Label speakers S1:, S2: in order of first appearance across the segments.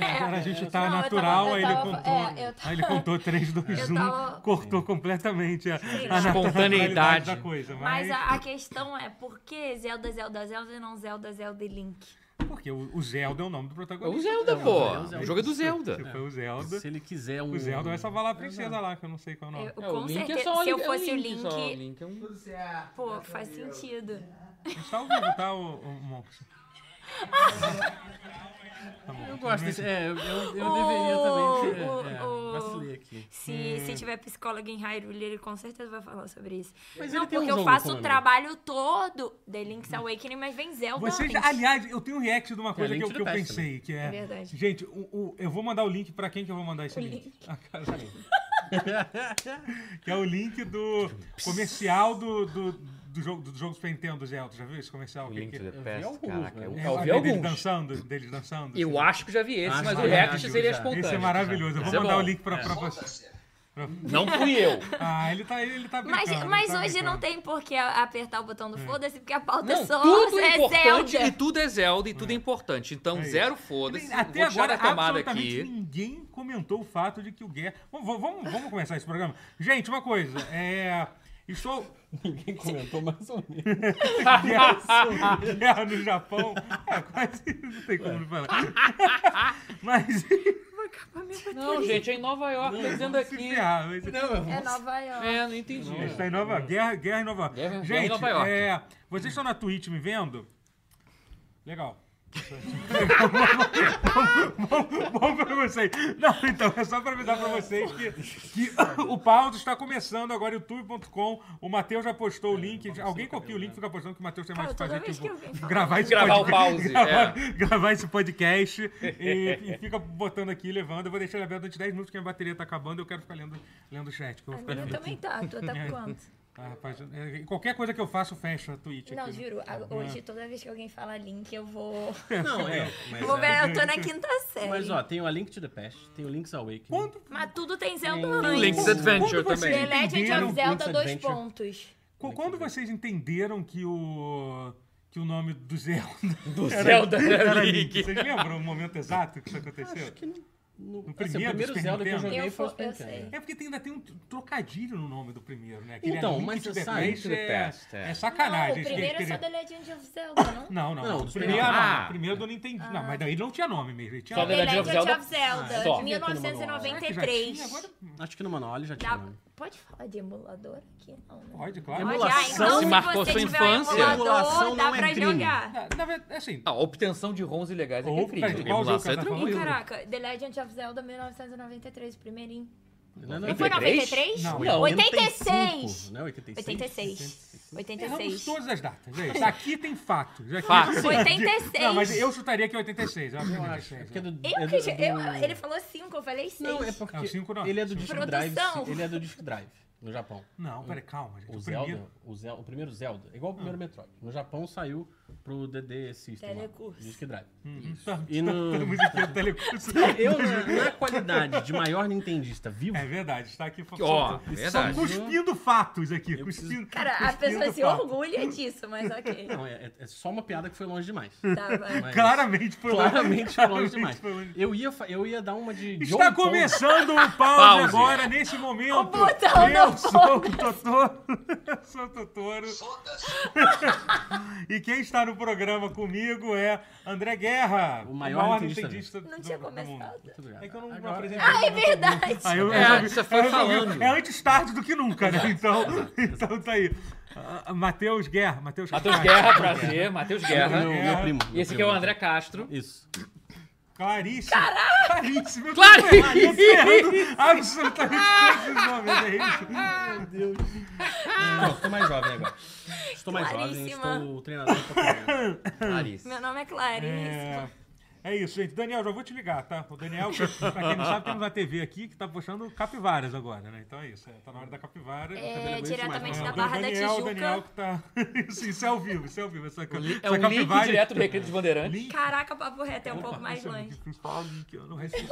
S1: Cara, a gente
S2: eu
S1: tá
S2: sou-
S3: É. Não, eu
S1: natural,
S3: tava- eu
S1: aí, ele
S3: tava-
S1: contou,
S3: é, eu tava-
S1: aí ele contou 3, 2,
S3: Eu
S1: 1,
S3: tava-
S1: cortou completamente a, a
S4: Espontaneidade.
S1: naturalidade da coisa. Mas,
S2: Mas a, a questão é por que Zelda, Zelda, Zelda e não Zelda, Zelda e Link?
S1: Porque o, o Zelda é o nome do
S4: É o
S1: protagonista.
S4: Zelda,
S5: Não,
S4: pô.
S5: é o Zelda.
S4: O jogo é do Zelda.
S1: Se foi o Zelda,
S5: Se ele quiser um...
S1: o Zelda vai salvar lá a princesa lá, que eu não sei qual é o nome.
S3: Eu-
S4: É,
S3: com
S4: o Link
S3: certeza,
S4: é só
S3: se eu
S4: é
S3: fosse o Link,
S4: só. O Link é um...
S6: Tudo certo.
S3: pô,
S6: graças a
S3: faz
S6: Deus.
S3: sentido.
S1: A gente tá ao vivo, tá, o, o Monks? Tá bom.
S5: Eu gosto desse... É, eu, eu, eu
S3: O-
S5: deveria também.
S3: o-
S5: porque, É,
S3: o-
S5: vacilei aqui.
S3: Se, se tiver psicólogo em Hyrule, ele com certeza vai falar sobre isso.
S5: Mas
S3: não,
S5: ele tem um
S3: porque eu
S5: jogo
S3: faço
S5: com
S3: o
S5: ele.
S3: trabalho todo de Link's Awakening, mas vem Zelda
S1: Vocês,
S3: antes.
S1: aliás, eu tenho um react de uma coisa que
S5: link
S1: eu,
S5: do
S1: que eu
S5: teste
S4: né?
S1: pensei, que é...
S3: É verdade.
S1: Gente, o- o- eu vou mandar o link pra quem que eu vou mandar esse
S3: O
S1: link? A cara- que é o link do comercial do, do, do jogo do jogo Super Nintendo Zelda. Já viu esse comercial?
S4: O
S1: Que-
S4: Link
S1: que-
S4: to the Past,
S5: alguns, né?
S4: caraca.
S5: velho.
S4: Eu,
S1: é,
S4: eu vi
S1: aquele deles
S4: alguns.
S1: dançando, deles dançando.
S4: Eu
S1: assim.
S4: acho que já vi esse,
S5: Acho
S4: mas
S5: que
S4: o
S5: já,
S4: resto
S5: acho
S4: seria
S5: que já.
S4: espontâneo.
S1: Esse é maravilhoso. Eu vou
S4: Esse é
S1: mandar
S4: bom.
S1: o link pra, pra você.
S6: Foda-se.
S4: Não fui eu.
S1: Ah, ele tá, ele tá
S3: Mas,
S1: brincando,
S3: mas
S1: ele tá
S3: hoje não
S1: brincando.
S3: tem por que a- apertar o botão do foda-se, porque a pauta é
S4: Não,
S3: só
S4: tudo é
S3: é
S4: importante
S3: Zelda.
S4: e tudo é Zelda e tudo é importante. Então,
S1: É isso.
S4: zero foda-se.
S1: Até
S4: Vou tirar
S1: agora,
S4: a tomada
S1: absolutamente
S4: aqui.
S1: ninguém comentou o fato de que o Guerra... Vamos, vamos, vamos começar esse programa? Gente, uma coisa. É... Estou...
S5: Ninguém comentou mais ou menos.
S1: guerra, guerra no Japão. É, quase não tem como não falar. Mas
S4: Não, gente, é em Nova York, tô dizendo
S1: se
S4: aqui.
S1: ferrar, mas-
S3: É Nova York.
S4: É, não entendi.
S1: a gente tá em Nova Guerra, guerra em Nova
S4: Guerra-
S1: Gente,
S4: guerra em Nova York.
S1: é, vocês estão na Twitch me vendo? Legal. Bom pra vocês. Não, então, é só pra avisar pra vocês que, que o Paulo está começando agora, youtube.com. O Matheus já postou o link. Alguém copia o link e fica postando que o Matheus tem mais
S3: Cara,
S1: que fazer que
S3: toda
S1: eu
S3: vez que
S1: vou
S3: alguém fala
S1: gravar esse
S4: Gravar o é.
S1: podcast.
S4: pause,
S1: gravar, gravar esse podcast e, e fica botando aqui, levando. Eu vou deixar ele aberto durante 10 minutos, que a minha bateria tá acabando. Eu quero ficar lendo, lendo o chat. Que eu
S3: A
S1: vou ficar
S3: minha
S1: lendo.
S3: também tá, a tua tá com quanto?
S1: Ah, rapaz, é, qualquer coisa que eu faço, fecha a Twitch.
S3: Não,
S1: aqui. né?
S3: juro, a- hoje toda vez que alguém fala Link, eu vou...
S5: Não, é. Mas,
S3: Vou
S5: é.
S3: ver, eu tô na quinta série.
S5: mas ó, tem o A Link to the Past, tem o Link's Awakening.
S1: Quando,
S3: Mas tudo tem Zelda
S4: O
S3: antes.
S4: Link's Adventure
S1: Quando você-
S4: também.
S3: The Legend
S1: Entenderam
S3: of Zelda,
S5: Link's
S3: dois
S5: Adventure?
S3: pontos.
S1: qu- quando vocês entenderam que o, que o nome do Zelda
S4: Do Zelda
S1: era Link?
S4: Link.
S1: Vocês lembram o momento exato que isso aconteceu?
S5: Acho que no, no, assim,
S1: primeiro
S5: o primeiro
S1: Super
S5: Zelda que eu
S1: Nintendo?
S5: joguei
S3: Eu
S5: foi o
S3: fo-
S5: Super
S3: eu
S5: Nintendo.
S3: sei.
S1: É porque tem- ainda tem um t- trocadilho no nome do primeiro, né? Aquele
S5: Então,
S1: é Link
S5: mas
S1: to
S5: eu
S1: the
S5: saí-
S1: Past
S4: Link to the
S1: é-
S4: Past, é.
S1: É
S3: Não, o
S1: sacanagem. isso que
S3: primeiro é
S1: eles
S3: só
S1: queriam-
S3: The Legend of Zelda, não?
S1: Não, não.
S5: Não,
S1: o primeiro,
S5: do primeiro.
S1: não,
S4: Ah.
S1: o primeiro eu não entendi. Não,
S3: Ah.
S1: mas daí ele não tinha nome mesmo. Ele tinha
S4: Só
S3: The
S1: nome.
S3: Legend of Zelda,
S4: só.
S3: de
S1: Será que já tinha? Agora tá
S3: 1993.
S5: Acho que no manual ele já tinha. né?
S3: Dá-
S5: nome.
S3: Pode falar de emulador aqui? Não, né?
S1: pode, claro.
S3: Pode,
S5: Emulação.
S3: ah, então
S5: Se
S3: se
S4: marcou
S3: você
S4: sua
S3: tiver
S4: infância.
S3: um emulador,
S5: Emulação
S3: dá
S5: não é
S3: pra
S5: crime.
S3: jogar.
S1: Na, na verdade, assim.
S4: A obtenção de ROMs ilegais é que é
S1: Ou- peraí,
S4: incrível.
S1: qual jogo que
S4: Emulação é
S1: ela tá
S3: Ih,
S4: tranquilo.
S3: caraca, The Legend of Zelda 1993, primeirinho.
S5: Não, é
S3: Não foi 93?
S1: Não,
S4: Não,
S3: 86.
S5: Não, 86.
S3: 86.
S1: Erramos
S3: 86.
S1: todas as datas. É isso. Aqui tem fatos. Aqui
S4: Fatos.
S3: 86.
S1: Não, mas eu chutaria que é 86. Eu acho que é
S5: Eu acho.
S1: 86.
S5: É porque é
S1: né?
S5: do, é
S3: Eu
S5: do-
S3: que, eu,
S5: do-
S3: ele falou 5, eu falei 6.
S5: Não, é porque
S1: É o cinco não.
S5: ele é do
S1: Cinco.
S5: Disk Drive.
S3: Produção.
S5: sim, Ele é do Disk Drive, no Japão.
S1: Não, peraí, calma, gente.
S5: O
S1: É O
S5: Zelda,
S1: primeiro. Ah.
S5: o, Zel, o primeiro Zelda, igual o primeiro Metroid. No Japão saiu pro DD System. lá,
S3: Telecurso.
S5: Disk Drive.
S1: Tá,
S5: E no-
S1: Todo mundo aqui é telecurso.
S5: Eu, na, na qualidade de maior nintendista vivo,
S1: É verdade, está aqui.
S4: Ó,
S1: são-
S4: verdade.
S1: São cuspindo fatos aqui.
S5: Eu preciso-
S1: Cuspindo,
S3: Cara, a
S1: cuspindo
S3: pessoa se
S1: fatos.
S3: orgulha disso, mas ok.
S5: não, é, é- é só uma piada que foi longe demais.
S3: Tá, vai.
S5: Mas-
S1: Claramente foi longe.
S5: Claramente foi longe demais.
S1: Hum. foi longe.
S5: Eu ia, fa- eu ia dar uma de
S1: Está
S5: John Paul.
S1: começando o pause
S4: Pause.
S1: agora, nesse momento.
S3: O botão
S1: eu
S3: do
S1: sou o Totoro. Eu sou o Totoro.
S6: Foda-se.
S1: E quem está no programa comigo é André Guerra.
S5: O maior nintendista
S1: do-
S3: Não tinha
S1: do mundo.
S3: começado.
S5: Muito obrigado.
S1: É que eu não, não
S5: Agora-
S1: apresentei.
S3: Ah, é verdade.
S1: Aí eu
S4: É,
S1: resolvi-
S4: você foi
S1: eu resolvi-
S4: falando.
S1: É antes tarde do que nunca, né? Então, então tá aí. Ah, Matheus Guerra. Matheus
S4: Matheus
S1: Castro.
S4: Guerra, prazer. Matheus
S5: Meu,
S4: Guerra.
S5: meu primo.
S4: E
S5: meu
S4: esse aqui é
S5: primo.
S4: o André Castro.
S5: Isso.
S1: Clarice. Caraca! Clarice, meu Deus.
S4: Clarice!
S1: Errando absolutamente todos os nomes, é isso?
S5: Não, estou mais jovem agora. Estou mais jovem,
S3: Claríssima.
S5: estou treinador de Pokémon.
S4: Clarice.
S3: Meu nome é Clarice.
S1: É... é isso, gente. Daniel, já vou te ligar, tá? O Daniel, pra quem não sabe, temos uma TV aqui que tá puxando capivaras agora, né? Então é isso. É, tá na hora da capivara. Tá
S3: É,
S5: aguento
S3: diretamente
S5: mais,
S3: da
S5: não.
S3: Barra da
S1: Daniel, Daniel
S3: Tijuca.
S1: que tá. isso, isso é ao vivo, isso é ao vivo. Essa, ca-
S4: É
S1: essa
S4: um link
S1: capivara-
S4: direto do Recreio dos Bandeirantes.
S3: Caraca, papo reto é um
S1: Opa,
S3: pouco mais
S1: isso é muito
S3: longe.
S1: difícil falar link, eu não resisti. O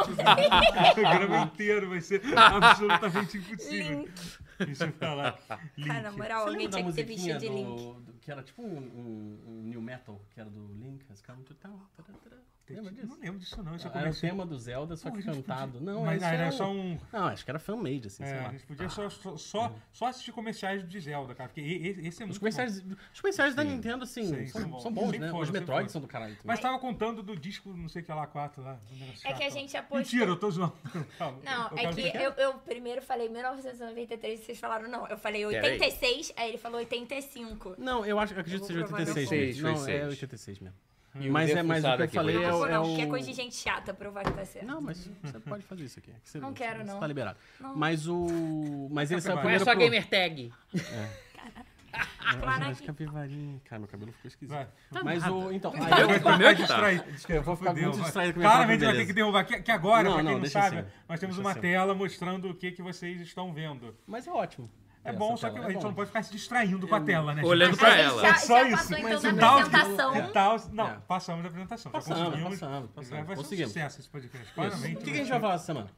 S1: programa inteiro vai ser absolutamente impossível.
S3: Link. Ah,
S1: Isso eu falar. Link.
S3: Cara, na moral,
S5: Você
S3: alguém
S5: lembra
S3: tinha que
S5: da
S3: ter
S1: é
S5: musiquinha
S3: vestido de Link.
S5: do, do- que era tipo um, um- um new metal, que era do Link. as caras- tará, tará, tará. Lembra disso?
S1: Não lembro disso, não. Isso
S5: Era Ah, é o
S1: começa...
S5: tema do Zelda, só
S1: Pô,
S5: que
S1: a gente
S5: cantado.
S1: podia-
S5: Não,
S1: Mas
S5: isso
S1: era
S5: é
S1: só um.
S5: Não, acho que era fan-made, assim, sei
S1: É,
S5: lá. Ah.
S1: a gente podia só, só, só, só assistir comerciais de Zelda, cara. Porque e- e- esse é
S5: Os
S1: muito. bom.
S5: comerciais, os comerciais da Nintendo, assim,
S1: Sim,
S5: são,
S1: são bons.
S5: são bons,
S1: Sempre
S5: né?
S1: foram,
S5: os
S1: sempre
S5: Metroid
S1: foram.
S5: são do caralho. também.
S1: Mas tava contando do disco, não sei o que lá, 4 lá. um
S7: É que
S1: negócio
S7: a
S1: chato lá.
S7: gente apostou.
S1: Mentira, eu tô zoando. Calma, eu
S3: Não, é
S1: quero
S3: que
S1: brincar.
S3: eu, eu primeiro falei 1993 vocês falaram não. Eu falei
S4: Peraí.
S3: 86, aí ele falou 85.
S5: Não, eu acho, eu acredito que seja
S3: Eu vou provar
S5: 86
S4: depois.
S5: mesmo. Não, é
S4: 86.
S5: 86 mesmo.
S1: Hum,
S8: E o
S5: Mas é mais
S8: defusado
S5: o que eu
S8: aqui, vou
S5: falei, é o-
S3: Ou
S5: é
S1: um
S3: não, que é
S5: o-
S3: coisa de gente chata provar que tá certo.
S5: Não, mas
S1: Hum.
S5: você pode fazer isso aqui. que você-
S3: Não quero,
S5: Você
S3: não.
S5: tá liberado. Mas o... Mas ele
S1: preparado.
S4: Põe
S5: saiu
S4: a
S5: primeiro
S4: sua
S5: pro...
S4: gamer tag.
S5: Mas,
S3: Ah, Clara
S5: mas
S3: aqui.
S5: capivarinha. Cara, meu cabelo ficou esquisito.
S1: Vai.
S5: Mas o... Então, aí eu...
S1: Eu meu que distraí.
S5: Eu vou ficar muito distraído com a
S1: Claramente
S5: minha
S1: vai
S5: própria
S1: ter
S5: beleza.
S1: que derrubar. Que, que agora,
S5: Não,
S1: pra quem
S5: não,
S1: não,
S5: deixa
S1: sabe,
S5: assim.
S1: nós temos
S5: Deixa
S1: uma
S5: assim.
S1: tela mostrando o que, que vocês estão vendo.
S5: Mas é ótimo.
S1: É
S5: Essa
S1: bom, só que
S5: tela,
S1: a
S5: é
S1: gente
S5: bom.
S1: não pode ficar se distraindo com a tela, né?
S4: Olhando
S1: gente?
S4: pra
S3: A gente
S4: ela.
S3: já,
S1: Só
S3: já
S1: isso.
S3: passou
S5: Mas
S3: então
S5: o
S3: da
S5: Down-
S3: apresentação.
S1: E tal, não,
S5: É.
S1: passamos a apresentação. já
S5: Passamos,
S1: conseguimos.
S5: passamos, passamos.
S1: Vai ser um
S5: Conseguimos.
S1: sucesso esse podcast.
S5: Isso.
S1: Claramente. né?
S5: O que que a gente vai falar essa semana?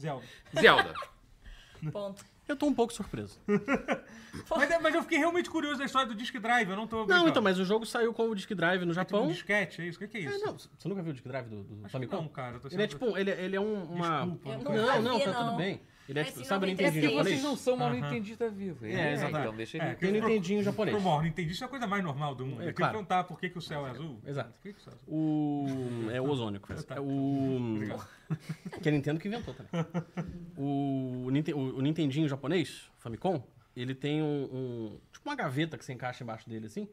S1: Zelda.
S4: Zelda.
S3: Ponto.
S5: Eu tô um pouco surpreso.
S1: Mas, é- mas eu fiquei realmente curioso da história do Disk Drive. Eu não tô.
S5: Não, então, mas o jogo saiu com o Disk Drive
S1: Tipo
S5: no
S1: um
S5: Japão.
S1: disquete, é isso? O que, que é
S5: É,
S1: isso?
S5: não, você nunca viu o Disk Drive do, do
S1: Acho que
S5: Famicom?
S1: não, cara. eu tô
S5: Ele é
S1: sendo-
S5: tipo, um- ele, ele é um, uma...
S1: Desculpa,
S3: Eu
S1: não conheço.
S3: não-
S5: Não, não,
S3: sabia,
S5: tá tudo
S3: não.
S5: bem. Ele é
S3: Mas
S5: tipo,
S3: se
S5: sabe o
S3: não
S8: É
S4: assim,
S3: tem
S5: Nintendinho
S8: porque
S3: Entendi.
S8: vocês
S5: japonês?
S8: não são mal
S1: Aham.
S8: entendida vivo.
S5: É, exatamente.
S8: Então deixa
S1: É,
S8: ele.
S5: Tem o Nintendinho japonês.
S1: Pro Morning, entendi. Isso é a coisa mais normal do mundo.
S5: É,
S1: Eu
S5: claro.
S1: queria perguntar por que, que o céu é azul.
S5: Exato.
S1: Por que que o céu é azul?
S5: O... É o ozônio, Chris. É o...
S1: Obrigado.
S5: Que a Nintendo que inventou também. O, Ninten- o, o Nintendinho japonês, Famicom, ele tem um, um- Tipo uma gaveta que você encaixa embaixo dele, assim.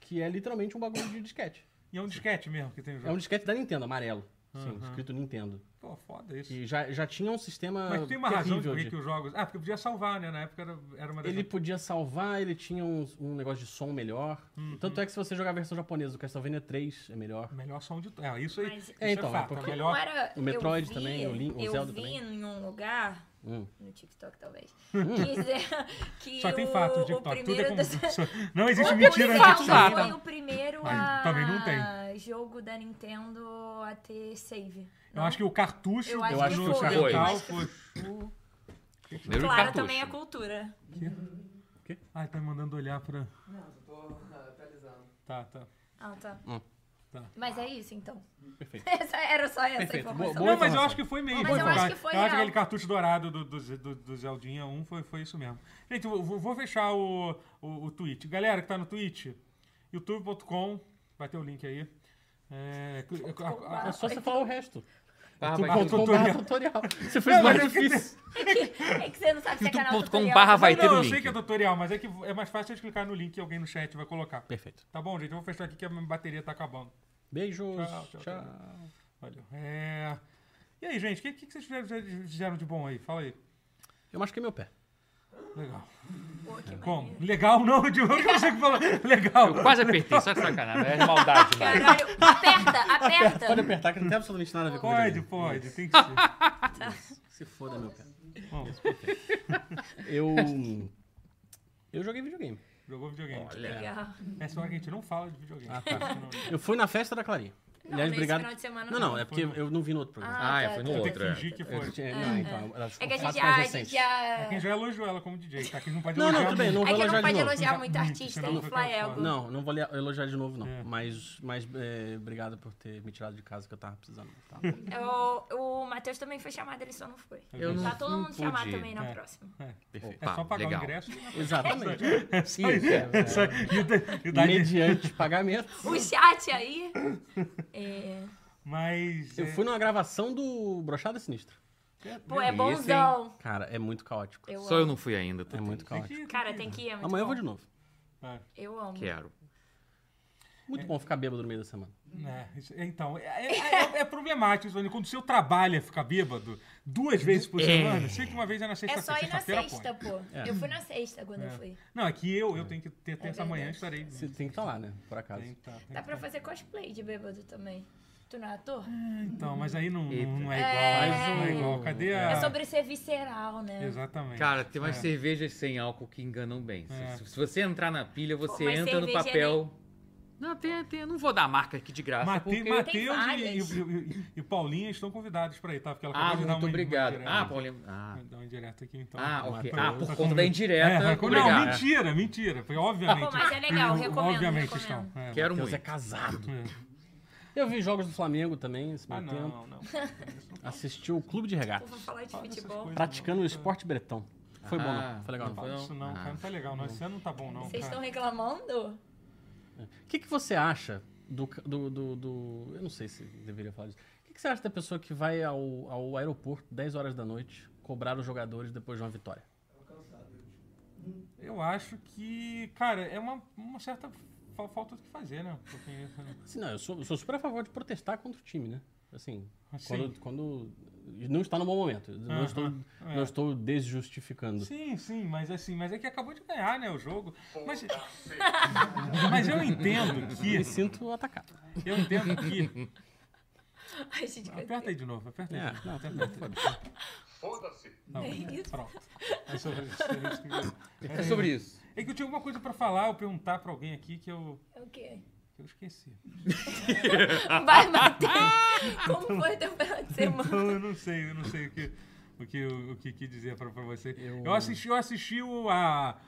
S5: Que é literalmente um bagulho de disquete.
S1: E é um disquete mesmo que tem o
S5: É um
S1: jogo.
S5: disquete da Nintendo, amarelo. Assim, escrito Nintendo.
S1: Pô, foda isso.
S5: Que já, já tinha um sistema.
S1: Mas tem uma razão de
S5: terrível
S1: por que
S5: de-
S1: que os jogos. Ah, porque podia salvar, né? Na época era, era uma das.
S5: Ele podia salvar, ele tinha um, um negócio de som melhor.
S1: Uhum.
S5: Tanto é que se você jogar a versão japonesa do Castlevania 3 é melhor.
S1: Melhor som de. É, isso aí.
S3: Mas-
S1: isso
S5: É, então, é
S1: fato.
S5: porque-
S1: melhor...
S3: Não era,
S5: O
S3: eu
S5: Metroid
S3: vi-
S5: também, o Lin- o
S3: eu
S5: Zelda
S3: vi
S5: também.
S3: em um lugar,
S5: Hum.
S3: no TikTok talvez, que, ze- que
S1: Só tem
S3: o,
S1: fato no
S3: o
S1: TikTok. Tudo é
S3: primeiro
S1: com...
S3: do-
S1: Não
S3: O
S5: é
S1: existe
S3: primeiro
S1: mentira no
S3: Zelda
S1: TikTok.
S3: Foi o primeiro
S1: Mas
S3: a-
S1: também não tem.
S3: jogo da Nintendo a ter save. né?
S1: Eu acho que o cartucho.
S3: Eu acho
S4: que
S1: no
S4: foi.
S1: cartucho
S4: Foi.
S1: tal
S3: Foi.
S1: foi.
S4: Primeiro
S3: Clara
S4: cartucho.
S3: também é cultura.
S1: Ai, tá me mandando olhar pra. Tá, tá.
S3: Ah, tá.
S5: Hum.
S1: Tá.
S3: Mas é isso, então.
S5: Perfeito.
S3: Essa- era só essa
S5: Perfeito.
S3: a informação.
S5: Boa
S1: não, mas eu
S5: informação.
S1: acho que foi mesmo.
S3: então, Mas eu
S1: cara.
S3: acho que foi
S1: Eu acho que
S3: real.
S1: aquele cartucho dourado do, do, Ze- do, do Zeldinha 1 foi, foi isso mesmo. Gente, eu vou, vou fechar o, o, o tweet. Galera que tá no tweet, youtube.com, vai ter o link aí. É, a- a-
S5: É só você falar o resto.
S8: Ah,
S5: Tu
S8: vai
S5: botou
S8: ter-
S1: tutorial.
S5: barra tutorial. Você fez mais difícil.
S3: É que você não sabe se é canal
S4: youtube.com
S3: tutorial.
S4: barra vai
S1: não,
S4: ter
S1: eu
S4: o
S1: sei
S4: link.
S1: que é tutorial, mas é que é mais fácil de clicar no link que alguém no chat vai colocar.
S5: Perfeito.
S1: Tá bom, gente? Eu vou fechar aqui que a minha bateria tá acabando.
S5: Beijos.
S1: Tchau, tchau,
S5: tchau.
S1: Valeu. É, E aí, gente, o que, que, que vocês fizeram, fizeram de bom aí? Fala aí.
S5: Eu machuquei meu pé.
S1: Legal. Como? Legal não, de onde você que falou? Legal.
S8: Eu quase apertei, só de sacanagem. É maldade, vai.
S3: Caralho, aperta, aperta.
S5: Pode apertar que não tem absolutamente nada a ver com
S1: Pode,
S5: videogame.
S1: pode, tem que ser.
S5: Se foda meu pé.
S1: Bom,
S5: Eu... Eu joguei videogame.
S1: jogou videogame.
S4: Olha.
S3: Legal.
S1: Nessa hora que a gente não fala de videogame.
S5: Ah,
S1: Senão-
S5: Eu fui na festa da Clarinha.
S3: Não, nesse final de semana
S5: Não,
S3: não. Ah,
S5: não, é porque eu não vi no outro programa.
S4: Ah, é, foi no
S1: Eu tenho que
S4: outro. é.
S1: fingir que foi.
S5: Eu tinha- não, então, ela ficou
S3: É tá, que a
S5: fato
S3: gente, ah,
S5: mais
S3: a
S5: recente.
S3: gente já...
S1: Quem já elogiou ela como DJ, tá? Quem não pode
S5: Não, não,
S1: elogiar
S5: tudo bem,
S1: muito.
S5: não vou
S3: É que
S5: elogiar
S3: não
S5: de
S3: pode
S5: novo.
S3: elogiar muito
S1: Não,
S3: artista
S1: não
S3: em
S1: foi
S3: Flaego.
S1: cancelado.
S5: Não, não vou le- elogiar de novo, não.
S1: É.
S5: Mas, mas é, obrigado por ter me tirado de casa que eu tava precisando. Tá?
S3: Eu- o Matheus também foi chamado, ele só não foi.
S4: Eu não-
S3: tá todo
S4: não
S3: mundo chamado
S4: pude.
S3: também na
S1: É.
S3: próxima.
S5: Perfeito.
S1: É só
S4: Tá,
S1: pagar
S4: legal.
S1: o ingresso.
S5: Exatamente.
S1: É só isso.
S5: Isso, é.
S1: É só- e o da- e o da-
S5: Mediante pagamento.
S3: O chat aí... é,
S1: Mas.
S5: Eu
S1: é,
S5: fui numa gravação do Brochada Sinistra.
S3: Pô, é
S4: Isso,
S3: bonzão.
S5: Cara, é muito caótico.
S3: Eu
S4: Só eu
S3: amo.
S4: não fui ainda.
S5: É muito
S1: tem tá,
S5: caótico.
S1: que-
S3: Cara, tem que ir, é muito
S5: Amanhã eu vou
S3: bom.
S5: de novo.
S3: Eu amo.
S4: Quero.
S5: Muito bom ficar bêbado no meio da semana.
S1: né, isso- então, é, é- é- é problemático, Zoni. Quando o seu trabalho é ficar bêbado duas vezes por semana, sei que uma vez é na
S3: É
S1: sexta-feira.
S3: só ir na
S1: sexta-feira
S3: sexta,
S1: pode.
S3: pô.
S5: É.
S3: Eu fui na sexta quando eu
S1: É.
S3: fui.
S1: Não, é que eu, eu tenho que ter terça manhã,
S3: É verdade.
S1: estarei.
S5: Você tem que estar lá, né? Por acaso.
S1: Tem, tá, tem,
S3: Dá pra
S1: tá.
S3: fazer cosplay de bêbado também. Tu não é ator?
S1: Então, mas aí não, não, não é igual.
S3: É.
S1: Não é igual. Cadê a.
S3: É sobre ser visceral, né?
S1: Exatamente.
S4: Cara, tem umas
S1: É.
S4: cervejas sem álcool que enganam bem. Se-
S1: É.
S4: Se, se você entrar na pilha, você
S3: mas
S4: entra no
S3: cerveja é
S4: papel.
S9: Não, tem, tem, não vou dar a marca aqui de graça.
S1: Mate,
S9: porque-
S1: Matheus e,
S3: várias.
S1: e, e- e Paulinha estão convidados pra ir, tá? Porque ela
S9: Ah,
S1: acabou de dar
S9: muito
S1: uma- uma
S9: obrigado.
S1: indireta.
S9: Ah, Paulinho. Ah,
S1: Dá uma indireta aqui, então.
S9: ah, ok.
S1: Matheus.
S9: Ah, por conta da
S1: É,
S9: indireta.
S1: reco-
S9: obrigado.
S1: Não, mentira, mentira. Foi obviamente.
S3: Pô, mas é legal,
S1: Eu-
S3: recomendo,
S1: Obviamente
S3: recomendo.
S1: estão. É,
S9: Quero
S5: Deus
S9: muito.
S5: é casado.
S1: é.
S5: Eu vi jogos do Flamengo também esse
S1: Ah,
S5: meio
S1: não,
S5: tempo.
S1: não, não.
S5: Assisti o Clube de Regatas.
S10: Vamos falar de
S1: Fala dessas
S10: futebol.
S1: coisas,
S5: Praticando o esporte bretão. Foi bom,
S9: Ah,
S5: não? Foi legal,
S9: não
S5: não?
S1: não.
S9: foi?
S1: Isso não, cara, não tá legal, não. Esse ano não tá bom, não.
S3: Vocês
S1: cara.
S3: estão reclamando?
S5: O que, que você acha do, ca- do, do, do- Eu não sei se deveria falar disso. O que, que você acha da pessoa que vai ao, ao aeroporto 10 horas da noite cobrar os jogadores depois de uma vitória?
S1: Eu acho que, cara, é uma, uma certa fa- falta do que fazer, né? Porque,
S5: Assim, não, eu sou, eu sou super a favor de protestar contra o time, né? Assim,
S1: Assim.
S5: quando, quando. Não está no bom momento. Eu Não,
S1: Aham,
S5: estou,
S1: é.
S5: não estou desjustificando.
S1: Sim, sim, mas assim, mas é que acabou de ganhar, né, o jogo. Mas, mas eu entendo que.
S5: Me sinto atacado.
S1: Eu entendo que.
S3: Ai, gente,
S1: Aperta aí de novo, aperta aí.
S5: É,
S1: de novo.
S5: não,
S1: Aperta-
S11: Foda-se.
S1: não, Pronto. É sobre isso, é isso que eu-
S9: É sobre isso.
S1: É que eu tinha alguma coisa pra falar ou perguntar pra alguém aqui que eu,
S3: é o quê?
S1: que eu esqueci.
S3: Vai, Matheus! Como foi teu final de semana?
S1: Então eu não sei, eu não sei o que, o que, o que, que dizer pra, pra você. Eu...
S5: Eu-
S1: assisti, eu assisti o- a,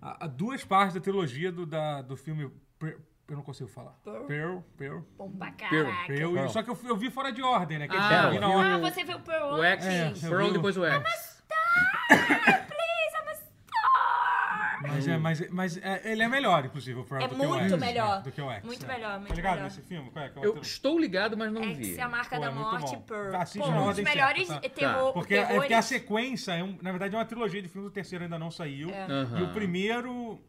S1: a- a duas partes da trilogia do, da- do filme. Per- eu não consigo falar.
S3: Pearl?
S1: Pearl, Pearl.
S3: Bom pra caraca.
S1: Pearl.
S5: Pearl.
S1: Só que eu, fui- eu vi fora de ordem, né? Que
S9: Ah,
S1: eu vi na ordem.
S3: Ah, você viu o Pearl
S9: O X,
S1: É,
S3: antes?
S1: eu
S9: Pearl,
S1: vi o-
S9: depois o
S3: Ah,
S9: X.
S1: É.
S3: Please, I'm a star!
S1: Mas, é, mas, mas é, ele é melhor, inclusive, o Pearl
S3: É
S1: do que o
S3: muito
S1: X,
S3: melhor.
S1: né, Do que o X.
S3: Muito
S1: é.
S3: melhor, muito
S1: Tá ligado
S3: melhor.
S1: nesse filme? Qual é? Qual é o
S9: Eu
S1: teu-
S9: estou ligado, mas não vi.
S3: X, a marca
S1: Pô, é
S3: da
S1: muito
S3: morte,
S1: bom.
S3: Pearl.
S1: Assiste
S3: Pô,
S1: na
S3: um dos
S1: ordem certa,
S3: melhores
S1: tá?
S3: terror,
S1: Porque, é
S3: terrores.
S1: porque a sequência, é um- na verdade, é uma trilogia de filmes. O terceiro ainda não saiu. E o
S9: Aham.
S1: primeiro...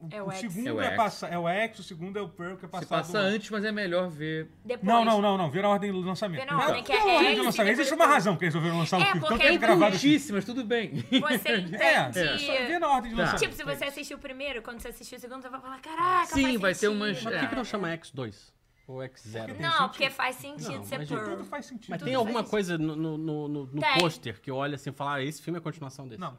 S1: O,
S3: É o
S1: o
S3: X.
S1: segundo é,
S9: É o X.
S1: passa- é o X, o segundo é o Pearl, que é
S9: Se
S1: passado...
S9: passa antes, mas é melhor ver.
S3: Depois,
S1: Não, não, não, não. Vira a ordem do lançamento.
S3: Vira a ordem,
S1: Não,
S3: que é
S1: vira a ordem do
S3: X,
S1: lançamento.
S3: depois
S1: Existe uma
S3: Pearl.
S1: razão porque eles resolveram lançar o
S3: É,
S1: filme. Então
S3: porque
S1: tem
S3: é
S1: gravado...
S9: Curtíssimas, tudo bem.
S3: Você entende.
S1: É, só vê na ordem de
S9: Tá.
S1: lançamento.
S3: Tipo, se você assistiu o primeiro, quando você assistiu o segundo, você vai falar, caraca,
S9: Sim,
S3: faz
S9: vai ter
S3: sentido,
S9: umas-
S5: Mas por que, que
S3: cara."
S5: não chama X2? Ou
S1: é
S5: X0?
S1: Porque tem-
S3: Não, porque faz
S5: Não,
S3: sentido ser
S5: mas
S3: Tipo Pearl.
S1: Tudo faz sentido.
S5: Mas
S1: Tudo
S5: tem
S1: faz-
S5: alguma coisa no, no, no, no- no
S3: Tem.
S5: pôster que olha assim e fala, ah, esse filme é a continuação desse?
S1: Não.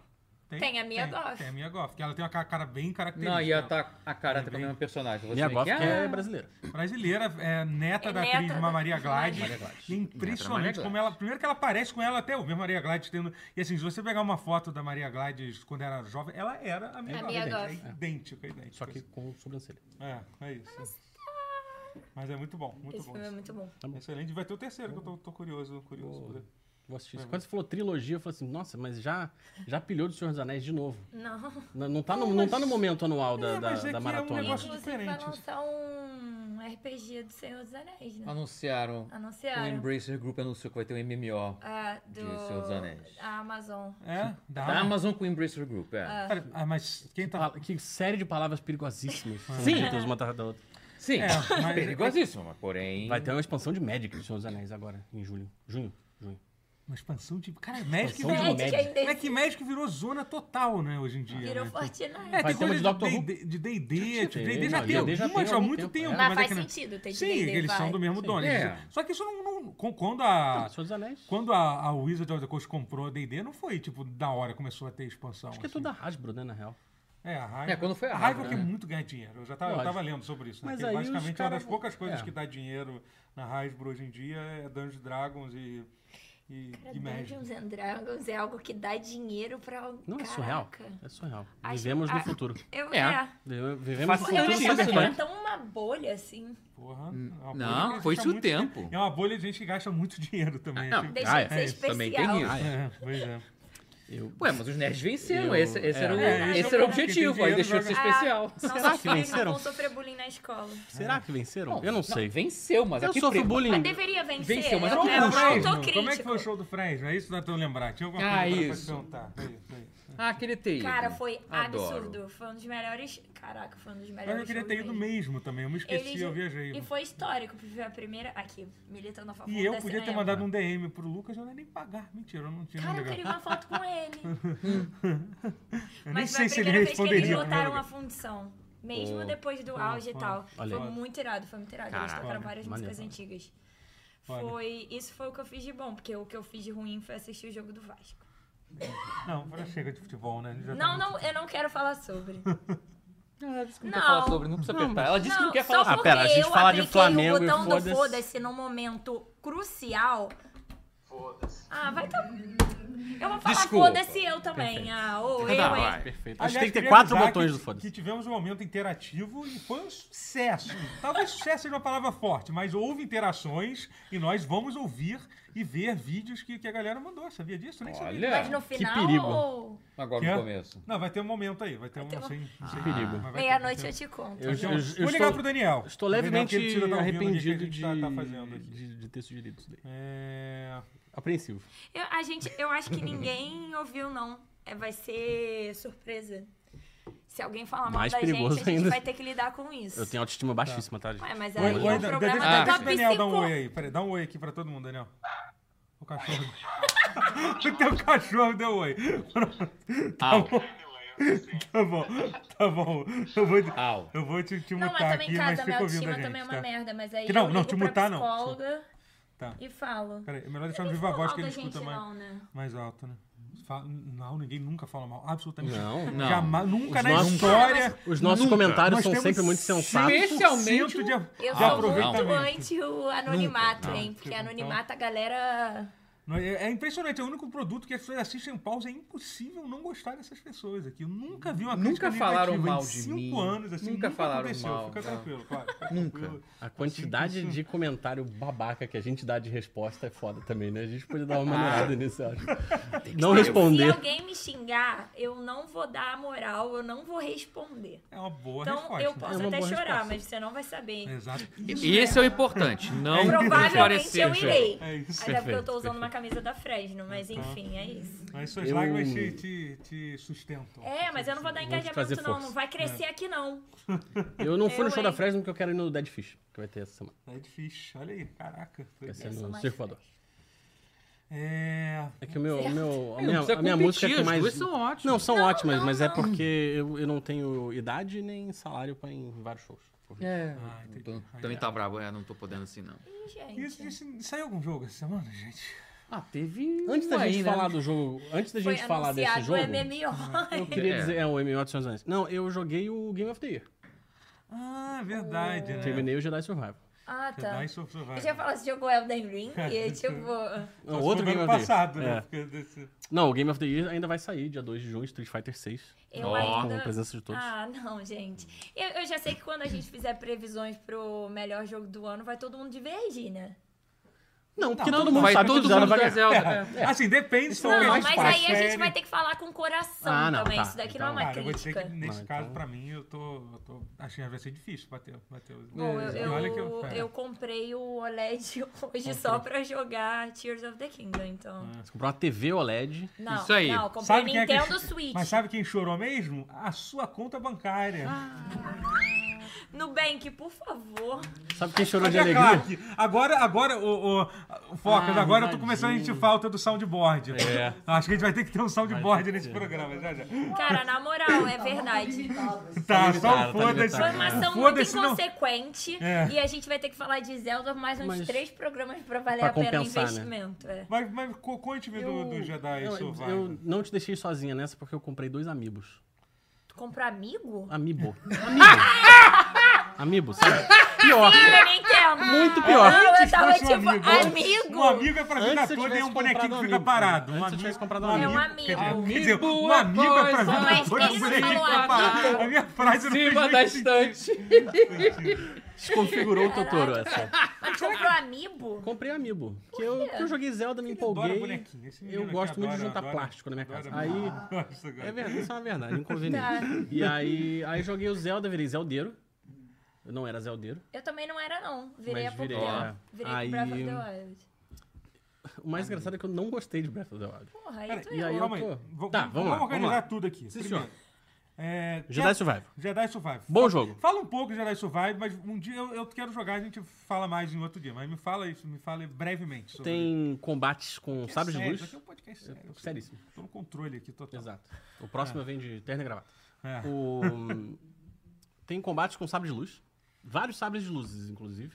S3: Tem a Mia Goff.
S1: Tem a Mia Goff, que ela tem uma ca- cara bem característica.
S9: Não, e a,
S1: né?
S9: tá, a cara tá com a
S1: Bem-
S9: mesma personagem. Você
S5: Minha
S9: vê
S5: Goff que
S9: que,
S5: é
S9: ah,
S5: brasileira.
S1: Brasileira, é neta
S3: É
S1: da
S3: neta
S1: atriz
S3: da-
S1: Maria Gladys.
S5: Maria Gladys.
S1: E é impressionante
S9: Neta da Maria
S1: como ela. Primeiro que ela parece com ela até hoje, Maria Gladys tendo. E assim, se você pegar uma foto da Maria Gladys quando era jovem, ela era a Mia
S3: A
S1: Goff.
S3: Mia
S1: É
S3: Goff.
S1: idêntica, é idêntica.
S5: Só que com sobrancelha.
S1: É, é isso. Mas é muito bom, muito
S3: tá. Esse
S1: bom.
S3: filme é muito bom.
S1: Excelente. Vai ter o terceiro, que eu tô, tô curioso. curioso.
S5: Boa. Vou assistir
S1: Uhum.
S5: isso. Quando você falou trilogia, eu falei assim, nossa, mas já, já pilhou do Senhor dos Anéis de novo.
S1: um
S3: Não.
S5: Não, não, tá, no, não tá no momento anual da,
S1: É,
S5: da,
S1: mas é que é
S5: da
S1: um
S5: maratona.
S1: negócio-
S3: Inclusive,
S1: diferente.
S3: vai lançar um RPG do Senhor dos Anéis,
S1: Ah,
S3: né?
S9: Anunciaram. O
S3: Anunciaram.
S9: Embracer Group anunciou que vai ter um MMO.
S1: Ah.
S3: É, do...
S9: De Senhor dos Anéis.
S3: A Amazon.
S1: É?
S9: Da
S1: Dá.
S9: Amazon com o Embracer Group, é.
S1: Cara, ah, mas quem tá.
S5: Fala- Que série de palavras perigosíssimas. Sim! uma atrás da outra.
S9: Sim,
S1: É, mas-
S9: perigosíssimo, mas porém...
S5: Vai ter uma expansão de Magic do Senhor dos Anéis agora, em julho. Junho? Junho.
S1: Uma expansão de. Cara, Magic
S5: Expansão de
S1: virou.
S5: Magic.
S3: Magic ainda
S1: É que Magic virou zona total, né, hoje em dia.
S3: virou
S1: né?
S3: Fortnite.
S1: É,
S5: Vai
S1: tem
S5: ter uma
S1: coisa
S5: de
S1: de
S5: Doctor Who?
S1: D&D de D&D, tipo, D&D já
S5: não,
S1: tem
S5: D&D já
S1: algumas
S5: tem
S1: há
S5: algum
S1: muito
S5: tempo,
S1: tempo.
S5: é.
S3: Mas
S1: é
S3: faz
S1: que não-
S3: sentido, tem
S1: Sim,
S3: D&D,
S1: eles
S3: vai.
S1: são do mesmo dono.
S9: É.
S1: eles- Só que isso não... não- com- quando a...
S5: Ah, Senhor dos Anéis.
S1: Quando a, a Wizard of the Coast comprou a D&D, não foi, tipo, da hora começou a ter expansão.
S5: Acho que é
S1: assim.
S5: tudo da Hasbro, né, na real.
S1: É, a Raiva.
S9: É, quando foi a
S1: Raiva.
S9: Raiva,
S1: que
S9: né?
S1: é muito ganhar dinheiro. Eu já tava, eu
S5: Lógico.
S1: tava lendo sobre isso. né?
S5: Mas
S1: Que
S5: aí os
S1: basicamente
S5: cara-
S1: uma das poucas coisas
S5: é.
S1: que dá dinheiro na Hasbro hoje em dia é Dungeons and Dragons e, e,
S3: Cara,
S1: e Magic.
S3: Dungeons and Dragons é algo que dá dinheiro pra... um
S5: Não, é surreal.
S3: Caraca.
S5: É surreal.
S3: Acho-
S5: Vivemos
S3: ah.
S5: no futuro.
S3: Eu,
S9: É.
S3: é.
S5: Vive- Vivemos no
S9: Faz- Eu
S5: futuro
S9: não
S3: achava
S9: isso,
S3: que era
S9: né?
S3: tão uma bolha assim.
S1: Porra. é uma
S9: Não,
S1: bolha que
S9: foi isso
S1: gasta
S9: o
S1: muito
S9: tempo.
S1: dinheiro. É uma bolha de gente que gasta muito dinheiro também.
S9: Ah,
S1: tipo.
S9: não.
S3: Deixa
S5: Ah,
S3: de
S5: é,
S3: ser
S9: isso
S3: especial.
S9: também tem isso.
S1: É, pois é.
S5: Eu...
S9: Ué, mas os nerds venceram,
S5: Eu-
S9: esse, esse
S5: é.
S9: era o,
S1: É,
S9: esse
S1: isso
S9: era o
S1: é porque
S9: objetivo,
S1: tem
S9: aí
S1: dinheiro,
S9: deixou de ser
S3: Ah.
S1: joga-
S9: especial.
S5: Será
S3: Será
S5: que
S3: que filhos
S5: venceram?
S3: não vão sofrer bullying na escola.
S5: Será que venceram? eu não sei.
S9: venceu, mas
S5: eu
S9: a que
S5: sofro
S9: preço?
S5: bullying.
S3: Mas deveria vencer.
S9: Venceu, mas
S3: é
S9: não
S3: uma-
S9: foi
S3: é
S9: um
S3: uma
S9: show.
S3: autocrítica.
S1: Como é que foi o show do Fresno? É isso que dá pra eu lembrar. Tinha alguma
S9: Ah,
S1: coisa pra-
S9: isso.
S1: pra te perguntar. É isso, é isso.
S9: Ah, queria ter ido.
S3: Cara, foi
S9: Adoro.
S3: absurdo. Foi um dos melhores... Caraca, foi um dos melhores
S1: Mas eu queria
S3: shows
S1: ter ido
S3: mesmo.
S1: mesmo também. Eu me esqueci,
S3: Eles-
S1: eu viajei. né?
S3: E foi histórico, porque foi a primeira... Aqui, militando a favor
S1: E eu
S3: da
S1: podia ter
S3: cinema.
S1: mandado um DM pro Lucas, eu não ia nem pagar. Mentira, eu não tinha
S3: né, Cara, eu
S1: ligado.
S3: queria uma foto com ele.
S1: Eu nem
S3: Mas foi
S1: sei
S3: a
S1: se ele
S3: primeira
S1: responderia.
S3: vez que eles
S1: no primeiro
S3: botaram a
S1: lugar.
S3: fundição. Mesmo
S9: Pô.
S3: depois do auge e
S1: foda.
S3: tal.
S5: Olha
S3: Foi
S5: aí.
S3: muito irado, foi muito irado. Eles
S9: Caraca.
S3: tocaram várias
S5: Maneiro.
S3: músicas antigas.
S1: Foda.
S3: Foi, isso foi o que eu fiz de bom, porque o que eu fiz de ruim foi assistir o jogo do Vasco.
S1: Não, agora chega de futebol, né? Já tá
S3: Não,
S1: muito-
S3: não, eu não quero falar sobre.
S4: Ela disse que não,
S12: Não.
S4: quer falar sobre, não precisa apertar. Ela disse que não quer
S12: só
S4: falar
S5: Ah,
S12: porque
S5: pera, a gente
S12: eu
S5: fala de
S12: apliquei
S5: Flamengo
S12: o
S5: e
S12: botão do
S5: foda-se.
S12: foda-se num momento crucial.
S13: Foda-se.
S12: Ah, vai tá. Eu vou falar
S4: Desculpa.
S12: foda-se eu também. Ah, ou
S5: Então tá,
S12: eu,
S4: Não,
S12: hein?
S4: vai.
S5: Perfeito.
S1: Aliás,
S5: Acho que tem que ter
S1: queria
S5: quatro
S1: avisar
S5: botões
S1: que,
S5: do foda-se.
S1: Que tivemos um momento interativo e foi um sucesso. Talvez sucesso seja uma palavra forte, mas houve interações e nós vamos ouvir e ver vídeos que, que a galera mandou. Sabia disso? Nem sabia.
S4: Olha,
S12: Mas no final.
S5: perigo.
S12: ou-
S4: agora
S1: Quer?
S4: Tá no começo.
S1: Não, vai ter um momento aí. Vai ter um. Sem, sem
S5: perigo.
S1: mas vai ter-
S12: Meia-noite
S1: vai
S12: eu te
S1: ter-
S12: conto.
S5: Eu, eu-
S1: Então,
S5: eu
S1: vou ligar
S5: estou,
S1: pro Daniel.
S5: estou
S1: O Daniel,
S5: levemente
S1: que ele precisa tá ouvindo o que a
S5: arrependido
S1: gente
S5: de,
S1: tá- tá fazendo aqui.
S5: de, de ter sugerido isso daí.
S1: É,
S5: Apreensivo.
S3: Eu, a gente, eu acho que ninguém ouviu, não. É, vai ser surpresa. Se alguém falar mal
S5: Mais
S3: da gente, a
S5: perigoso
S3: gente
S5: ainda.
S3: vai ter que lidar com isso.
S5: Eu tenho autoestima baixíssima, tá, gente?
S3: Ué, mas
S1: Oi,
S3: aí
S1: oi,
S3: o
S1: Dan-
S3: programa
S1: deixa, deixa É, o
S3: tá top
S1: Daniel dar um
S3: cinco.
S1: oi aí. Peraí, dá um oi aqui pra todo mundo, Daniel. O cachorro. o teu cachorro deu um oi.
S5: Au.
S1: Tá bom, tá bom. Eu vou, te-
S4: Au.
S1: eu vou te, te
S12: Não, mas
S1: mutar
S12: também
S1: aqui,
S12: em
S1: mas
S12: casa, minha
S1: fica
S12: autoestima
S1: ouvindo a gente,
S12: também é uma
S1: tá?
S12: merda, mas aí
S1: Que não,
S12: eu
S1: não,
S12: ligo
S1: te
S12: pra
S1: mutar, não.
S12: psicóloga
S1: Tá.
S12: e falo.
S1: Peraí, é melhor deixar no
S12: Ninguém
S1: viva
S12: falou
S1: voz
S12: mal
S1: que
S12: da
S1: ele escuta
S12: gente,
S1: mais,
S12: não, né?
S1: mais alto, né? Fa- Não, ninguém nunca fala mal. Absolutamente
S5: Não,
S4: não.
S1: Jamais, nunca
S5: Os
S1: na
S5: nossos-
S1: história.
S5: Os nossos
S4: Nunca.
S5: comentários
S1: nós
S5: são
S1: temos
S5: sempre muito sensatos.
S1: 100%
S4: Especialmente
S1: de, de
S3: Eu
S4: Ah,
S3: sou
S1: aproveitamento.
S3: muito anti o anonimato,
S4: Nunca, não.
S3: hein? Porque
S1: Então-
S3: anonimato a galera.
S1: Não, É é impressionante, é o único produto que as pessoas assistem em pausa. É impossível não gostar dessas pessoas aqui. Eu nunca vi uma crítica
S4: Nunca falaram
S1: negativa
S4: mal
S1: em
S4: de
S1: cinco
S4: mim,
S1: anos. Assim,
S4: nunca falaram
S1: aconteceu.
S4: mal,
S1: Fica
S4: não.
S1: tranquilo, claro. fica
S4: Nunca.
S1: tranquilo.
S5: A quantidade de comentário babaca que a gente dá de resposta é foda também, né? A gente podia dar uma
S3: Ah.
S5: maneirada nisso, eu acho. Não
S3: Se
S1: então.
S5: responder.
S3: alguém me xingar, eu não vou dar a moral, eu não vou responder.
S1: É uma boa
S3: Então
S1: resposta. É.
S3: eu
S5: É
S3: posso
S5: uma
S3: até
S5: boa
S3: chorar,
S5: resposta.
S3: mas você não vai saber.
S1: Exato.
S14: E esse é o importante, não
S3: Provavelmente
S14: esclarecer.
S3: eu irei.
S1: É isso. Então.
S3: Até porque eu tô usando uma camisa da Fresno, mas enfim, é isso.
S1: Mas suas
S5: Eu-
S1: lágrimas te, te, te sustentam.
S3: É, mas eu não vou dar
S5: te fazer
S3: engajamento, não.
S5: força.
S3: Não vai crescer
S1: É.
S3: aqui, não.
S5: Eu não fui no
S3: Eu,
S5: show da
S3: hein?
S5: Fresno porque eu quero ir no Dead Fish, que vai ter essa semana.
S1: É difícil. Olha aí, caraca.
S5: Vai ser
S3: sou
S5: no
S3: mais
S5: Circo Voador.
S1: É.
S5: É que o meu, o meu, a
S14: Não
S5: minha,
S14: precisa
S5: a minha
S14: competir,
S5: música é que
S14: as
S5: mais...
S14: duas são ótimas.
S5: Não, são ótimas,
S3: não,
S5: mas é
S3: não.
S5: porque eu, eu não tenho idade nem salário pra ir em vários shows.
S4: É,
S1: Ah, entendi.
S4: tô- também tá bravo, é, não tô podendo assim, não.
S3: Ih, gente.
S1: Isso, isso- saiu algum jogo essa semana, gente?
S4: Ah, teve.
S5: Antes da
S4: um aí,
S5: gente
S4: né?
S5: falar do jogo, antes da
S3: Foi
S5: gente falar desse
S3: anunciado
S5: jogo,
S3: o
S1: Ah,
S3: MMO.
S5: eu queria
S4: É.
S5: dizer, é o MMO de Senhor dos Anéis. Não, eu joguei o Game of the Year.
S1: Ah, verdade, né?
S5: Terminei o Jedi Survival.
S3: Ah, tá.
S1: Jedi Survival.
S3: Eu já falar se jogou Elden Ring
S1: É.
S3: e tipo.
S5: Não,
S1: Mas
S5: outro
S1: foi
S5: Game
S1: ano
S5: of
S1: passado,
S5: the
S1: né?
S5: Year. É.
S1: Porque desse-
S5: Não, o Game of the Year ainda vai sair dia 2 de junho, Street Fighter 6.
S3: Eu
S14: Ó.
S5: Com a
S3: ainda.
S5: presença de todos.
S3: Ah, não, gente. Eu, eu já sei que quando a gente fizer previsões pro melhor jogo do ano, vai todo mundo divergir, né?
S5: não, porque
S1: não,
S5: todo mundo
S14: Vai
S5: sabe que
S14: todo
S5: o Zelda
S14: mundo
S5: vai
S14: da
S5: ganhar.
S14: Zelda.
S1: É, Assim, depende se for
S3: Não,
S1: alguém
S3: mas
S1: mais
S3: aí a
S1: fácil,
S3: gente
S1: é,
S3: vai ter que falar com o coração
S5: Ah, não,
S3: também.
S5: tá,
S3: Isso daqui
S5: então.
S3: não é uma
S1: Cara, eu vou dizer
S3: crítica.
S1: que nesse
S5: Não,
S1: caso,
S5: então-
S1: pra mim, eu tô. Eu tô achei que vai ser difícil bater, bater os.
S3: Bom, eu,
S1: E olha que
S3: eu,
S1: cara,
S3: eu comprei o OLED hoje só pra jogar Tears of the Kingdom, então.
S5: Você comprou uma TV OLED.
S3: Não,
S14: Isso aí.
S3: não, eu comprei
S1: Sabe quem é que
S3: Nintendo
S1: cho-
S3: Switch.
S1: Mas sabe quem chorou mesmo? A sua conta bancária.
S3: Nubank, por favor.
S5: Sabe quem chorou de
S1: Olha,
S5: alegria?
S1: Clark, agora, agora, o, Focas,
S5: Ah,
S1: agora eu tô
S5: tadinho.
S1: começando a sentir falta do soundboard.
S5: É.
S1: Acho que a gente vai ter que ter um
S5: Vai ter
S1: soundboard
S5: que
S1: nesse
S5: ter.
S1: programa, já, já.
S3: Cara, na moral, é verdade.
S1: Tá, só
S5: limitado, tá
S1: foda-se.
S5: limitado.
S3: Foi uma ação muito
S1: Foda-se, não.
S3: inconsequente.
S1: É.
S3: E a gente vai ter que falar de Zelda mais uns
S5: Mas-
S3: três programas pra valer
S5: pra
S3: a pena o
S5: compensar, né?
S3: investimento. é.
S1: Mas, mas co- conte-me do, do Jedi
S5: eu,
S1: Survival.
S5: eu não te deixei sozinha nessa porque eu comprei dois amigos.
S3: Tu compra amigo?
S5: Amiibo. Amiibo. Amiibo, sabe? Pior.
S3: Eu nem entendo.
S5: Muito pior.
S3: Não, eu
S1: Antes
S3: tava
S1: fosse um
S3: tipo,
S1: Antes-
S3: amigo.
S1: Um amigo é pra vida
S5: Antes eu
S1: toda e é um
S5: tivesse
S1: bonequinho
S5: comprado
S1: que
S5: um
S1: fica
S5: amigo.
S1: parado.
S5: Antes eu
S1: amigo-
S5: tivesse comprado um
S1: amigo.
S3: É um
S1: Quer dizer,
S3: amigo.
S1: quer dizer, um amigo é pra
S14: Amigo é
S1: vida toda e um
S3: coisa-
S1: bonequinho que
S3: Mas
S1: fica
S3: ele não
S1: parado.
S3: falou
S1: A minha frase
S14: Em
S4: É.
S1: não fez
S14: cima
S1: nem
S14: da
S1: sentido.
S14: estante.
S5: Desconfigurou o Totoro essa.
S3: Mas tu comprou amigo?
S5: Comprei Amiibo. Porque eu, porque eu joguei Zelda, me
S1: Ele adora
S5: empolguei.
S1: bonequinho, esse menino
S5: Eu
S1: aqui
S5: gosto muito de
S1: adora-
S5: juntar
S1: adora-
S5: plástico na minha
S1: adora
S5: casa. Aí.
S1: bonequinho. Nossa,
S5: É
S1: cara.
S5: verdade, isso é uma verdade, inconveniente. e aí, aí joguei o Zelda, virei Zeldeiro. Eu não era Zeldeiro.
S3: Eu também não era, não. Virei
S5: Mas
S3: há pouco
S5: virei, é.
S3: tempo. Virei
S5: Aí-
S3: com Breath of the Wild.
S5: O mais engraçado é que eu não gostei de Breath of the Wild.
S3: Porra, aí
S1: Pera,
S3: tu
S5: e aí
S3: errou.
S1: Então
S5: eu
S1: é calma aí.
S5: tô-
S1: Vou-
S5: Tá, vamos lá, vamos
S1: organizar
S5: lá.
S1: tudo aqui.
S5: Sim,
S1: Primeiro,
S5: senhor.
S1: é,
S5: Jedi Survival.
S1: Jedi Survival.
S5: Bom
S1: Fa-
S5: jogo.
S1: Fala um pouco de Jedi Survival, mas um dia eu, eu quero jogar, a gente fala mais em outro dia. Mas me fala isso, me fala brevemente. Sobre
S5: Tem combates com
S1: É
S5: sabres de
S1: sério,
S5: luz.
S1: isso aqui é um podcast sério.
S5: É seríssimo.
S1: Tô no controle aqui total.
S5: Exato. O próximo vem de terno e gravata.
S1: É.
S5: O... Tem combates com sabres de luz. Vários sabres de luzes, inclusive.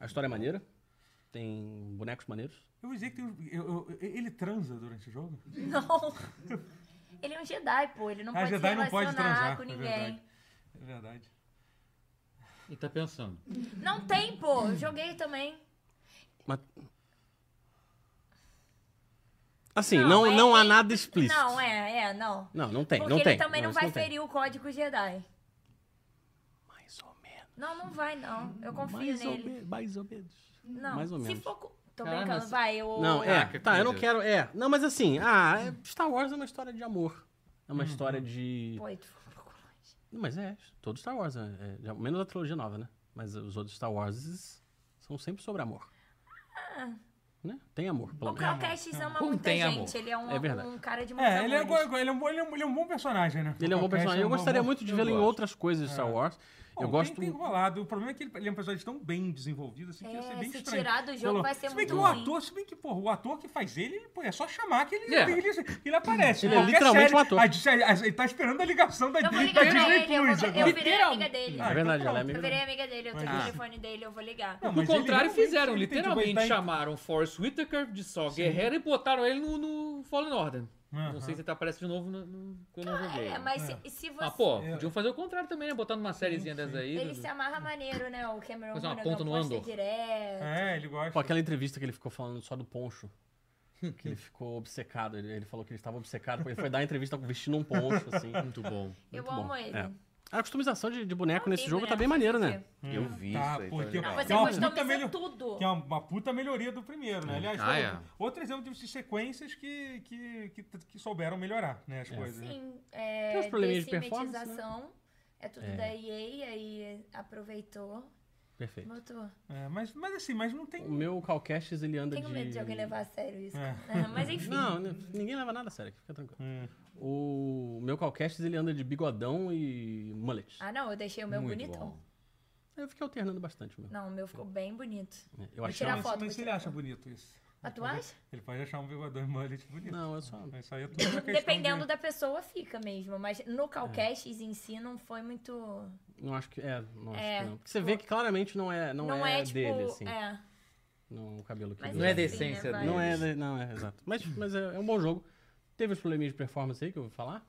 S5: A história é maneira. Tem bonecos maneiros.
S1: Eu vou dizer que tem um- eu- eu- ele transa durante o jogo?
S3: Não. Ele é um Jedi, pô. Ele não
S1: Ah,
S3: pode
S1: Jedi
S3: se
S1: Ah, não pode
S3: relacionar
S1: transar,
S3: com
S1: é
S3: ninguém.
S1: verdade. É verdade.
S4: E tá pensando.
S3: Não tem, pô. Joguei também.
S5: Mas- Assim,
S3: Não,
S5: não, não,
S3: é-
S5: há nada explícito.
S3: Não, é, é, não.
S5: Não, não tem,
S3: Porque
S5: não
S3: ele
S5: tem.
S3: também não,
S5: isso
S3: vai
S5: tem.
S3: ferir o código Jedi.
S5: Mais ou menos.
S3: Não, não vai, não. Eu confio
S5: mais ou
S3: nele.
S5: me- mais ou menos.
S3: Não,
S5: mais ou
S3: se
S5: menos.
S3: for... co- Tô
S4: Caralho,
S3: brincando,
S4: mas-
S3: vai. Eu... Ah,
S5: Não, é.
S4: Caraca,
S5: Tá, eu não
S4: coisa.
S5: quero. É. Não, mas assim, ah, é- Star Wars é uma história de amor. É uma história de.
S3: Pô, tu foi um pouco longe.
S5: Não, Mas é, todo Star Wars, né? É, menos a trilogia nova, né? Mas os outros Star Wars são sempre sobre amor. Né? Tem amor, pelo
S3: O
S5: menos.
S3: Crowcast ama
S4: Como
S3: muita
S4: tem
S3: gente.
S4: amor?
S3: Ele é um,
S5: É verdade.
S3: um cara de muitos
S1: É, ele é,
S3: amores.
S1: go- ele, é um, bom- ele é um- ele é um bom personagem, né?
S5: Ele é um bom
S1: Qualquer
S5: personagem. Eu
S1: é um bom-
S5: gostaria
S1: bom-
S5: muito de
S4: eu
S5: vê-lo em
S4: gosto.
S5: outras coisas de Star Wars.
S1: Bom,
S5: eu
S1: tem-
S5: gosto.
S1: Tem rolado. O problema é que ele, ele é um personagem tão bem desenvolvido assim, que ia ser
S3: É,
S1: bem
S3: se
S1: estranho.
S3: tirar do jogo
S1: Falou.
S3: vai ser
S1: se bem
S3: muito
S1: que o
S3: ruim.
S1: ator, se bem que, porra, o ator que faz ele, ele, pô, é só chamar que ele,
S4: É.
S1: ele, ele aparece.
S5: Ele é
S1: Qualquer
S5: literalmente
S1: série,
S5: um ator.
S1: a Dis- a- ele tá esperando a ligação da,
S3: Eu vou
S1: Di- da
S3: ligar pra
S1: Disney
S3: ele, eu,
S1: Plus né?
S3: vou,
S1: agora.
S3: eu virei amiga dele.
S5: É
S1: então
S5: verdade, ela é
S1: pronto.
S5: amiga
S3: Eu virei amiga dele, eu tô com o
S4: Ah.
S3: telefone dele, eu vou ligar.
S1: Não,
S4: No
S1: mas ele
S4: contrário,
S1: realmente-
S4: fizeram.
S1: ele tem que
S4: literalmente
S5: tá
S1: botar em-
S4: chamaram Forrest Whitaker de Saw Guerrero e botaram ele no, no Fallen Order.
S1: Aham.
S4: Não sei se ele aparece de novo no, no- que eu não joguei.
S3: É,
S4: mas...
S3: mas se, se você...
S4: Ah, pô,
S1: É.
S4: podiam fazer o contrário também, né? Botar numa sériezinha dessa aí.
S3: Ele
S4: do-
S3: se amarra maneiro, né? O Cameron
S4: Fazer uma
S3: Monaghan
S4: ponta no
S3: posta
S4: Andor.
S3: direto.
S1: É, ele
S5: Pô,
S1: gosta.
S5: aquela entrevista que ele ficou falando só do poncho. Que ele ficou obcecado. Ele, ele falou que ele estava obcecado. porque Ele foi dar a entrevista vestindo um poncho, assim.
S4: Muito bom.
S3: Eu
S5: Muito
S3: amo
S5: bom.
S3: ele.
S5: É. A customização de, de boneco
S3: Não
S5: nesse
S3: tem
S5: jogo tá
S3: boneco,
S5: bem maneiro, né?
S3: porque-
S9: Eu vi
S1: Tá,
S9: isso aí.
S1: pô,
S9: tá
S1: que-
S9: legal.
S3: Não,
S1: É
S3: você
S1: uma
S3: customiza
S1: puta melho-
S3: tudo.
S1: Que é uma puta melhoria do primeiro, né? Aliás,
S4: Ah,
S1: foi
S4: é.
S1: outro- outro exemplo de sequências que, que, que, que souberam melhorar, né? As coisas. né?
S3: Sim, é,
S5: Tem uns probleminhas de performance, né?
S3: descimetização. É tudo da EA, aí aproveitou,
S5: Perfeito.
S3: botou.
S1: É, mas, mas assim, mas não tem.
S5: O meu Calcastes, ele anda
S3: Tenho
S5: de...
S3: medo de alguém levar um a sério isso.
S1: É.
S3: cara. Mas enfim.
S5: Não, n- ninguém leva nada a sério, fica tranquilo.
S1: Hum.
S5: O meu Calcastes, ele anda de bigodão e mullet.
S3: Ah, não, eu deixei o meu
S4: Muito
S3: bonitão.
S4: bom.
S5: Eu fiquei alternando bastante o meu. É,
S3: Não, o meu ficou bem bonito.
S5: Eu
S3: Vou
S5: achei...
S3: tirar
S1: mas,
S3: foto,
S1: mas
S3: vou
S1: ele
S3: tirar
S1: acha bonito isso.
S3: Ah, tu acha?
S1: Ele pode achar um bigodão e mullet bonito.
S5: Não, eu só...
S1: Mas Isso aí é tudo uma questão
S3: Dependendo
S1: de...
S3: da pessoa, fica mesmo. Mas no Calcaches em si não foi muito.
S5: Não acho que... É, não acho
S3: É,
S5: que não. Porque você vê que claramente não é, não
S3: Não,
S5: é,
S3: é, tipo.
S5: dele, assim.
S3: É.
S5: No cabelo que
S3: Mas
S5: ele
S4: Não é
S5: usa.
S3: Sim,
S4: decência
S3: né,
S4: dele.
S5: Não é, não é, exato. Mas, mas é, é um bom jogo. Teve os probleminhas de performance aí que eu vou falar.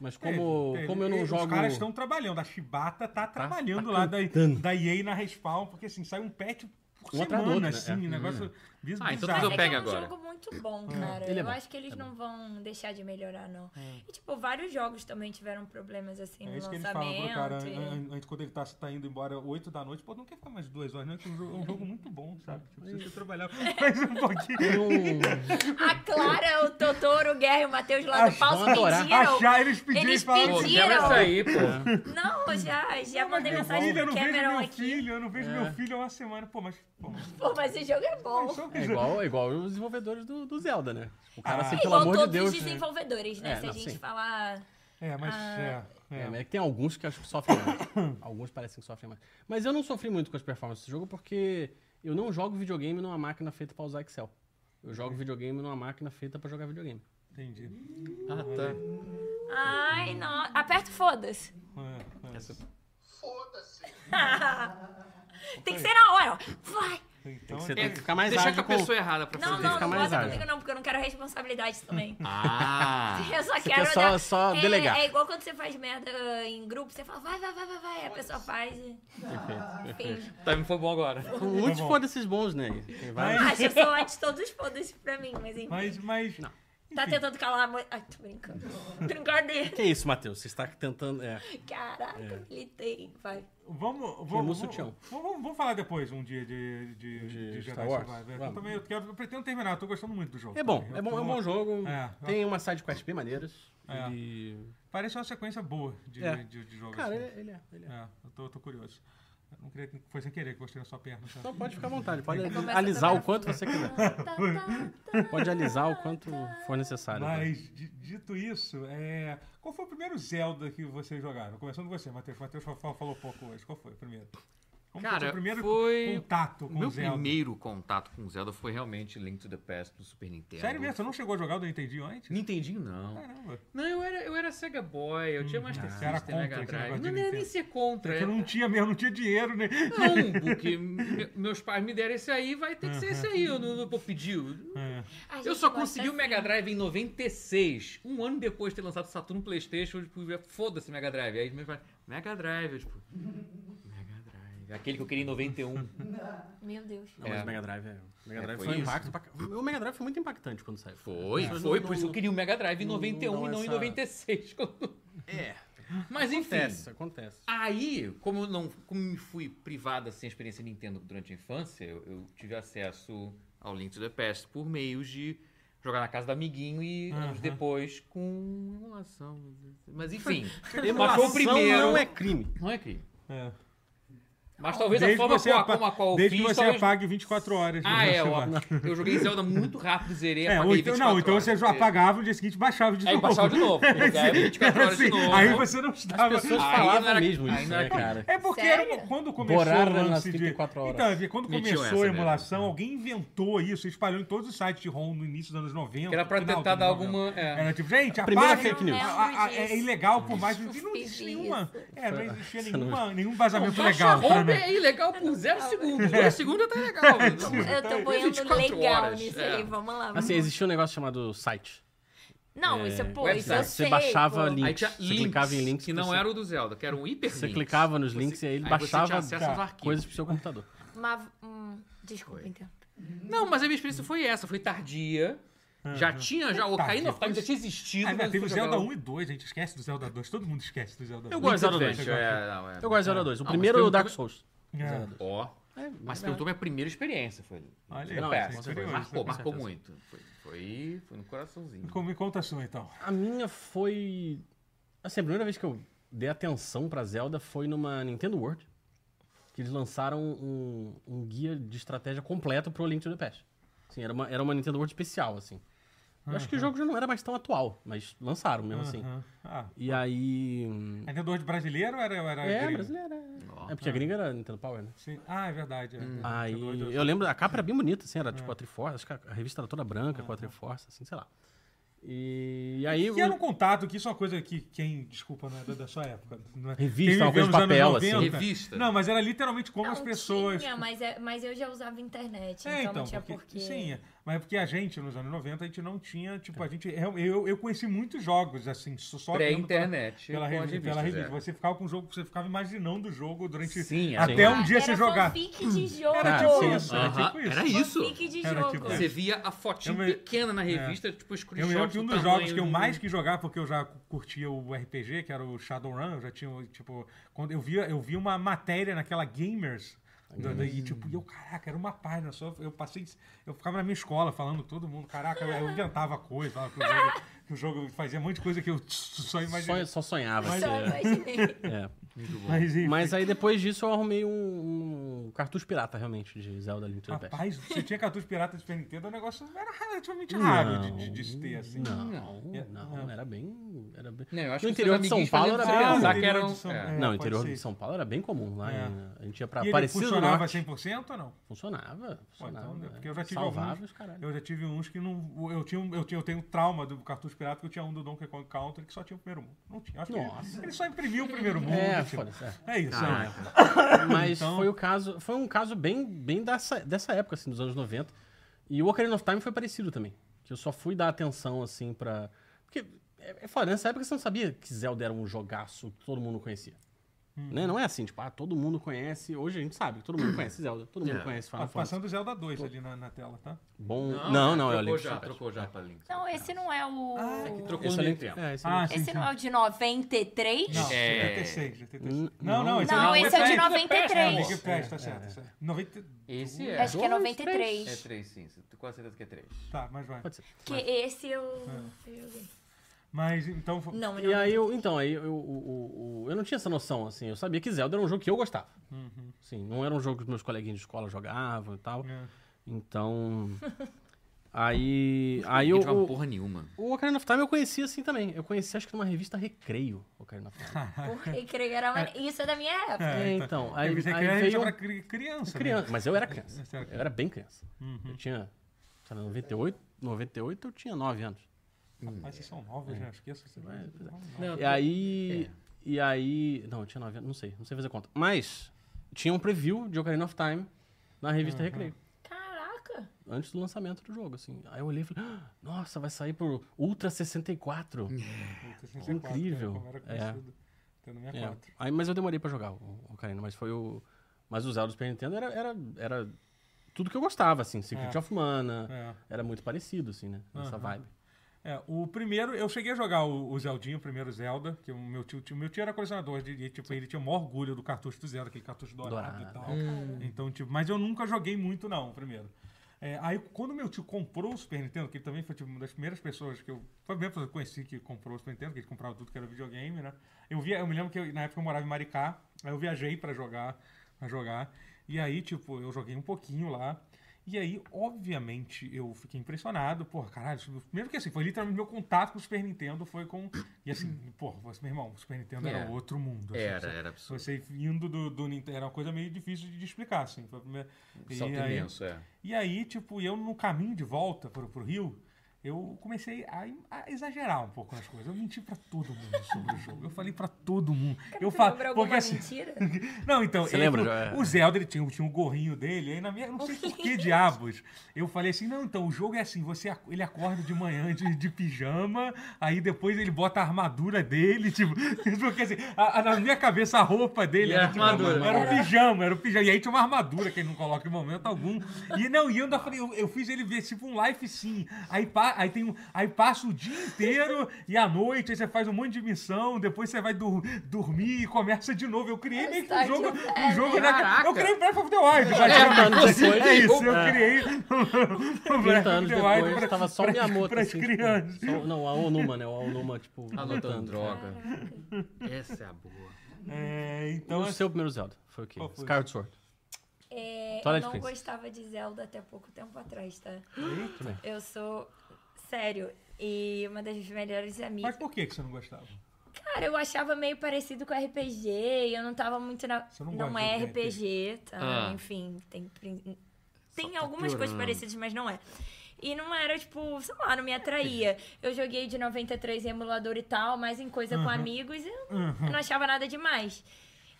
S5: Mas como,
S1: Teve,
S5: como eu
S1: teve.
S5: não
S1: Os
S5: jogo.
S1: caras estão trabalhando. A Chibata tá, trabalhando lá da,
S5: cantando.
S1: da EA na respawn, porque assim, sai um patch por
S5: Um atrás do
S1: semana,
S5: outro, né?
S1: assim,
S5: É.
S1: um negócio bis-
S4: Ah, então
S1: bizarro.
S3: Mas
S4: tudo
S3: é
S4: eu
S3: que
S4: pego
S3: é um
S4: agora.
S3: jogo muito bom, cara.
S5: Ele é
S3: eu
S5: bom,
S3: acho que eles não vão deixar de melhorar, não. E, tipo, vários jogos também tiveram problemas, assim,
S1: É
S3: no
S1: isso que eles falam pro cara
S3: lançamento. e-
S1: an- antes quando ele tá, tá indo embora 8 da noite, pô, não quer ficar mais duas horas, né? Que É um jogo, é um jogo muito bom, sabe? Tipo, se você trabalhar mais um pouquinho.
S5: Hum,
S3: A Clara, o Totoro, o Guerra e o Matheus lá do
S1: Acho-
S3: Paus
S5: vão adorar.
S3: pediram.
S1: Achar eles pediram
S3: Eles
S1: e falaram
S4: Pô,
S1: assim,
S3: pediram.
S4: quebra isso aí, pô.
S1: É.
S3: Não, já, já
S1: "Mas
S3: mandei
S1: meu
S3: mensagem
S1: filho, É eu
S3: pro
S1: não vejo
S3: Cameron
S1: meu
S3: aqui.
S1: filho, eu não vejo
S5: É.
S1: meu filho há uma semana. Pô, mas. Pô, mas
S3: Pô, mas esse jogo é bom.
S1: só que
S5: é igual, é igual os desenvolvedores do, do Zelda, né? O cara,
S1: Ah.
S5: assim,
S3: É
S5: pelo
S3: igual
S5: amor
S3: todos
S5: de Deus.
S3: os desenvolvedores, né?
S5: É,
S3: Se
S5: não,
S3: a gente
S5: sim.
S3: falar.
S1: É, mas.
S3: Ah.
S1: é,
S5: É,
S1: é.
S5: mas é que tem alguns que acho que sofrem mais. alguns parecem que sofrem mais. Mas eu não sofri muito com as performances desse jogo porque eu não jogo videogame numa máquina feita pra usar Excel. Eu jogo videogame numa máquina feita pra jogar videogame.
S1: Entendi.
S4: Ah, tá.
S3: Ai,
S1: Hum.
S3: não. Aperta o foda-se.
S1: É, é.
S11: Foda-se.
S3: Tem que ser na hora. ó. Vai!
S1: Então,
S5: Você
S1: é-
S5: tem que ficar mais
S4: Deixar com
S5: ágil
S4: a pessoa errada pra
S3: Não,
S4: fazer.
S3: não,
S5: ficar
S3: não
S5: mais
S3: bota
S5: ágil.
S3: comigo, não, porque eu não quero responsabilidade também.
S4: Ah!
S3: Eu só
S5: Você
S3: quero.
S5: quer só-
S3: dar-
S5: só
S3: é,
S5: delegar.
S3: É igual quando você faz merda ah, em grupo, você fala, vai, vai, vai, vai, vai. A pessoa faz e. Enfim.
S4: O time Tá, foi bom agora.
S5: com... Muitos
S1: Tá bom.
S5: foda desses bons, né? Tem vários.
S3: Acho que são antes todos foda-se pra mim, mas enfim.
S1: Mas, mas.
S3: Tá tentando calar a mo... Ai, tô brincando. Brincadeira.
S5: Que isso, Matheus? Você está tentando. É.
S3: Caraca, eu militei. Vai.
S1: Vamos, vamos,
S5: Queimou o
S1: vamos,
S5: sutiã.
S1: vamos, vamos- vamos falar depois um dia de, de, de,
S5: De
S1: Jedi
S5: Star Wars?
S1: Survivor. Eu
S5: Vamos.
S1: também eu quero, eu pretendo terminar, eu tô gostando muito do jogo.
S5: É bom,
S1: Eu
S5: é bom, é um
S1: tô-
S5: bom jogo.
S1: É.
S5: Tem uma sidequest bem maneiras.
S1: É.
S5: Ele-
S1: Parece uma sequência boa de,
S5: É.
S1: de, de jogos.
S5: Cara,
S1: assim.
S5: ele, ele é. Ele é.
S1: É, eu tô, eu tô curioso. Eu não queria que foi sem querer que gostei da sua perna. sabe?
S5: Então pode ficar à vontade, pode
S3: Começa
S5: alisar
S3: agora.
S5: o quanto você quiser.
S3: Tá,
S5: Pode alisar o quanto for necessário.
S1: Mas, di- dito isso, é, qual foi o primeiro Zelda que vocês jogaram? Começando com você, Matheus. Matheus fa- fa- falou pouco hoje. Qual foi o primeiro? Como
S4: Cara,
S1: foi o seu primeiro
S4: foi-
S1: contato com
S4: Meu
S1: Zelda?
S4: primeiro contato com Zelda foi realmente Link to the Past do Super Nintendo.
S1: Sério mesmo, você não chegou a jogar o Nintendinho antes?
S4: Nintendinho, não. Hum,
S1: Caramba.
S4: Não, eu era, eu era Sega Boy, eu tinha Master
S1: ah,
S4: System,
S1: era contra
S4: Mega
S1: esse
S4: Drive.
S1: negócio de
S4: Não, não era
S1: Nintendo.
S4: nem ser contra.
S9: É.
S1: Porque
S4: era-
S1: eu não tinha mesmo, não tinha dinheiro, né?
S4: Não, porque me- meus pais me deram esse aí, vai ter que ser esse aí, eu não, não vou pedir.
S1: É.
S3: A
S4: Eu
S3: gente
S4: só
S3: gosta
S4: consegui o
S3: assim.
S4: Mega Drive em 96, um ano depois de ter lançado o Saturno Playstation, eu tipo, foda-se Mega Drive. Aí meus pais, Mega Drive, eu, tipo. Mega Drive.
S9: Aquele que eu queria em 91.
S3: Meu Deus.
S5: Não, mas
S9: É.
S5: o Mega Drive é. O Mega
S9: É,
S5: Drive
S9: foi
S5: foi, um
S9: isso.
S5: impacto. pra ca- O Mega Drive foi muito impactante quando saiu.
S9: Foi,
S5: Mas
S9: foi.
S5: não-
S9: por isso que eu queria o Mega Drive em
S5: não-
S9: 91
S5: não
S9: e não em
S5: essa-
S9: 96. quando- É.
S4: é Mas enfim.
S5: Acontece, acontece.
S9: Aí, como eu não como me fui privado assim, a experiência Nintendo durante a infância, eu, eu tive acesso ao Link to the Past por meios de jogar na casa do amiguinho e anos
S1: Aham.
S9: depois com emulação. Mas enfim, mas foi
S5: Emulação
S9: o primeiro.
S5: não é crime.
S9: Não é crime.
S1: É.
S9: Mas talvez
S1: Desde
S9: a forma
S1: que você
S9: com a,
S1: apa-
S9: como a qual eu
S1: Desde que
S9: fiz,
S1: você
S9: talvez-
S1: apague 24 horas.
S9: Ah,
S1: né,
S9: é,
S1: sei lá.
S9: ó, eu joguei Zelda muito rápido, zerei,
S1: É, ou
S9: apaguei
S1: então,
S9: 24
S1: não, então
S9: horas,
S1: você
S9: porque-
S1: apagava, no dia seguinte baixava de
S9: Aí
S1: novo.
S9: baixava de novo. porque Aí 24 horas de
S1: Assim,
S9: novo. né?
S1: Aí você não estava...
S5: As pessoas
S9: Ah, Aí não
S5: falavam
S9: era-
S5: mesmo
S9: aí
S5: isso,
S9: não era
S5: né,
S9: crime.
S5: cara?
S1: É porque
S3: Sério?
S1: era, quando começou
S5: Borraram
S1: o
S5: nas
S1: lance
S5: 34
S1: de...
S5: horas.
S1: Então, é quando
S9: Metiam essa,
S1: começou a
S9: né?
S1: emulação, alguém inventou isso, espalhou em todos os sites de ROM no início dos anos 90.
S9: Que era pra
S1: final né?
S9: tentar
S1: dos
S9: dar
S1: 90.
S9: alguma. é.
S1: Era tipo, gente,
S5: primeira
S1: apaga,
S5: fake news.
S1: a- a- a-
S3: Isso.
S1: é ilegal por mais... E não
S3: Fiz
S1: existia
S3: isso.
S1: nenhuma... É, não existia
S5: Você não-
S1: nenhuma, nenhum vazamento
S4: Baixa
S1: legal.
S4: ROM
S1: né?
S4: é ilegal
S5: Tá
S4: por 0 segundos. 2 segundos tá legal.
S3: Eu tô boiando
S4: 24
S3: legal
S4: horas,
S3: nisso
S4: é.
S3: aí, vamos lá. Vamos
S5: Assim,
S3: lá.
S5: existia um negócio chamado site.
S3: Não, isso, pô, isso eu
S9: website.
S3: sei.
S5: É, Você baixava
S3: pô.
S5: ali.
S4: Aí tinha
S5: Você
S4: links,
S5: clicava em links
S4: que não
S5: você-
S4: era o do Zelda, que era um hiper
S5: Você clicava nos links e aí ele
S4: Você tinha
S5: baixava
S4: acesso aos arquivos.
S5: coisas pro seu computador.
S3: Mas, hum, desculpa,
S9: Foi.
S3: então.
S4: Não, mas a minha experiência foi essa, foi tardia. Já tinha, já, o
S1: Tardia.
S4: Ocarina of Time já tinha existido.
S1: Ah,
S4: mas
S1: não,
S4: eu
S1: teve o
S4: fui
S1: Zelda
S4: jogar
S1: 1 e 2, a gente esquece do Zelda 2, todo mundo esquece do Zelda 2.
S5: Eu gosto de Zelda
S4: Zelda
S5: 2.
S4: 2.
S9: É, não, é.
S5: Eu gosto de Zelda 2. O
S4: mas
S5: primeiro é o
S4: pergunta-
S5: Dark Souls.
S1: É.
S9: Ó.
S5: É,
S9: Mas um perguntou minha primeira experiência. Foi.
S1: Olha aí,
S9: Não,
S5: com
S9: é,
S5: certeza,
S9: foi-
S5: com
S9: marcou,
S5: certeza.
S9: marcou muito. Foi, foi, foi no coraçãozinho.
S1: Co- Me conta a sua, então.
S5: A minha foi. Assim, a primeira vez que eu dei atenção pra Zelda foi numa Nintendo World. Que eles lançaram um, um guia de estratégia completo pro Link to the Past. Assim, era, uma, era uma Nintendo World especial, assim. Eu acho que o jogo já não era mais tão atual, mas lançaram mesmo assim.
S1: Aham. Ah,
S5: E aí.
S1: ainda dois de brasileiro ou era, era
S5: É,
S1: gringo?
S5: brasileira. é.
S9: Ó.
S5: É porque a gringa era Nintendo Power, né?
S1: Sim. Ah, é verdade. é.
S5: Aí,
S1: Nintendo World
S5: eu lembro, a capa era bem bonita, assim, era tipo a Triforce, acho que a revista era toda branca, com a Triforce, assim, sei lá. E, e aí...
S1: Que era um contato, que isso é uma coisa que quem, desculpa, não é da- da sua época. não é-
S5: Revista,
S1: quem
S5: uma
S1: viveu
S5: coisa de
S1: nos anos
S5: papel, assim.
S1: 90.
S9: Revista.
S1: Não, mas era literalmente como
S3: Não
S1: as pessoas.
S3: tinha, mas, é- mas eu já usava internet,
S1: É,
S3: então,
S1: então,
S3: não tinha
S1: porque-
S3: porquê.
S1: Sim, é. mas é porque a gente, nos anos 90, a gente não tinha, tipo, a gente... Eu, eu, eu conheci muitos jogos, assim, só... só vendo
S9: Pré-internet.
S1: Pela, pela
S9: com as
S1: revista, pela
S9: revistas,
S1: revista.
S9: é.
S1: Você ficava com o jogo, você ficava imaginando o jogo durante...
S9: Sim, era
S1: até
S5: assim.
S1: um dia
S3: era
S1: você jogar.
S3: fanfic de jogo.
S1: Era tipo isso, era
S9: Aham,
S1: tipo isso.
S9: Era isso.
S3: Fanfic de
S1: Era
S3: jogo.
S1: tipo
S4: Você via a fotinha
S1: Eu me-
S4: pequena na revista, tipo, screenshot
S1: Eu me lembro que um
S4: do
S1: dos
S4: tamanho
S1: jogos que eu
S4: do-
S1: mais quis jogar, porque eu já cu- curtia o RPG, que era o Shadowrun, eu já tinha, o, tipo, quando eu via, eu vi uma matéria naquela Gamers, do- do- e tipo, e eu, caraca, era uma página só, eu passei, eu ficava na minha escola falando todo mundo, caraca, eu, eu inventava coisa, falava que o, jogo, que o jogo fazia um monte de coisa que eu só imaginei.
S5: Sonho- Só sonhava.
S3: Só
S5: assim,
S3: imaginei.
S5: é. É.
S1: Mas, enfim,
S5: Mas é- aí depois disso eu arrumei um, um cartucho pirata, realmente, de Zelda Link to the Past.
S1: rapaz, você tinha cartucho pirata de Super Nintendo, o negócio era relativamente raro de, de, de se ter, assim.
S5: Não,
S1: É,
S5: não,
S1: não.
S5: era bem... Era bem...
S9: Não, eu acho
S5: No
S9: que
S5: interior
S9: seus
S5: de São
S9: amiguinhos
S5: Paulo
S9: faziam
S5: era
S9: você
S5: bem-
S9: pensar
S1: Ah,
S9: que
S1: no
S9: era
S1: interior
S9: um-
S1: de São-
S9: é.
S1: é,
S5: não, o
S1: pode
S5: interior
S1: ser.
S5: de São Paulo era bem comum. Lá
S1: É.
S5: em- a gente ia pra
S1: E ele
S5: Aparecida do Norte.
S1: funcionava 100% ou não?
S5: Funcionava, funcionava.
S1: então,
S5: é.
S1: porque eu já tive
S5: Salvava
S1: alguns-
S5: os caralho.
S1: Eu já tive uns que não. Eu, tinha, um- eu, tinha, eu tenho trauma do cartucho pirata, porque eu tinha um do Donkey Kong Country que só tinha o primeiro mundo. Não tinha. Acho que
S5: Nossa.
S1: ele, ele só imprimiu o primeiro mundo.
S5: É,
S1: tipo.
S5: foda-se. é.
S1: É isso.
S9: Ah,
S1: é.
S5: Mas
S1: Então-
S5: foi o caso, foi um caso bem, bem dessa, dessa época, assim, dos anos 90. E o Ocarina of Time foi parecido também. Que eu só fui dar atenção, assim, pra. Porque, é, é foda, nessa época você não sabia que Zelda era um jogaço que todo mundo conhecia.
S1: Uhum.
S5: Né? Não é assim, tipo, ah, todo mundo conhece. Hoje a gente sabe que todo mundo conhece Zelda, todo mundo
S9: É.
S5: conhece
S1: Tá
S5: Final Fantasy.
S1: passando o Zelda 2 ali na, na tela, tá?
S5: Bom... Não, não, é o
S9: Trocou
S5: Link.
S9: já,
S5: Sim,
S9: trocou já pra Link.
S3: Não, esse não é o.
S9: Trocou no
S5: Esse é o
S9: meio
S5: Link.
S9: tempo.
S5: É, esse é o
S1: Ah,
S5: Link.
S1: sim.
S3: Esse
S1: sim.
S3: não é o de 93?
S1: Não,
S9: É.
S1: 76, 76.
S5: Hum,
S1: Não, não, esse
S3: Não,
S1: é
S3: esse é o de
S1: É, League
S3: 93.
S1: of Legends, tá certo. tá certo. 90.
S9: Esse é.
S3: Acho que é
S5: Dois,
S3: 93.
S9: É 3, sim. Tô quase certeza que é 3.
S1: Tá, mas Ah. vai.
S5: Pode ser.
S3: Que esse eu. eu joguei.
S1: Mas então. fo-
S3: Não,
S5: E
S3: não.
S5: aí eu, então, aí eu, o- o- o- eu não tinha essa noção, assim. Eu sabia que Zelda era um jogo que eu gostava. Sim, não era um jogo que os meus coleguinhas de escola jogavam e tal.
S1: É.
S5: Então. Aí. Aí eu.
S9: Não jogava
S5: O,
S9: porra nenhuma.
S5: o Ocarina of Time eu conhecia assim também. Eu conheci, acho que numa revista Recreio, Ocarina of Time.
S3: Porra, e creio que era uma- Isso é da minha época.
S5: É, então. Aí,
S1: Eu
S5: aí
S1: pensei que era
S5: veio
S1: é pra cri- criança. né?
S5: criança. Mas eu era criança.
S1: Você era criança.
S5: Eu era bem criança. Eu tinha. Sei lá, 98. 98 eu tinha 9 anos.
S1: Mas vocês são
S5: É.
S1: novos, né? Esqueça. vocês- tá
S5: E
S1: É.
S5: aí. E aí. Não, eu tinha 9 anos, não sei, não sei fazer conta. Mas tinha um preview de Ocarina of Time na revista Recreio.
S1: É.
S3: Caraca.
S5: Antes do lançamento do jogo, assim. Aí eu olhei e falei, "Ah, nossa, vai sair por Ultra 64. É.
S1: Puta, 64,
S5: Incrível.
S1: né? Como era
S5: É.
S1: conhecido. Nintendo
S5: É.
S1: 64.
S5: Aí, mas eu demorei pra jogar o o Ocarina, mas foi o. Mas usar o Super Nintendo era, era, era tudo que eu gostava, assim. Secret
S1: É.
S5: of Mana.
S1: É.
S5: Era muito parecido, assim, né? Essa
S1: Aham.
S5: vibe.
S1: É, o primeiro, eu cheguei a jogar o, o Zeldinho, o primeiro Zelda, que o meu tio, tinha- meu tio era colecionador, de, de, tipo, ele tinha o maior orgulho do cartucho do Zelda, aquele cartucho dourado,
S5: Dourado.
S1: e tal.
S9: Hum.
S1: Então, tipo, mas eu nunca joguei muito, não, o primeiro. É, aí, quando meu tio comprou o Super Nintendo, que ele também foi tipo, uma das primeiras pessoas que eu. Foi a primeira pessoa que eu conheci que comprou o Super Nintendo, que ele comprava tudo que era videogame, né? Eu, via, eu me lembro que eu- na época eu morava em Maricá, aí eu viajei pra jogar, pra jogar. E aí, tipo, eu joguei um pouquinho lá. E aí, obviamente, eu fiquei impressionado. Porra, caralho, isso- primeiro que assim, foi literalmente meu contato com o Super Nintendo foi com. E assim, porra, você- meu irmão, o Super Nintendo era
S9: É.
S1: outro mundo. assim,
S9: Era,
S1: você-
S9: era absurdo.
S1: Você indo do, do Nintendo. Era uma coisa meio difícil de explicar, assim. Foi a primeira-
S9: Um Salto
S1: e aí,
S9: imenso, é.
S1: E aí, tipo, eu no caminho de volta pro, pro Rio, eu comecei a, a exagerar um pouco nas coisas. Eu menti pra todo mundo sobre o jogo. Eu falei pra todo mundo. eu
S3: Você
S1: fa-
S3: lembra alguma
S1: Porque assim.
S3: mentira?
S1: Não, então,
S5: Você
S1: ele-
S5: lembra,
S1: o-
S4: É.
S5: Joel?
S1: o Zelda ele tinha, tinha um gorrinho dele, aí na minha, eu não sei por que diabos. Eu falei assim: não, então, o jogo é assim: você, ac- ele acorda de manhã de, de pijama, aí depois ele bota a armadura dele, tipo, porque assim, a- a- na minha cabeça a roupa dele
S4: E
S1: era,
S4: a
S1: tipo,
S4: armadura.
S1: era um pijama, era um pijama. E aí tinha uma armadura que ele não coloca em momento algum. E não, e eu ainda falei, eu, eu fiz ele ver tipo um life sim. Aí, pa- aí, tem um- aí passa o dia inteiro e à noite, aí você faz um monte de missão, depois você vai dur- dormir e começa de novo. Eu criei meio que um
S3: Stardew
S1: jogo, um
S3: Valley.
S1: jogo na,
S4: Caraca.
S1: Eu criei o Breath of the Wild, mas
S5: É, mano, depois-
S1: é isso, eu
S5: é.
S1: criei o Breath of
S5: anos
S1: the Wild
S5: depois,
S1: pra,
S5: tava só
S1: pra-
S5: o Miyamoto,
S1: pras
S5: assim, tipo,
S1: crianças.
S5: só- não, a Onuma, né? O Onuma, tipo,
S9: Anotando
S5: lutando.
S9: droga. Essa é a boa.
S1: É, então,
S5: Então, o
S1: assim,
S5: seu primeiro Zelda foi o quê?
S1: Qual foi?
S5: Skyward Sword.
S3: É, eu
S5: Twilight
S3: não
S5: Princess.
S3: gostava de Zelda até pouco tempo atrás, tá?
S5: Também.
S1: né?
S3: Eu sou. Sério. E uma das minhas melhores amigas.
S1: mas por que que você não gostava?
S3: Cara, eu achava meio parecido com RPG, e eu não tava muito na.
S1: Você não
S3: Não,
S1: gosta
S3: é
S1: de
S3: RPG, tá?
S9: Ah.
S3: Enfim, tem. prin- Tem
S9: tá
S3: algumas coisas
S9: piorando.
S3: parecidas, mas não é. E não era, tipo, sei lá, não me atraía. Eu joguei de 93 em emulador e tal, mas em coisa
S1: Uhum.
S3: com amigos e eu não achava nada demais.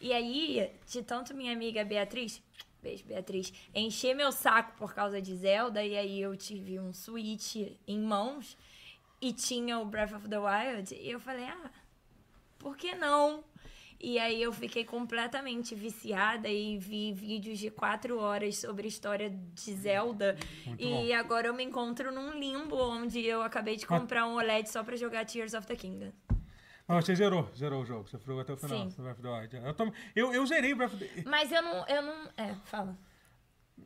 S3: E aí, de tanto minha amiga Beatriz, beijo Beatriz, encher meu saco por causa de Zelda, e aí eu tive um Switch em mãos e tinha o Breath of the Wild, e eu falei, ah, por que não? E aí eu fiquei completamente viciada e vi vídeos de quatro horas sobre a história de Zelda.
S1: Muito
S3: e agora eu me encontro num limbo onde eu acabei de comprar um OLED só pra jogar Tears of the Kingdom.
S1: Não, você zerou, zerou o jogo, você foi até o final,
S3: Sim.
S1: você Breath of the Wild. Eu, também- eu, eu zerei o Breath of the...
S3: Mas eu não. Eu não. É, fala.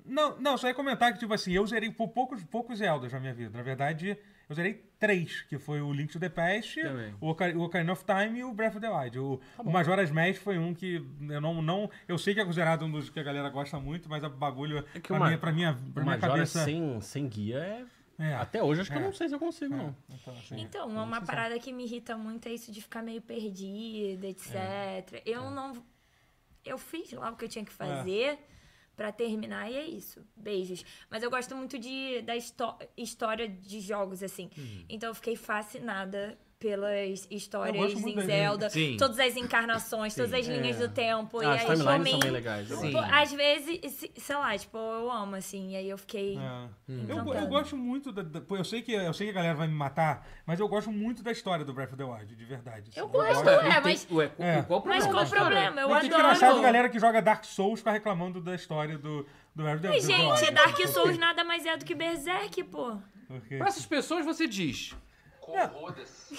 S1: Não, não, só ia comentar que, tipo assim, eu zerei por poucos, poucos Zeldas na minha vida. Na verdade, eu zerei três, que foi o Link to the Past,
S4: Também.
S1: o Ocar- o Ocarina of Time e o Breath of the Wild. O, o Majora's Mask foi um que eu não, não... Eu sei que é considerado um dos que a galera gosta muito, mas o bagulho,
S5: É que
S1: pra,
S5: o Ma-
S1: minha, pra minha, pra minha
S5: Uma Majora
S1: cabeça...
S5: sem, sem guia é...
S1: É,
S5: Até hoje, acho que
S1: É.
S5: eu não sei se eu consigo, não.
S1: então, assim,
S3: Então, uma parada que me irrita muito é isso de ficar meio perdida, etc. Eu não. Eu fiz lá o que eu tinha que fazer pra terminar e é isso. Beijos. Mas eu gosto muito de, da histó- história de jogos, assim. Então eu fiquei fascinada pelas
S1: Eu
S3: histórias
S1: gosto muito
S3: em
S1: das-
S3: Zelda,
S9: Sim.
S3: todas as encarnações, todas as linhas do tempo.
S5: Ah,
S3: e
S5: as
S3: aí,
S5: timelines são
S3: somente-
S5: bem legais. eu
S9: Sim.
S5: gosto.
S3: Pô, Às vezes, se- sei lá, tipo, eu amo, assim. E aí eu fiquei.
S1: É.
S5: assim, então
S1: Eu, eu
S5: tá.
S3: Encantada.
S1: gosto muito da, da- pô, eu sei que eu sei que a galera vai me matar, mas eu gosto muito da história do Breath of the Wild, de verdade.
S3: Eu
S1: assim.
S3: gosto,
S9: Ué,
S3: é,
S9: tem-
S3: mas.
S9: ué,
S1: É.
S9: qual o
S3: Mas qual o problema? Eu
S1: Não, tem desgraçado
S3: adoro.
S1: galera que joga Dark Souls ficar reclamando da história do, do Breath of the Wild.
S3: Gente, Dark Souls nada mais é do que Berserk, pô.
S1: Porque-
S4: Pra essas pessoas você diz.
S11: Corroda-se.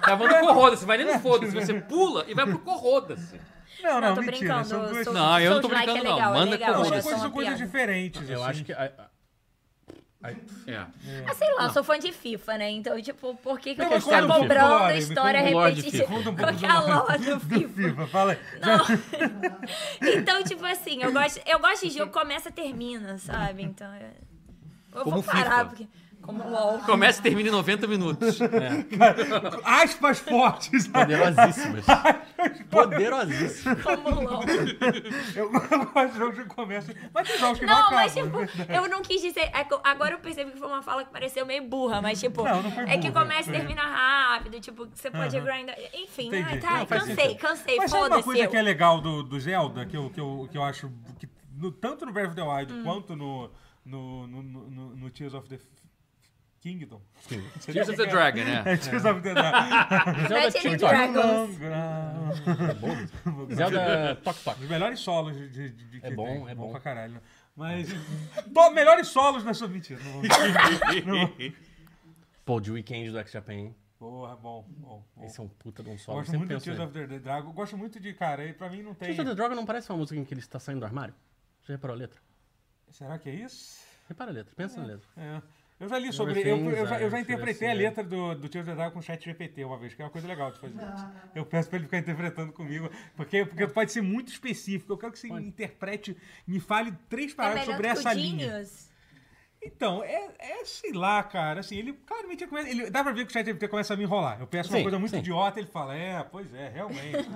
S4: Tava no Corroda-se, vai nem no Foda-se. Você pula e vai pro Corroda-se.
S1: Não, não,
S3: tô
S1: mentira.
S3: brincando.
S1: São duas
S3: Souls-
S1: são
S9: Não, eu não tô
S3: Souls-like
S9: brincando,
S3: é
S9: não.
S3: legal, é
S9: Manda
S3: legal,
S9: com-
S3: era
S1: coisas,
S3: só
S1: são
S3: uma
S1: coisas
S3: piada.
S1: diferentes.
S5: Eu
S1: assim.
S5: acho que... a- a-
S9: É.
S3: Ah, sei lá, eu sou fã de FIFA, né? Então, tipo, por que, que
S1: Não,
S3: eu
S1: mas
S3: quero ficar
S1: conta um pouco do
S3: cobrando
S1: lore,
S3: a
S1: me
S3: história
S5: conta um lore de
S3: repetitiva?
S5: FIFA.
S1: Conta um
S3: Qual
S1: pouco
S3: que é a
S1: do
S3: lore do
S1: Do
S3: FIFA?
S1: FIFA, fala aí.
S3: Então, tipo assim, eu gosto, eu gosto de jogo que começa e termina, sabe? Então, é- eu
S9: Como
S3: vou parar,
S9: FIFA.
S3: porque... Como LOL.
S9: Começa e termina em 90 minutos.
S1: Aspas fortes.
S5: Poderosíssimas. Poderosíssimas.
S3: Como LOL.
S1: Eu gosto de jogos que começam. Mas tem jogos que não,
S3: Não,
S1: acabam. né?
S3: mas tipo, eu não quis dizer. é que eu- Agora eu percebi que foi uma fala que pareceu meio burra, mas tipo,
S1: Não, não foi
S3: é que
S1: burra,
S3: começa e
S1: foi-
S3: termina rápido, tipo, que você pode grindar. Enfim,
S1: Entendi.
S3: ai, tá,
S1: Não, faz
S3: cansei,
S1: sentido.
S3: cansei,
S1: Mas sabe uma
S3: foda-se.
S1: coisa
S3: eu.
S1: que é legal do, do Zelda, que eu, que eu, que eu acho que
S3: Hum.
S1: no- tanto no Breath of the Wild quanto no, no, no, no- no- no Tears of the Kingdom.
S9: Tears of the Dragon, né?
S1: É, Tears of the Dragon.
S5: é
S3: Imagine Dragons.
S5: Zelda é Tok Tok.
S1: Os melhores solos de, de, de, que
S5: É bom,
S1: tem.
S5: é bom.
S1: pra caralho. né? Mas. to- melhores solos na sua mentira. Não vou-
S5: Pô, de Weekend do X-Japan, hein?
S1: Porra, bom, bom. bom.
S5: Esse é um puta de um solo. eu
S1: Gosto
S5: Sempre
S1: muito de
S5: penso
S1: Tears
S5: nele.
S1: of the Dragon. Gosto muito de, cara, e pra mim não tem.
S5: Tears of the Dragon não parece uma música em que ele está saindo do armário? Você reparou a letra?
S1: Será que é isso?
S5: Repara a letra, pensa na letra.
S1: É. Eu já li sobre. Eu,
S5: Everything
S1: eu já, eu já
S5: is
S1: interpretei a
S5: IFS,
S1: letra do, do Tio Jedi com o chat GPT uma vez, que é uma coisa legal de fazer. Eu peço pra ele ficar interpretando comigo, porque, porque pode ser muito específico. Eu quero que você me interprete, me fale três
S3: É
S1: palavras
S3: melhor
S1: sobre
S3: que
S1: essa
S3: o
S1: linha.
S3: Genius.
S1: Então, é, é, sei lá, cara. Assim, ele claramente começa. Ele, dá pra ver que o chat GPT começa a me enrolar. Eu peço uma
S5: Sim,
S1: coisa muito
S5: sim.
S1: idiota, ele fala: É, pois é, realmente.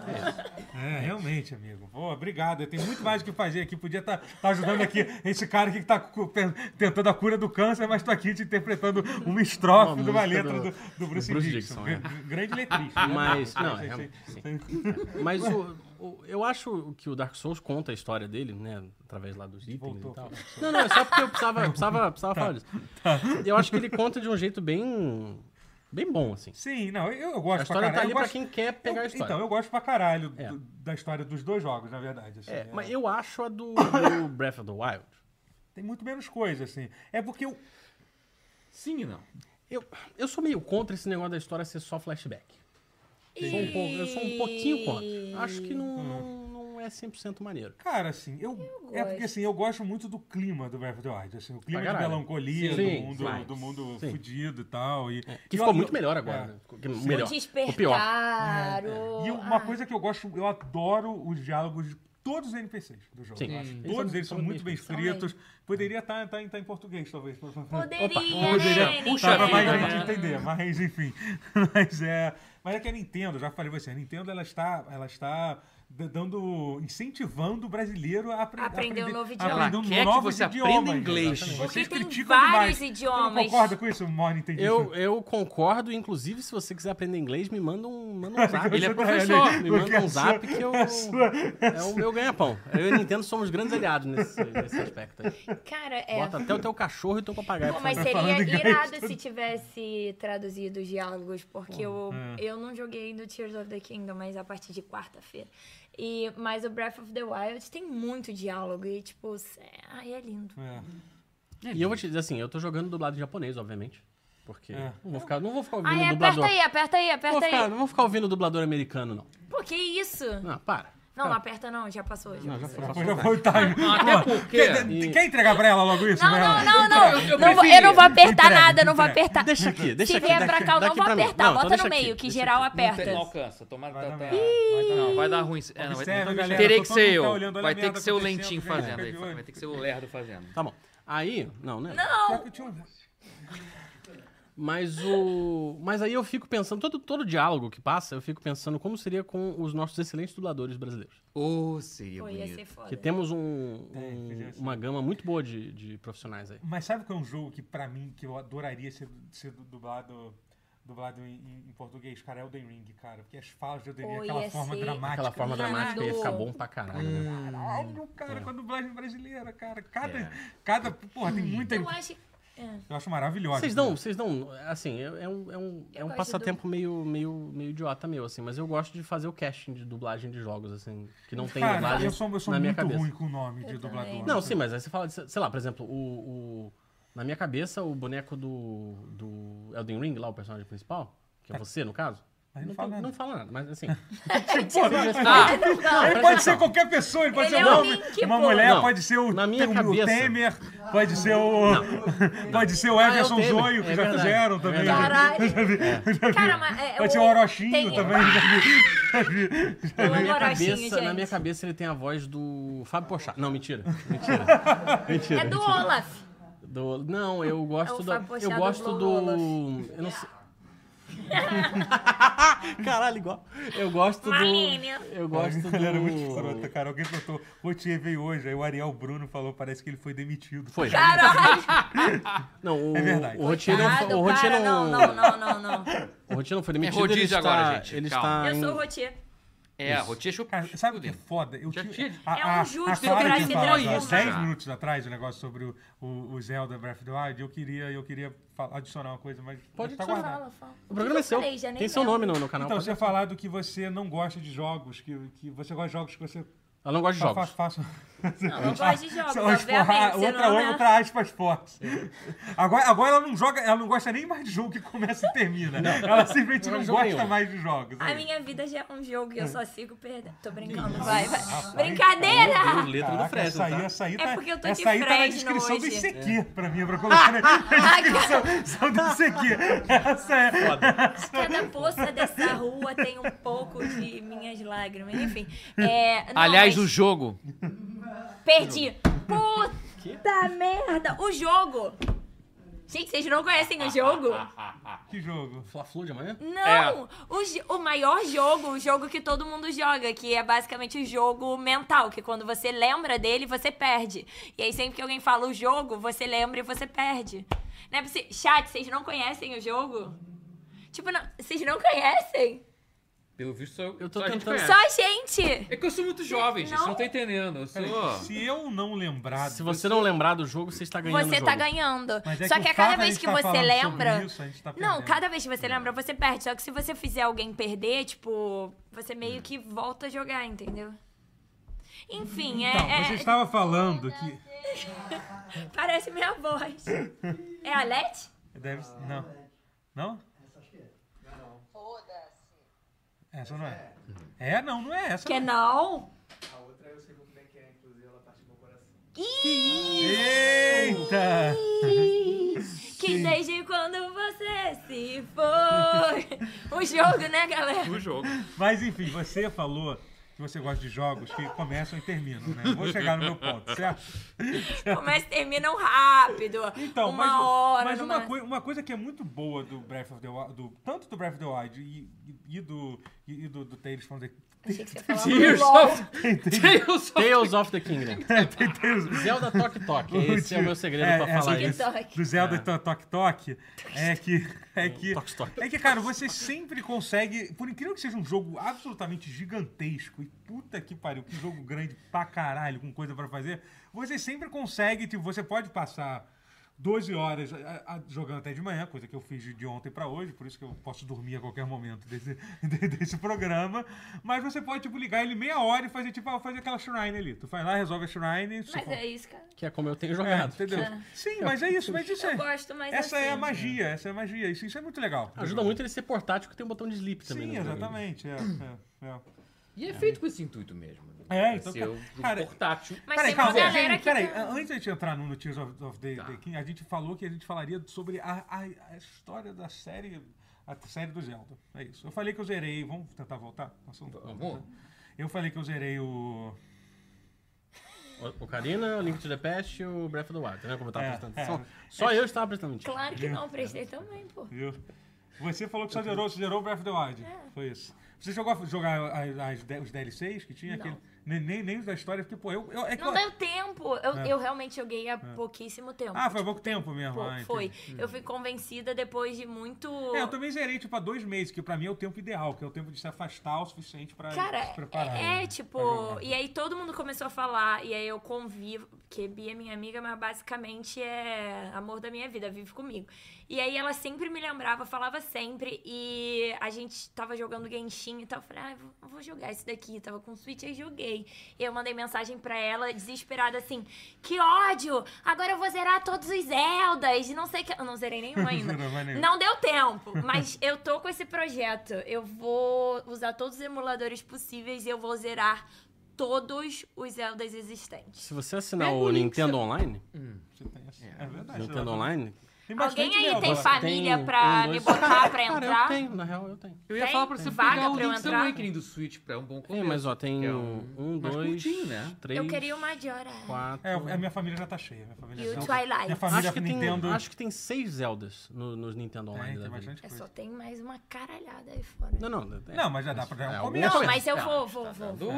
S1: é, realmente, amigo. Pô, obrigado. Eu tenho muito mais o que fazer aqui. Podia estar ajudando aqui esse cara aqui que tá cu- pe- tentando a cura do câncer, mas tô aqui te interpretando uma estrofe
S5: Uma
S1: de uma
S5: música
S1: letra do,
S5: do-
S1: do Bruce,
S5: Bruce
S1: Dixon.
S5: Dixon, é.
S1: Gr- Grande letrista. né?
S5: Mas,
S1: Sim,
S5: não,
S1: sim,
S5: é,
S1: sim.
S5: sim. Mas o- o- eu acho que o Dark Souls conta a história dele, né? Através lá dos itens
S1: Voltou Tá.
S5: e tal.
S1: pra
S5: Não, não, é só porque eu precisava, eu precisava, precisava falar disso. Eu acho que ele conta de um jeito bem, bem bom, assim.
S1: Sim, não, eu, eu
S5: A
S1: gosto pra
S5: história
S1: caralho.
S5: tá ali
S1: Eu
S5: pra
S1: gosto-
S5: quem quer pegar
S1: eu-
S5: a história.
S1: Então, eu gosto pra caralho do-
S5: É.
S1: da história dos dois jogos, na verdade. assim,
S5: É,
S1: é.
S5: mas eu acho a do, do Breath of the Wild.
S1: Tem muito menos coisa, assim. É porque eu.
S9: Sim e não.
S5: Eu, eu sou meio contra esse negócio da história ser só flashback. Sou um pouco- eu sou um pouquinho contra. Acho que não, não, não é 100% maneiro.
S1: Cara, assim, eu. é porque assim, eu gosto muito do clima do Breath of the Wild. Assim, o clima de
S5: caralho.
S1: melancolia,
S5: Sim,
S1: do mundo,
S5: sim.
S1: do mundo
S5: Sim. É,
S1: fudido e tal. E, e
S5: Que
S1: eu-
S5: ficou muito melhor agora.
S1: é.
S5: né? Ficou- que- Melhor.
S3: O
S5: O pior.
S3: despertar.
S1: E uma coisa que eu gosto, eu adoro os diálogos de todos os NPCs do jogo.
S5: Sim.
S1: eu acho.
S5: Hum.
S1: Todos
S5: Eles são-
S1: eles são
S5: são
S1: muito bem
S5: bem
S1: escritos. Poderia estar em português, talvez. pra- pra- pra-
S3: Poderia, né? Ninguém
S1: Tá pra
S3: quer.
S1: mais gente entender, mas enfim. Mas é, mas é que a Nintendo, já falei pra você, a Nintendo ela está, ela está d- dando, incentivando o brasileiro a apre-
S3: Aprender um
S1: aprender,
S3: novo idioma.
S1: aprender
S9: Ela
S1: um
S9: quer que
S1: novos
S9: você aprenda
S1: idiomas,
S9: inglês.
S1: exatamente.
S3: Porque
S1: Vocês
S3: tem
S1: criticam
S3: vários
S1: demais.
S3: idiomas.
S1: Você não concorda com isso, Morning Entendi?
S5: Eu, eu concordo, inclusive, se você quiser aprender inglês, me manda um, manda um zap.
S9: Ele é professor.
S5: Me manda um zap que eu.
S1: sua-
S5: É o meu ganha-pão. Eu e a Nintendo somos grandes aliados nesse, nesse aspecto aí.
S3: Cara, é.
S5: Bota até o teu cachorro e o teu papagaio.
S3: Pô,
S5: pra
S3: mas
S5: fazer.
S3: seria irado se tivesse traduzido os diálogos, porque eu, eu não joguei do Tears of the Kingdom, mas a partir de quarta-feira. E, mas o Breath of the Wild tem muito diálogo e, tipo, é- ai, é lindo.
S5: Hum.
S1: É.
S5: E eu vou te dizer assim, eu tô jogando dublado em japonês, obviamente. Porque
S1: É.
S5: não, vou ficar, não vou ficar ouvindo
S3: Ai, aperta
S5: dublador.
S3: aí, aperta aí,
S5: Não vou
S3: aperta
S5: ficar,
S3: aí.
S5: não vou ficar ouvindo dublador americano, não.
S3: Pô, que isso?
S5: Não, para.
S3: Não, não aperta não, já passou. Já.
S5: Não, já
S3: passou.
S5: foi.
S1: Depois já foi o time.
S4: Até porque.
S1: Quer, quer entregar pra ela logo isso?
S3: Não,
S1: né?
S3: não, não, não.
S4: Eu- eu
S3: Não vou- eu
S4: preferia.
S3: não vou apertar
S1: Entrega,
S3: nada, não vou
S1: entrega.
S3: apertar.
S5: Deixa aqui, deixa
S3: Tá. Se
S5: aqui.
S3: vier
S5: daqui-
S3: pra cá, eu não
S5: daqui
S3: vou
S5: pra mim.
S3: apertar.
S5: Não, então
S3: Bota no
S5: deixa aqui,
S3: meio, que
S5: deixa
S3: geral
S9: Não, tem-
S3: aperta.
S9: não alcança. Tomara
S1: Vai dar
S9: tá- tá-
S1: merda, vai dar
S9: Não,
S1: merda.
S9: vai dar ruim. É, não, vai-
S1: Observe,
S9: então,
S1: galera,
S9: Teria
S1: todo
S9: que
S1: mundo
S9: ser
S1: tá
S9: eu.
S1: olhando, olha a
S9: vai ter
S1: merda
S9: que ser o
S1: acontecendo,
S9: Lentinho
S1: galera,
S9: fazendo.
S1: fica
S9: aí,
S1: de olho.
S9: Vai ter que ser o Lerdo fazendo.
S5: Tá bom. Aí, não, né?
S1: Só que tinha um-
S5: Mas o. Mas aí eu fico pensando, todo, todo diálogo que passa, eu fico pensando como seria com os nossos excelentes dubladores brasileiros.
S9: Ô, seria
S3: Pô, ia
S9: bonito.
S3: ser foda.
S5: Que temos um,
S1: É,
S5: um-
S1: podia ser.
S5: uma gama muito boa de, de profissionais aí.
S1: Mas sabe qual é um jogo que, pra mim, que eu adoraria ser, ser du- dublado, dublado em, em- em português, cara? É o The Ring, cara. Porque as falas de Elden Ring,
S3: Pô,
S1: aquela
S3: ia
S1: forma
S3: ser
S1: dramática.
S5: Aquela forma É.
S3: Caralho.
S5: dramática ia ficar bom pra caralho, né?
S1: Caralho, cara, com a dublagem brasileira, cara. Cada,
S9: É.
S1: cada porra, tem muita...
S3: Eu acho
S5: um
S3: que
S1: Eu acho maravilhosa.
S5: Vocês dão, um vocês dão, assim, é, é um, é um, é
S3: Eu
S5: um
S3: gosto
S5: passatempo meio, meio, meio idiota meu, assim, mas eu gosto de fazer o casting de dublagem de jogos, assim, que não tem
S1: Cara,
S5: dublagem
S1: eu sou, eu sou
S5: na minha
S1: muito
S5: cabeça.
S1: ruim com o nome de dublador.
S5: Não, sim, mas aí você fala, de, sei lá, por exemplo, o, o- na minha cabeça, o boneco do, do Elden Ring, lá, o personagem principal, que é você, no caso,
S1: Mas Tá. não
S5: não,
S1: fala nada.
S5: tem-
S1: Tá.
S5: não fala nada, mas assim...
S9: Ah,
S1: Ele pode ser qualquer pessoa, ele pode
S3: Ele
S1: ser
S3: é
S1: um
S3: o
S1: homem,
S3: Link,
S1: uma
S3: pô.
S1: mulher,
S5: Não,
S1: pode ser o,
S5: na minha
S1: o- o
S5: cabeça.
S1: Temer, pode ser o. Pode ser o
S5: Ah, é o
S1: Everson
S5: Temer,
S1: Zoio, que
S5: é
S1: já
S5: verdade,
S1: fizeram
S5: é
S1: também.
S5: verdade.
S3: Cara, mas. é,
S1: Pode ser o um Orochinho
S3: tem-
S1: também.
S3: Eu
S5: Na
S3: amo
S5: minha,
S3: Orochinho,
S5: cabeça, na
S3: gente.
S5: minha cabeça ele tem a voz do Fábio Pochá. Não, mentira. Mentira. mentira.
S3: É do Olaf.
S5: Do- Não, eu
S3: É
S5: gosto
S3: o
S5: do.
S3: Fábio
S5: Eu
S3: Pochá
S5: gosto
S3: dublou
S5: do. Eu não sei. Caralho, igual. Eu
S3: Um
S5: gosto
S3: Maline.
S5: do. Eu gosto do.
S1: Ele era muito escroto, cara. Alguém botou Rotier veio hoje, aí o Ariel Bruno falou, parece que ele foi demitido.
S5: Foi.
S3: Caralho.
S5: Não, o,
S1: É verdade.
S5: o Rotier não, o
S3: Coitado,
S5: Rotier
S3: Tá? cara,
S5: não,
S3: não, não, não, não, não.
S5: o Rotier não foi demitido.
S9: É rodízio
S5: ele está,
S9: agora, gente,
S5: Ele
S9: calma.
S5: está
S3: Eu
S5: em-
S3: sou o Rotier.
S9: É, a rotinha
S1: Cara,
S9: Chopin.
S1: sabe o que é foda? Eu
S9: Já
S1: tive-
S9: tinha-
S1: a-
S3: É
S1: a-
S3: um justo
S1: a Clara
S3: virar
S1: tinha
S3: e
S1: falado
S3: transformar.
S1: há 10
S9: Já.
S1: minutos atrás o negócio sobre o, o- o Zelda Breath of the Wild. Eu queria, eu queria fa- adicionar uma coisa, mas
S5: Pode
S1: tá
S5: adicionar.
S1: guardado.
S3: Fala, fala.
S5: O programa é seu.
S3: falei, já nem
S5: Tem seu
S3: lembro.
S5: nome no, no canal.
S1: Então,
S5: pode-
S1: você falado que você não gosta de jogos, que, que você gosta de jogos que você
S5: Ela não gosta
S1: Tá,
S5: de jogos.
S1: Faço,
S3: Não, eu gosto de jogos,
S1: esforrar,
S3: obviamente.
S1: outra,
S3: senão, né?
S1: outra aspas forte. Agora, agora ela não joga, ela não gosta nem mais de jogo que começa e termina. Ela simplesmente
S5: Não
S1: não,
S5: joga
S1: gosta
S5: nenhum.
S1: mais de jogos.
S3: A
S1: Aí.
S3: minha vida já é um jogo e eu só sigo perdendo. Tô brincando, vai, vai. Brincadeira!
S5: Deu letra do
S1: Caraca,
S5: Fresno,
S1: essa aí,
S5: tá? É.
S1: essa aí
S3: É
S1: tá,
S3: porque eu tô de
S1: essa aí tá na
S3: Fresno
S1: descrição do
S3: hoje.
S1: ICQ pra mim, pra colocar na na descrição do ICQ. Essa é.
S3: Cada poça dessa rua tem um pouco de minhas lágrimas. Enfim. é, não,
S9: Aliás,
S3: mas
S9: o jogo.
S3: Perdi. Puta merda! O jogo! Gente, vocês não conhecem o jogo?
S1: Que jogo?
S5: Fla-Flu de
S1: É.
S5: amanhã?
S3: Não! O, jo- o maior jogo, o jogo que todo mundo joga, que é basicamente o jogo mental, que quando você lembra dele, você perde. E aí sempre que alguém fala o jogo, você lembra e você perde. Não é possi- Chat, vocês não conhecem o jogo? Tipo, não- vocês não conhecem?
S9: Pelo visto, só,
S5: Eu tô
S9: só a gente
S5: tentando-
S1: É.
S9: conhece.
S3: Só a gente!
S4: É que eu sou muito jovem, gente. Você
S3: Não.
S4: não tá entendendo. Eu sou.
S1: Se eu não lembrar.
S5: Se você não lembrar do jogo, você está ganhando o
S3: Você
S5: jogo.
S3: tá ganhando.
S1: Mas é
S3: Só
S1: que
S3: que
S1: o
S3: a cada
S1: fato a
S3: vez
S1: gente
S3: que
S1: tá
S3: você
S1: falando sobre
S3: lembra.
S1: isso, a gente tá
S3: não,
S1: perdendo.
S3: cada vez que você lembra, você perde. Só que se você fizer alguém perder, tipo, você
S1: Hum.
S3: meio que volta a jogar, entendeu? Enfim, é-
S1: Então,
S3: é.
S1: você estava falando assim. que.
S3: Parece minha voz. É a Let?
S1: Deve... Não. Não? é. Essa não é. É, não, não é essa.
S3: Que não.
S11: é
S1: é Eita!
S3: Que desde quando você se foi. O jogo, né, galera?
S9: O jogo.
S1: Mas enfim, você falou que você gosta de jogos que começam e terminam, né? Vou chegar no meu ponto, certo?
S3: Começa e terminam um rápido.
S1: Então,
S3: uma
S1: mas,
S3: hora.
S1: mas
S3: no
S1: uma,
S3: máximo.
S1: coi- uma coisa que é muito boa do Breath of the Wild, do, tanto do Breath of the Wild e, e- e do, e, e do, do Tales from the...
S3: Achei que você falava
S4: Tears
S3: LOL.
S4: of... Tears of...
S5: Tales of the Kingdom.
S1: Tem Tales-
S5: Zelda Tok Tok. Esse é o meu segredo
S1: É,
S5: pra
S1: é,
S5: falar
S1: sim.
S5: isso. É.
S3: TikTok.
S1: do Zelda to- Tok Tok é que é que
S5: Tok Tok.
S1: é que cara você sempre consegue por incrível que seja um jogo absolutamente gigantesco e puta que pariu que jogo grande pra caralho com coisa pra fazer você sempre consegue tipo você pode passar 12 horas a- a- jogando até de manhã, coisa que eu fiz de- de ontem pra hoje, por isso que eu posso dormir a qualquer momento desse, de- desse programa. Mas você pode, tipo, ligar ele meia hora e fazer, tipo, ah, fazer aquela shrine ali. Tu vai lá, resolve a shrine. se
S3: Mas
S1: for-
S3: é isso, cara.
S5: Que é como eu tenho
S1: é,
S5: jogado.
S1: entendeu? Sim, mas é isso, mas isso
S3: Eu
S1: é.
S3: gosto, mas
S1: Essa
S3: assim.
S1: é a magia, essa é a magia. Isso, isso é muito legal.
S5: Ajuda muito ele ser portátil, que tem um botão de sleep também.
S1: Sim,
S5: no jogo.
S1: exatamente. É, é, é.
S9: E é feito com esse intuito mesmo.
S1: É, então,
S9: Ser um
S1: cara-
S9: portátil.
S3: Mas
S1: Peraí,
S3: tem uma
S1: calma,
S3: galera
S1: gente,
S3: que.
S1: peraí. Ah,
S3: tá-
S1: Antes de a gente entrar no, no Tears of, of
S5: Tá.
S1: the, the King, a gente falou que a gente falaria sobre a, a, a história da série, a série do Zelda. É isso. Eu falei que eu zerei. Vamos tentar voltar? ao assunto?
S9: Vamos.
S1: Eu falei que eu zerei o.
S5: O Ocarina, o Link to the Past e o Breath of the Wild, né? Como eu tava
S1: É,
S5: prestando
S1: é.
S5: atenção. Só eu estava prestando atenção.
S3: Claro que não, prestei também, pô.
S1: Viu? Você falou que só zerou, você zerou Breath of the Wild.
S3: É.
S1: Foi isso. Você jogou a- jogar as- as D- os DLCs que tinha?
S3: Não.
S1: Aquele, nem, nem, nem os da história, porque, pô, eu. eu é que eu-
S3: Não deu tempo. Eu, eu realmente joguei há pouquíssimo tempo.
S1: É. Ah, foi há pouco tempo mesmo.
S3: Pô,
S1: ah, entendi.
S3: foi. Eu fui convencida depois de muito.
S1: É, eu também zerei, tipo, há dois meses, que pra mim é o tempo ideal, que é o tempo de se afastar o suficiente pra
S3: Cara,
S1: se preparar.
S3: é,
S1: né?
S3: é,
S1: Pra
S3: tipo.
S1: jogar.
S3: E aí todo mundo começou a falar, e aí eu convivo, porque Bia é minha amiga, mas basicamente é amor da minha vida, vive comigo. E aí ela sempre me lembrava, falava sempre, e a gente tava jogando Genshin e tal. Eu falei, ah, eu vou- eu vou jogar esse daqui. Tava com Switch, aí joguei. E eu mandei mensagem pra ela, desesperada, assim: que ódio! Agora eu vou zerar todos os Zeldas, e não sei o que. Eu não zerei nenhum ainda.
S1: Zerou mais nenhum.
S3: Não deu tempo, mas eu tô com esse projeto. Eu vou usar todos os emuladores possíveis e eu vou zerar todos os Zeldas existentes.
S5: Se você assinar
S4: Pega
S5: o
S4: o link,
S5: Nintendo Online,
S1: Você tem essa- É, verdade.
S5: Nintendo
S1: né?
S5: Online...
S1: Tem
S3: Alguém
S1: bastante
S3: aí
S1: mesmo. né?
S3: tem família pra
S5: um,
S3: me
S5: dois-
S3: botar pra
S5: Cara,
S3: entrar?
S5: eu tenho, na real eu tenho.
S4: Eu ia
S3: Tem
S4: falar pra você
S3: vaga
S4: pegar o
S3: pra eu
S4: Link's
S3: entrar?
S4: Awakening do Switch pra um bom
S5: Tem,
S4: começo.
S5: mas ó, tem
S4: Que é
S5: um,
S4: um mais
S5: dois,
S4: curtinho, né?
S5: três,
S3: Eu queria um uma Majora.
S5: quatro...
S1: É, eu- a minha família já tá cheia. Minha família
S3: E o
S1: já-
S3: Twilight?
S1: Minha família
S5: Acho que, tem,
S1: Nintendo. É,
S5: acho que tem seis Zeldas no- nos Nintendo
S1: tem,
S5: Online
S1: tá tem
S5: da vida.
S1: bastante
S3: Eu
S1: coisa.
S3: É só tenho mais uma caralhada aí fora.
S5: Não, não. é-
S1: Não, mas já dá pra dar um
S5: é,
S1: começo.
S5: alguma
S3: Não,
S5: coisa.
S3: mas eu vou, vou, vou.
S4: Do...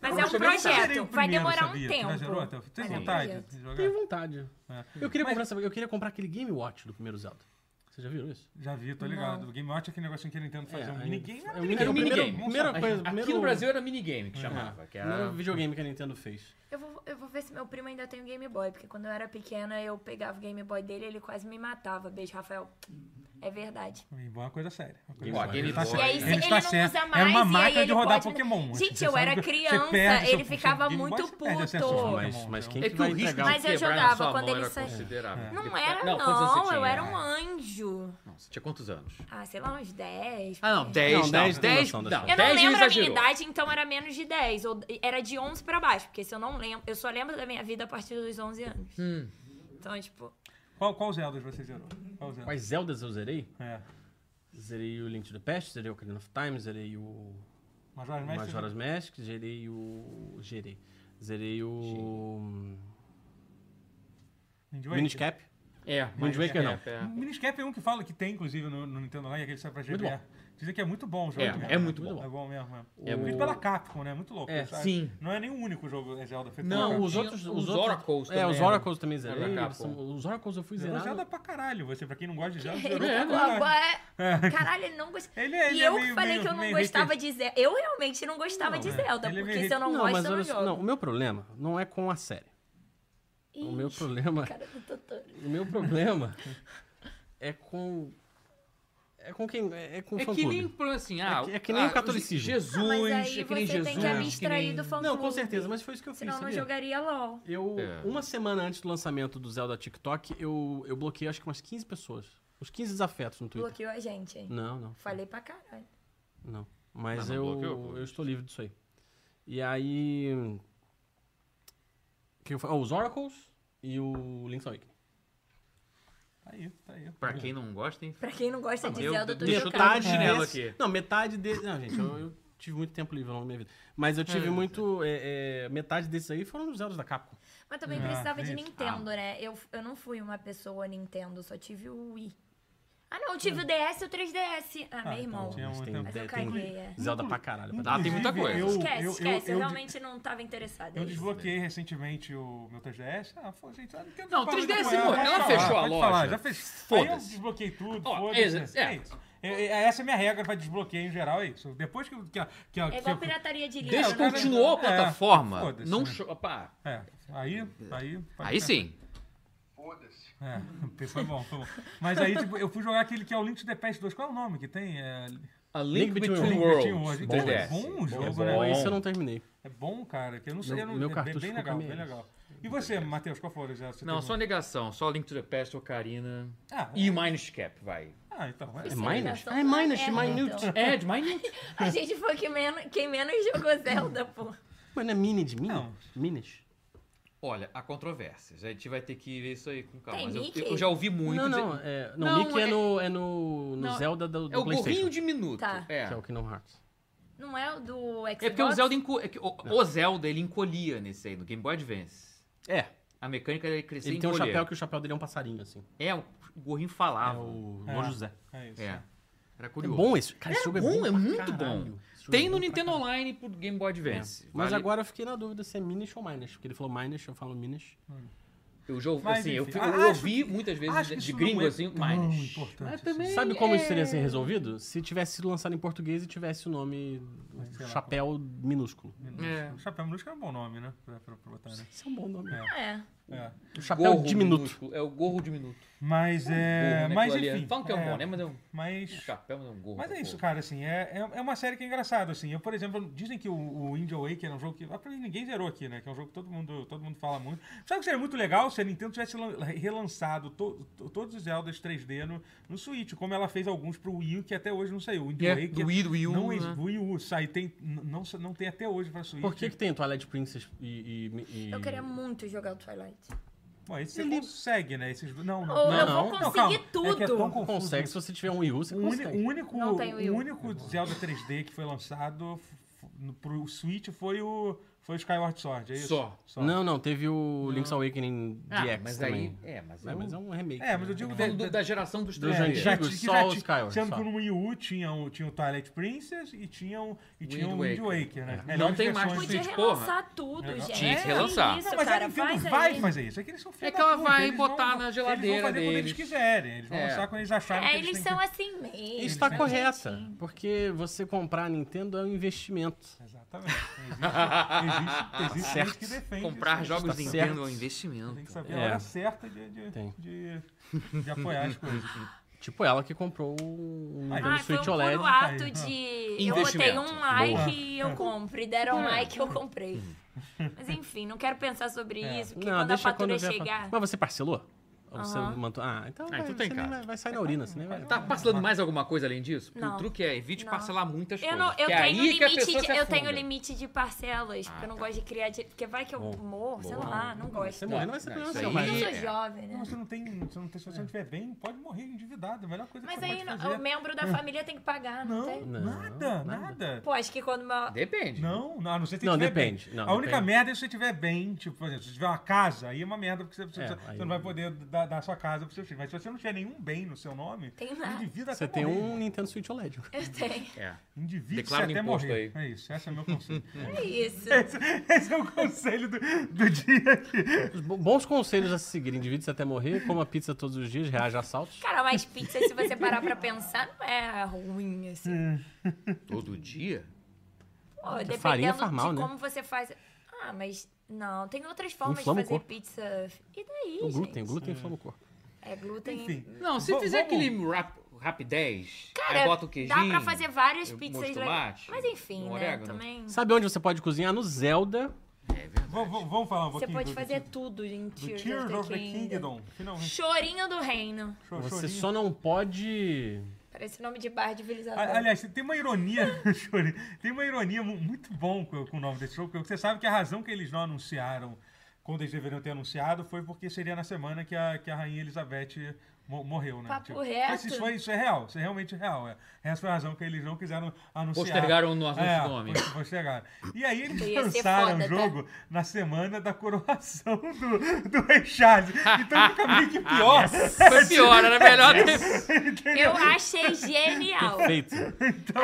S3: Mas
S1: Eu
S3: é um
S1: cheguei- eu zerei
S3: projeto,
S1: o
S3: vai
S1: primeiro,
S3: demorar um
S1: sabia?
S3: tempo.
S1: Já então? zerou até o fim? Tem
S3: Mas é um
S1: vontade
S3: projeto.
S1: de
S5: Tenho
S1: jogar?
S5: vontade.
S1: É.
S5: Eu queria
S1: Mas-
S5: comprar, sabe, eu queria comprar aquele Game Watch do primeiro Zelda. Você Vocês já viram isso?
S1: Já vi, tô ligado. O Game Watch é aquele negocinho que a Nintendo faz.
S5: É,
S1: um
S5: aí-
S1: minigame.
S5: É
S1: né?
S5: um minigame.
S4: minigame.
S5: Primeiro-
S1: Vamos
S5: Primeira
S1: lá.
S5: coisa,
S4: Aqui no
S5: primeiro-
S4: Brasil era minigame que
S5: É,
S4: chamava. Que era...
S5: primeiro videogame que a Nintendo fez.
S3: Eu vou, eu vou ver se meu primo ainda tem o Game Boy, porque quando eu era pequena eu pegava o Game Boy dele ele quase me matava. Beijo, Rafael. É verdade.
S1: Game Boy é uma coisa séria. Uma coisa
S5: Boy,
S1: séria.
S5: Game
S1: Ele tá
S4: Boy.
S1: certo.
S4: E aí,
S1: Ele
S4: se
S1: está
S3: ele não usa
S1: certo.
S3: mais,
S1: Era uma
S3: e aí
S1: máquina de
S3: ele
S1: rodar
S3: pode-
S1: Pokémon.
S3: Gente,
S1: Você
S3: eu
S1: sabe
S3: era
S1: que você
S3: criança,
S1: perde seu-
S3: ele
S1: seu
S3: ficava
S1: Game Boy,
S3: muito
S1: você perde acesso aos
S3: puto.
S1: Pokémon,
S5: Mas, mas
S1: então.
S5: quem
S4: É
S5: que
S4: que o
S5: vai
S4: risco
S5: entregar
S4: de
S3: Mas eu
S4: quebrar na
S3: jogava
S4: sua
S3: quando
S4: mão
S3: ele
S4: era
S3: sa-
S4: considerável.
S3: Não
S4: Porque-
S3: era, não,
S4: Tá. quantos anos você
S3: eu
S4: tinha?
S3: era um anjo.
S4: Não, você tinha quantos anos?
S3: Ah, sei lá, uns 10.
S4: Ah, não, 10 não.
S5: Não, 10
S4: 10,
S5: não,
S4: 10 não.
S5: não, não.
S3: Eu
S4: 10
S3: não
S4: já
S3: lembro a minha
S4: exagerou.
S3: idade, então era menos de 10. Ou era de 11 pra baixo, porque se eu não lembro. Eu só lembro da minha vida a partir dos 11 anos. Então, tipo.
S1: Qual, qual Zelda você zerou? Qual Zelda?
S5: Quais Zeldas eu zerei?
S1: É.
S5: Zerei o Link to the Past, zerei o Ocarina of Time, zerei o
S1: Majora's Mask.
S5: Majora's Mask, zerei o... Zerei. Zerei o...
S1: Wind Waker.
S5: Miniscap.
S4: É,
S5: Wind
S4: mas-
S5: Waker não.
S4: é, é.
S1: Miniscap é um que fala que tem, inclusive, no, no Nintendo Online, aquele que sai pra
S5: Muito
S1: GBA. Dizem que é muito bom o jogo.
S4: É,
S1: mesmo,
S4: é
S1: né?
S4: muito bom.
S1: É bom mesmo. É.
S5: É
S1: Feito
S5: muito
S1: pela Capcom, né? Muito louco.
S5: É,
S1: sabe?
S4: sim.
S1: Não é nem o único jogo é Zelda feito
S4: Não,
S1: pela
S5: os
S4: tinha
S5: outros...
S4: os
S5: Os
S4: Oracles
S5: outros, É, os
S4: também, né?
S5: Oracles também zerei.
S4: Era da
S5: eles
S4: Capcom.
S5: são- Os Oracles eu fui
S1: Capcom. Zerou
S5: zerar.
S1: Zelda pra caralho. Você, pra quem não gosta de Zelda, zerou pra
S4: É, né?
S1: caralho.
S3: Agora,
S1: É.
S3: caralho, ele não gostava.
S1: Ele é- ele
S3: e
S1: é
S3: eu
S1: meio-
S3: falei
S1: meio-
S3: que eu não
S1: meio
S3: gostava de Zelda. Eu realmente não gostava de
S1: é.
S3: Zelda,
S1: Ele é meio
S3: porque se eu não,
S5: Não,
S3: gosto,
S5: mas
S4: tá
S3: eu não
S5: olha só,
S3: jogo.
S5: não, o meu problema não é com a série. O meu problema,
S3: Cara do Totoro.
S5: o meu problema é com é com quem é com o
S4: É
S5: fã
S4: que nem
S5: clube.
S4: o problema assim, ah,
S5: que- é que nem o
S4: ah,
S5: catolicismo.
S4: Jesus,
S3: Ah, mas aí
S4: é que
S3: você tem
S4: nem Jesus.
S3: que
S4: que
S3: abstrair
S4: nem-
S3: do fã
S5: Não, com
S3: clube,
S5: certeza, mas foi isso é. que eu fiz,
S3: Senão eu não
S5: sabia?
S3: jogaria LOL.
S5: Eu
S4: É.
S5: uma semana antes do lançamento do Zelda TikTok, eu eu bloqueei acho que umas 15 pessoas, uns 15 desafetos no Twitter.
S3: Bloqueou a gente, hein?
S5: Não, não.
S3: Falei pra caralho.
S5: Não. Mas
S4: Ah, não
S5: eu,
S4: bloqueou, pelo
S5: eu
S4: menos.
S5: estou livre disso aí. E aí. Que eu fa- oh, os Oracles e o Link's Awakening.
S1: Tá aí, tá aí.
S4: Pra quem não gosta, hein?
S3: Pra quem não gosta de
S4: eu-
S3: Zelda, eu tô
S4: deixa eu
S3: chocada.
S4: chutar de chinelo
S5: desse-
S4: aqui.
S5: Não, metade desse. Não, gente, eu, eu tive muito tempo livre ao longo da minha vida. Mas eu
S4: é.
S5: tive muito. é, é, metade desses aí foram os Zeldas da Capcom.
S3: Mas também
S1: Ah,
S3: precisava de
S1: gente.
S3: Nintendo, né? Eu, eu não fui uma pessoa Nintendo, só tive o Wii. Ah, não, eu tive o DS e o 3DS. Ah,
S1: Hum. Ah,
S3: meu irmão.
S1: então
S4: É,
S1: tinha um-
S5: Mas tem-
S1: tem um-
S3: Mas
S5: tem-
S3: eu caguei, é.
S5: Zelda pra caralho. Ah, pra
S4: Dá, tem muita
S1: Inclusive,
S4: coisa.
S1: eu-
S3: Esquece,
S1: um- eu-
S3: esquece. Eu,
S1: eu- eu-
S3: realmente não tava interessada.
S1: Eu
S3: é isso.
S1: desbloqueei recentemente o meu 3DS. Ah, foi, gente, ah, Nintendo
S4: Não, o
S1: para de
S4: 3DS
S1: apoiar,
S4: morreu,
S1: pode
S4: ela
S1: falar,
S4: fechou a
S1: pode
S4: loja.
S1: falar, já fez. Aí eu
S4: Foda-se.
S1: desbloqueei tudo,
S4: Ó,
S1: foda-se.
S4: é,
S1: É,
S4: é.
S1: isso. É, é, essa é a minha regra pra desbloqueio em geral, é isso. Depois que, eu- que, a- que, a-
S3: É
S1: que
S3: igual
S1: Tipo, eu-
S3: pirataria de livro. né?
S4: Descontinuou a
S1: É,
S4: plataforma.
S1: foda-se,
S4: Não
S1: né?
S4: cho- pá,
S1: É, aí, aí... pode
S4: Aí
S1: ser.
S4: sim.
S15: Foda-se.
S1: É, foi bom, foi bom. Mas aí, tipo, eu fui jogar aquele que é o Link to the Past 2. Qual é o nome que tem? É...
S4: A Link,
S5: Between
S4: Between,
S1: Link
S4: Worlds.
S1: Between Worlds. Então, é
S4: DS.
S1: bom o
S5: caralho.
S1: jogo, né?
S5: Bom, esse eu não terminei.
S1: É bom, cara, que eu não sei.
S5: Meu-
S1: eu não,
S5: meu
S1: é bem,
S5: cartucho
S1: bem
S5: ficou
S1: legal, bem
S5: meio-
S1: legal. E você, Matheus, qual foi? Já, você
S4: Não,
S1: teve
S4: só
S1: um-
S4: negação. Só Link to the Past, Ocarina.
S1: Ah,
S4: E o Minus Cap, vai.
S1: ah, então. é.
S5: É
S3: Sim,
S5: Minus?
S3: são
S5: Ah, É Minus,
S3: uma merda,
S5: Minute.
S3: então.
S4: É, de Minus.
S3: A gente foi quem menos, quem menos jogou Zelda, pô.
S5: Mas não é mini de mini?
S1: Não.
S5: Minis?
S4: Olha, há controvérsias. A gente vai ter que ver isso aí com calma.
S3: Tem
S4: Mas eu-
S3: Mickey?
S4: eu, eu já ouvi muito.
S5: Não,
S4: dizer-
S5: não. É, não,
S4: Não,
S5: Mickey é,
S4: é-
S5: no, é no, no
S4: Não,
S5: Zelda do, do
S4: É o gorrinho
S5: Playstation.
S4: diminuto.
S3: Tá.
S4: É.
S5: Que é o Kingdom Hearts.
S3: Não é o do Xbox?
S4: É porque o Zelda, enco... é que o, o Zelda ele encolhia nesse aí, no Game Boy Advance.
S5: É,
S4: A mecânica dele crescer
S5: ele
S4: e
S5: tem um
S4: encolher.
S5: chapéu que o chapéu dele é um passarinho, assim.
S4: É, o gorrinho
S5: É
S4: falava.
S5: o
S1: É.
S5: Bom José.
S1: É isso.
S4: É. Era
S5: É
S4: curioso.
S5: bom esse. Cara, esse
S4: Era
S5: jogo é
S4: bom,
S5: bom,
S4: é
S5: pra
S4: muito
S5: caralho.
S4: bom.
S5: Esse jogo
S4: Tem
S5: é
S4: no
S5: bom pra
S4: Nintendo
S5: caralho.
S4: Online pro Game Boy Advance.
S5: É. Mas
S4: Vale-
S5: agora eu fiquei na dúvida se é Minish ou Minus, porque ele falou Minus, eu falo Minish.
S4: Eu já ouvi,
S1: Mas,
S4: assim, eu,
S1: enfim,
S4: fico-
S1: acho
S4: eu ouvi muitas vezes
S1: Acho que
S4: de, de
S1: isso
S4: gringo
S1: não é
S4: assim,
S1: tão
S4: Minus.
S1: importante
S4: Mas
S1: assim.
S4: também. é
S5: Sabe como isso teria sido resolvido? Se tivesse sido lançado em português e tivesse o nome o
S1: Sei lá.
S5: Chapéu Minúsculo.
S4: É.
S1: O Chapéu Minúsculo é um bom nome, né? Pra, pra, pra botar, né?
S5: Isso é um bom nome.
S1: É.
S3: É.
S1: É.
S5: O Chapéu
S4: Gorro
S5: Diminuto.
S4: minúsculo. É o gorro diminuto.
S1: Mas
S4: Gorro,
S1: é.
S4: né,
S1: Mas
S4: aquilo ali.
S1: enfim.
S4: Falam que é um bom, né? Mas é um
S1: Mas.
S4: chapéu, mas é um gorro.
S1: Mas é isso,
S4: gorro.
S1: cara, assim, é, é é uma série que é engraçada, assim. Eu, por exemplo, dizem que o, o Indian Waker é um jogo que. ah, pra mim, ninguém zerou aqui, né? Que é um jogo que todo mundo, todo mundo fala muito. Sabe o que seria muito legal se a Nintendo tivesse lan- relançado to- to- todos os Zeldas 3D no, no Switch, como ela fez alguns pro Wii U, que até hoje não saiu. O Indian
S4: É,
S1: Waker.
S4: do Wii, do Wii U,
S1: Não,
S4: né?
S1: ex- do Wii U, sai, tem, n- não, não tem até hoje pra Switch.
S5: Por que, que tem Twilight Princess e. e- e-
S3: Eu queria muito jogar o Twilight.
S1: Bom, aí você consegue, né? Esses... Não, não,
S3: Ou
S1: não.
S3: eu
S5: não.
S3: vou
S1: Não,
S3: conseguir
S1: calma. É que é
S3: tudo.
S1: tão confuso.
S5: Consegue, se você tiver um Wii U, você
S1: O uni-
S5: consegue.
S1: o único,
S3: Não tem Wii
S1: o
S3: U.
S1: único Zelda 3D que foi lançado f- f- no- pro Switch foi o Foi Skyward Sword, é isso?
S16: Só.
S5: Não, não, teve o Link's Awakening
S4: Ah,
S5: DX
S4: mas
S5: também.
S4: aí. É, mas
S5: É,
S4: é um-
S5: mas é um remake.
S1: É, mas
S5: né?
S1: eu digo...
S16: Falando
S1: de- é,
S16: do- da geração dos
S5: Dos
S16: 3
S5: antigos.
S1: ti-
S5: só o
S1: ti-
S5: Skyward,
S1: Sendo
S5: só.
S1: que no Wii U tinha o, tinha o Twilight Princess e tinha o, e tinha o Wind
S4: Waker.
S1: Waker, né? Melhores
S4: Não tem mais
S1: versões.
S4: Switch,
S3: Podia
S4: porra.
S3: relançar tudo, gente.
S4: Tinha que
S3: É
S4: relançar.
S3: Isso,
S1: Não, mas
S3: cara,
S1: a Nintendo
S3: faz aí.
S1: vai fazer isso. É que eles são filhos
S16: É que
S1: da
S16: ela
S1: puta,
S16: vai
S1: eles vão-
S16: botar na
S1: Eles
S16: geladeira
S1: vão fazer quando eles
S16: deles.
S1: quiserem. Eles vão
S4: É.
S1: lançar quando eles acharem
S3: É,
S1: que
S3: eles
S1: têm
S3: são
S1: que...
S3: assim mesmo.
S5: Está
S1: né?
S5: correta, porque você comprar a Nintendo é um investimento.
S1: Exatamente. é Existe, existe, existe gente que defende
S4: Comprar
S1: isso.
S4: jogos
S5: Tá
S4: Nintendo
S5: certo.
S4: é um
S1: Tem que
S4: investimento.
S1: saber a
S5: É.
S1: hora certa de, de,
S5: Tem.
S1: de, de apoiar as coisas.
S5: Tipo ela que comprou um Nintendo
S1: Ah,
S3: Ai,
S5: Switch
S3: foi um
S5: OLED.
S3: puro ato
S1: aí.
S3: de. Eu botei
S4: Investimento.
S3: um like
S5: Boa.
S3: e eu compro. E deram um like e eu comprei. Mas enfim, não quero pensar sobre
S1: É.
S3: isso, porque quando a fatura
S5: vier a fa-
S3: chegar.
S5: Mas você parcelou? Ou você
S3: Aham.
S5: mantou? Ah, então, vai,
S4: então tem
S5: você nem
S4: caso.
S5: vai, vai sair na urina, você nem vai.
S4: Tá.
S16: Tá parcelando mais alguma coisa além disso? Porque
S3: Não.
S4: O truque é evite
S3: Não.
S4: parcelar muitas
S3: Eu,
S4: coisas.
S3: não, eu,
S4: que é
S3: tenho
S4: aí que a
S3: limite
S4: pessoa
S3: de,
S4: se
S3: eu tenho
S4: afunda.
S3: limite de parcelas, porque eu não gosto de criar. De, porque vai que eu morro, sei lá, não gosto.
S5: Você morrer não vai ser
S4: Não,
S5: problema
S4: isso
S5: seu,
S4: aí-
S3: Eu
S5: mas.
S3: sou
S4: É.
S3: jovem, né?
S1: Não, você não tem. Você não tem Então, se você não estiver bem, pode morrer endividado. É a melhor coisa
S3: Mas
S1: que você
S3: aí
S1: pode
S3: o
S1: fazer. é
S3: membro da família tem que pagar, não,
S1: Não,
S3: tem?
S5: Não,
S1: nada, nada.
S3: Pô, acho que quando meu.
S4: Depende.
S1: Não, não, a não ser se
S5: Não,
S1: tiver
S5: depende.
S1: Bem.
S5: Não,
S1: a única
S5: depende.
S1: merda é se você tiver bem, tipo, por exemplo, se tiver uma casa, aí é uma merda, porque você, você-
S5: É,
S1: você
S5: aí-
S1: não vai poder dar, dar sua casa pro seu filho. Mas se você não tiver nenhum bem no seu nome,
S3: Tem nada.
S1: endivida
S5: Você
S1: até
S5: tem
S1: morrer.
S5: um Nintendo Switch OLED.
S3: Eu tenho.
S4: É.
S1: Endivide-se
S4: Declara no
S1: até
S4: um imposto
S1: morrer. É isso, esse é o meu conselho.
S3: É isso.
S1: esse, esse é o conselho do, do dia aqui.
S5: Os bo- bons conselhos a se seguir: indivíduos até morrer, coma pizza todos os dias, reage a assaltos.
S3: Cara, mas pizza, se você parar pra pensar, não é ruim, assim.
S4: Todo dia?
S3: Pô, dependendo
S5: farinha faz mal,
S3: de
S5: né?
S3: como você faz. Ah, mas não, tem outras formas
S5: Inflama o
S3: de fazer
S5: corpo.
S3: pizza. E daí,
S5: O
S3: gente?
S5: glúten, o glúten inflama o corpo.
S3: É glúten.
S1: Enfim.
S16: Não, se
S1: Vo-
S16: fizer
S1: vamos-
S16: aquele rap, rap 10,
S3: Cara,
S16: aí bota o queijinho.
S3: É, dá pra fazer várias
S4: um monte de
S3: pizzas legais.
S4: tomate,
S3: Mas enfim,
S4: um
S3: né?
S4: orégano.
S3: Também.
S5: Sabe onde você pode cozinhar? No Zelda.
S1: Vamos- Vamos vamos falar um
S3: Você
S1: pouquinho
S3: pode
S1: do,
S3: fazer
S1: do,
S3: tudo em
S1: do
S3: Tears,
S1: Tears
S3: of the Kingdom.
S1: Kingdom. Finalmente.
S3: Chorinho do Reino.
S1: Show-
S5: Você
S1: chorinho.
S5: só não pode.
S3: Parece nome de
S5: Ah,
S3: bar de vilizador.
S1: A- Aliás, tem uma ironia, Chore, tem uma ironia mu- muito bom com, com o nome desse jogo, porque você sabe que a razão que eles não anunciaram quando eles deveriam ter anunciado foi porque seria na semana que a, que a Rainha Elizabeth mo- morreu, né?
S3: Papo reto.
S1: Mas isso, foi, isso é real, isso é realmente real. é. Essa foi a razão que eles não quiseram anunciar.
S4: Postergaram no anúncio
S1: é,
S4: do nome.
S1: pois- Postergaram. E aí eles
S3: Ia ser
S1: lançaram o
S3: foda, tá?
S1: jogo na semana da coroação do, do Rei Charles. Então fica meio que pior.
S4: Ah, né? Foi pior, era melhor ter.
S3: Eu achei genial.
S5: Perfeito.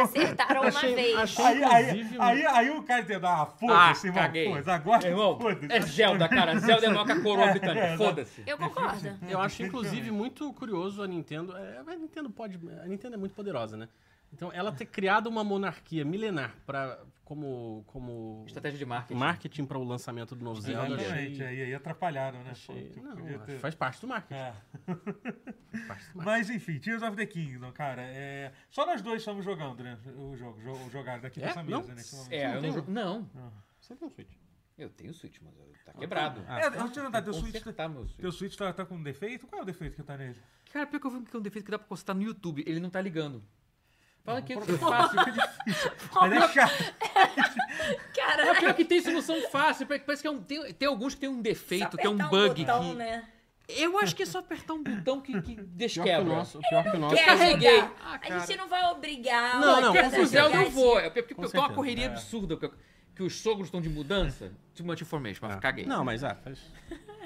S3: Acertaram uma
S5: Achei-
S3: vez.
S5: achei-
S1: Então, Aí, aí,
S5: Inclusive,
S1: aí, aí o cara entendeu, ah, foda-se,
S4: Ah,
S1: irmão,
S4: caguei.
S1: foda-se, agora
S4: Irmão,
S1: foda-se. é.
S4: é Zelda, cara. Zelda é maior que a coroa britânica. Foda-se.
S3: Eu concordo.
S5: Eu acho, inclusive, muito curioso a Nintendo. é, A Nintendo pode. A Nintendo é muito poderosa, né? Então, ela ter criado uma monarquia milenar pra, como, como
S4: Estratégia de marketing.
S5: marketing para o lançamento do novo Zelda.
S1: Exatamente, aí, aí atrapalharam, né?
S5: achei-
S1: Pô,
S5: não,
S1: podia
S5: acho
S1: ter-
S5: que faz parte do marketing.
S1: É.
S5: Faz parte do marketing.
S1: Mas enfim, Tears of the Kingdom, cara, é... só nós dois estamos jogando, né? O jogo, jo- o jogar daqui
S5: É?
S1: nessa
S5: Não?
S1: mesa, né, nesse momento.
S4: É, eu não, jogo- não.
S5: Você tem um Switch.
S4: Eu tenho Switch, mas eu- tá quebrado.
S1: É, eu vou te perguntar, teu Switch,
S4: consertar meu Switch.
S1: teu Switch tá, tá com defeito? Qual é o defeito que tá nele?
S4: Cara, pior que eu vi que é um defeito que dá pra consertar no YouTube. Ele não tá ligando. Fala que é fácil.
S1: Mas é chato.
S3: Cara,
S4: Mas pior que tem solução fácil. Parece parece que é um- tem, tem alguns que tem um defeito, que é um bug.
S3: botão,
S4: que-
S3: né?
S4: Eu acho que é só apertar um botão que, que
S5: Pior que o
S4: desquebra.
S5: nosso. Pior que o nosso.
S3: Quer
S4: carreguei.
S3: ajudar.
S4: Ah,
S3: a gente não vai obrigar.
S5: Não, não,
S4: Quer
S5: com certeza.
S4: fuzel, eu vou. É porque porque
S5: Com
S4: tá uma
S5: certeza,
S4: correria absurda. Porque, que os sogros estão de mudança. Too much information, mas caguei.
S5: Não, mas ah, faz-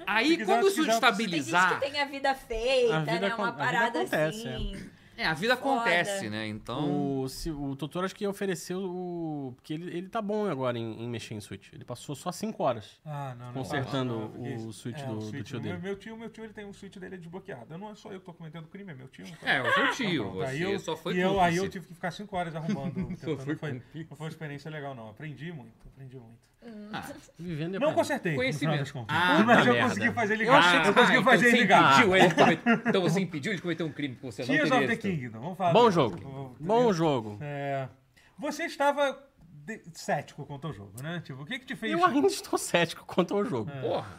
S4: Aí,
S1: quiser,
S4: quando
S1: se
S4: isso
S1: quiser,
S3: Tem gente que
S4: estabilizar,
S3: tem a vida feita,
S5: A vida
S3: né?
S5: acon- a
S3: Uma
S5: vida
S3: parada
S5: acontece,
S3: assim.
S4: é, a vida
S3: Foda.
S4: acontece, né? Então,
S5: o, se, o doutor acho que ofereceu o. Porque ele, ele tá bom agora em, em mexer em Switch. Ele passou só 5 horas.
S1: Ah, não, não.
S5: Consertando
S1: não, não, não,
S5: o
S1: porque-
S5: Switch
S1: é,
S5: do-
S1: o
S5: do
S1: meu-
S5: tio dele.
S1: Meu tio, meu tio, ele tem um Switch dele desbloqueado. Eu Não é só eu que tô cometendo crime, é meu tio. então.
S4: é, o seu tio,
S1: Pronto, aí
S4: você
S1: eu,
S4: só foi
S1: e eu, aí eu
S4: cúmplice.
S1: tive que ficar cinco horas arrumando. tentando,
S4: foi
S1: não, foi, não foi uma experiência legal, não. Aprendi muito, aprendi muito.
S5: Ah, Vivendo e
S1: Não
S5: aprendendo.
S1: consertei, no final
S4: Hum. Conhecimento.
S1: das contas.
S4: Ah,
S1: mas
S4: tá
S1: eu
S4: merda.
S1: consegui fazer
S4: Eu
S1: ligar.
S4: achei que
S1: eu consegui fazer
S4: então você
S1: ligar.
S4: impediu ele de cometer- Então você impediu ele de cometer um crime que você não
S1: Tears of
S4: teria.
S1: the
S4: esse-
S1: Kingdom, vamos falar.
S5: Bom
S1: dele.
S5: jogo. Bom jogo.
S1: É, você estava de- cético quanto ao jogo, né? Tipo, o que que te fez...
S5: Eu ainda estou cético quanto ao jogo.
S4: Porra.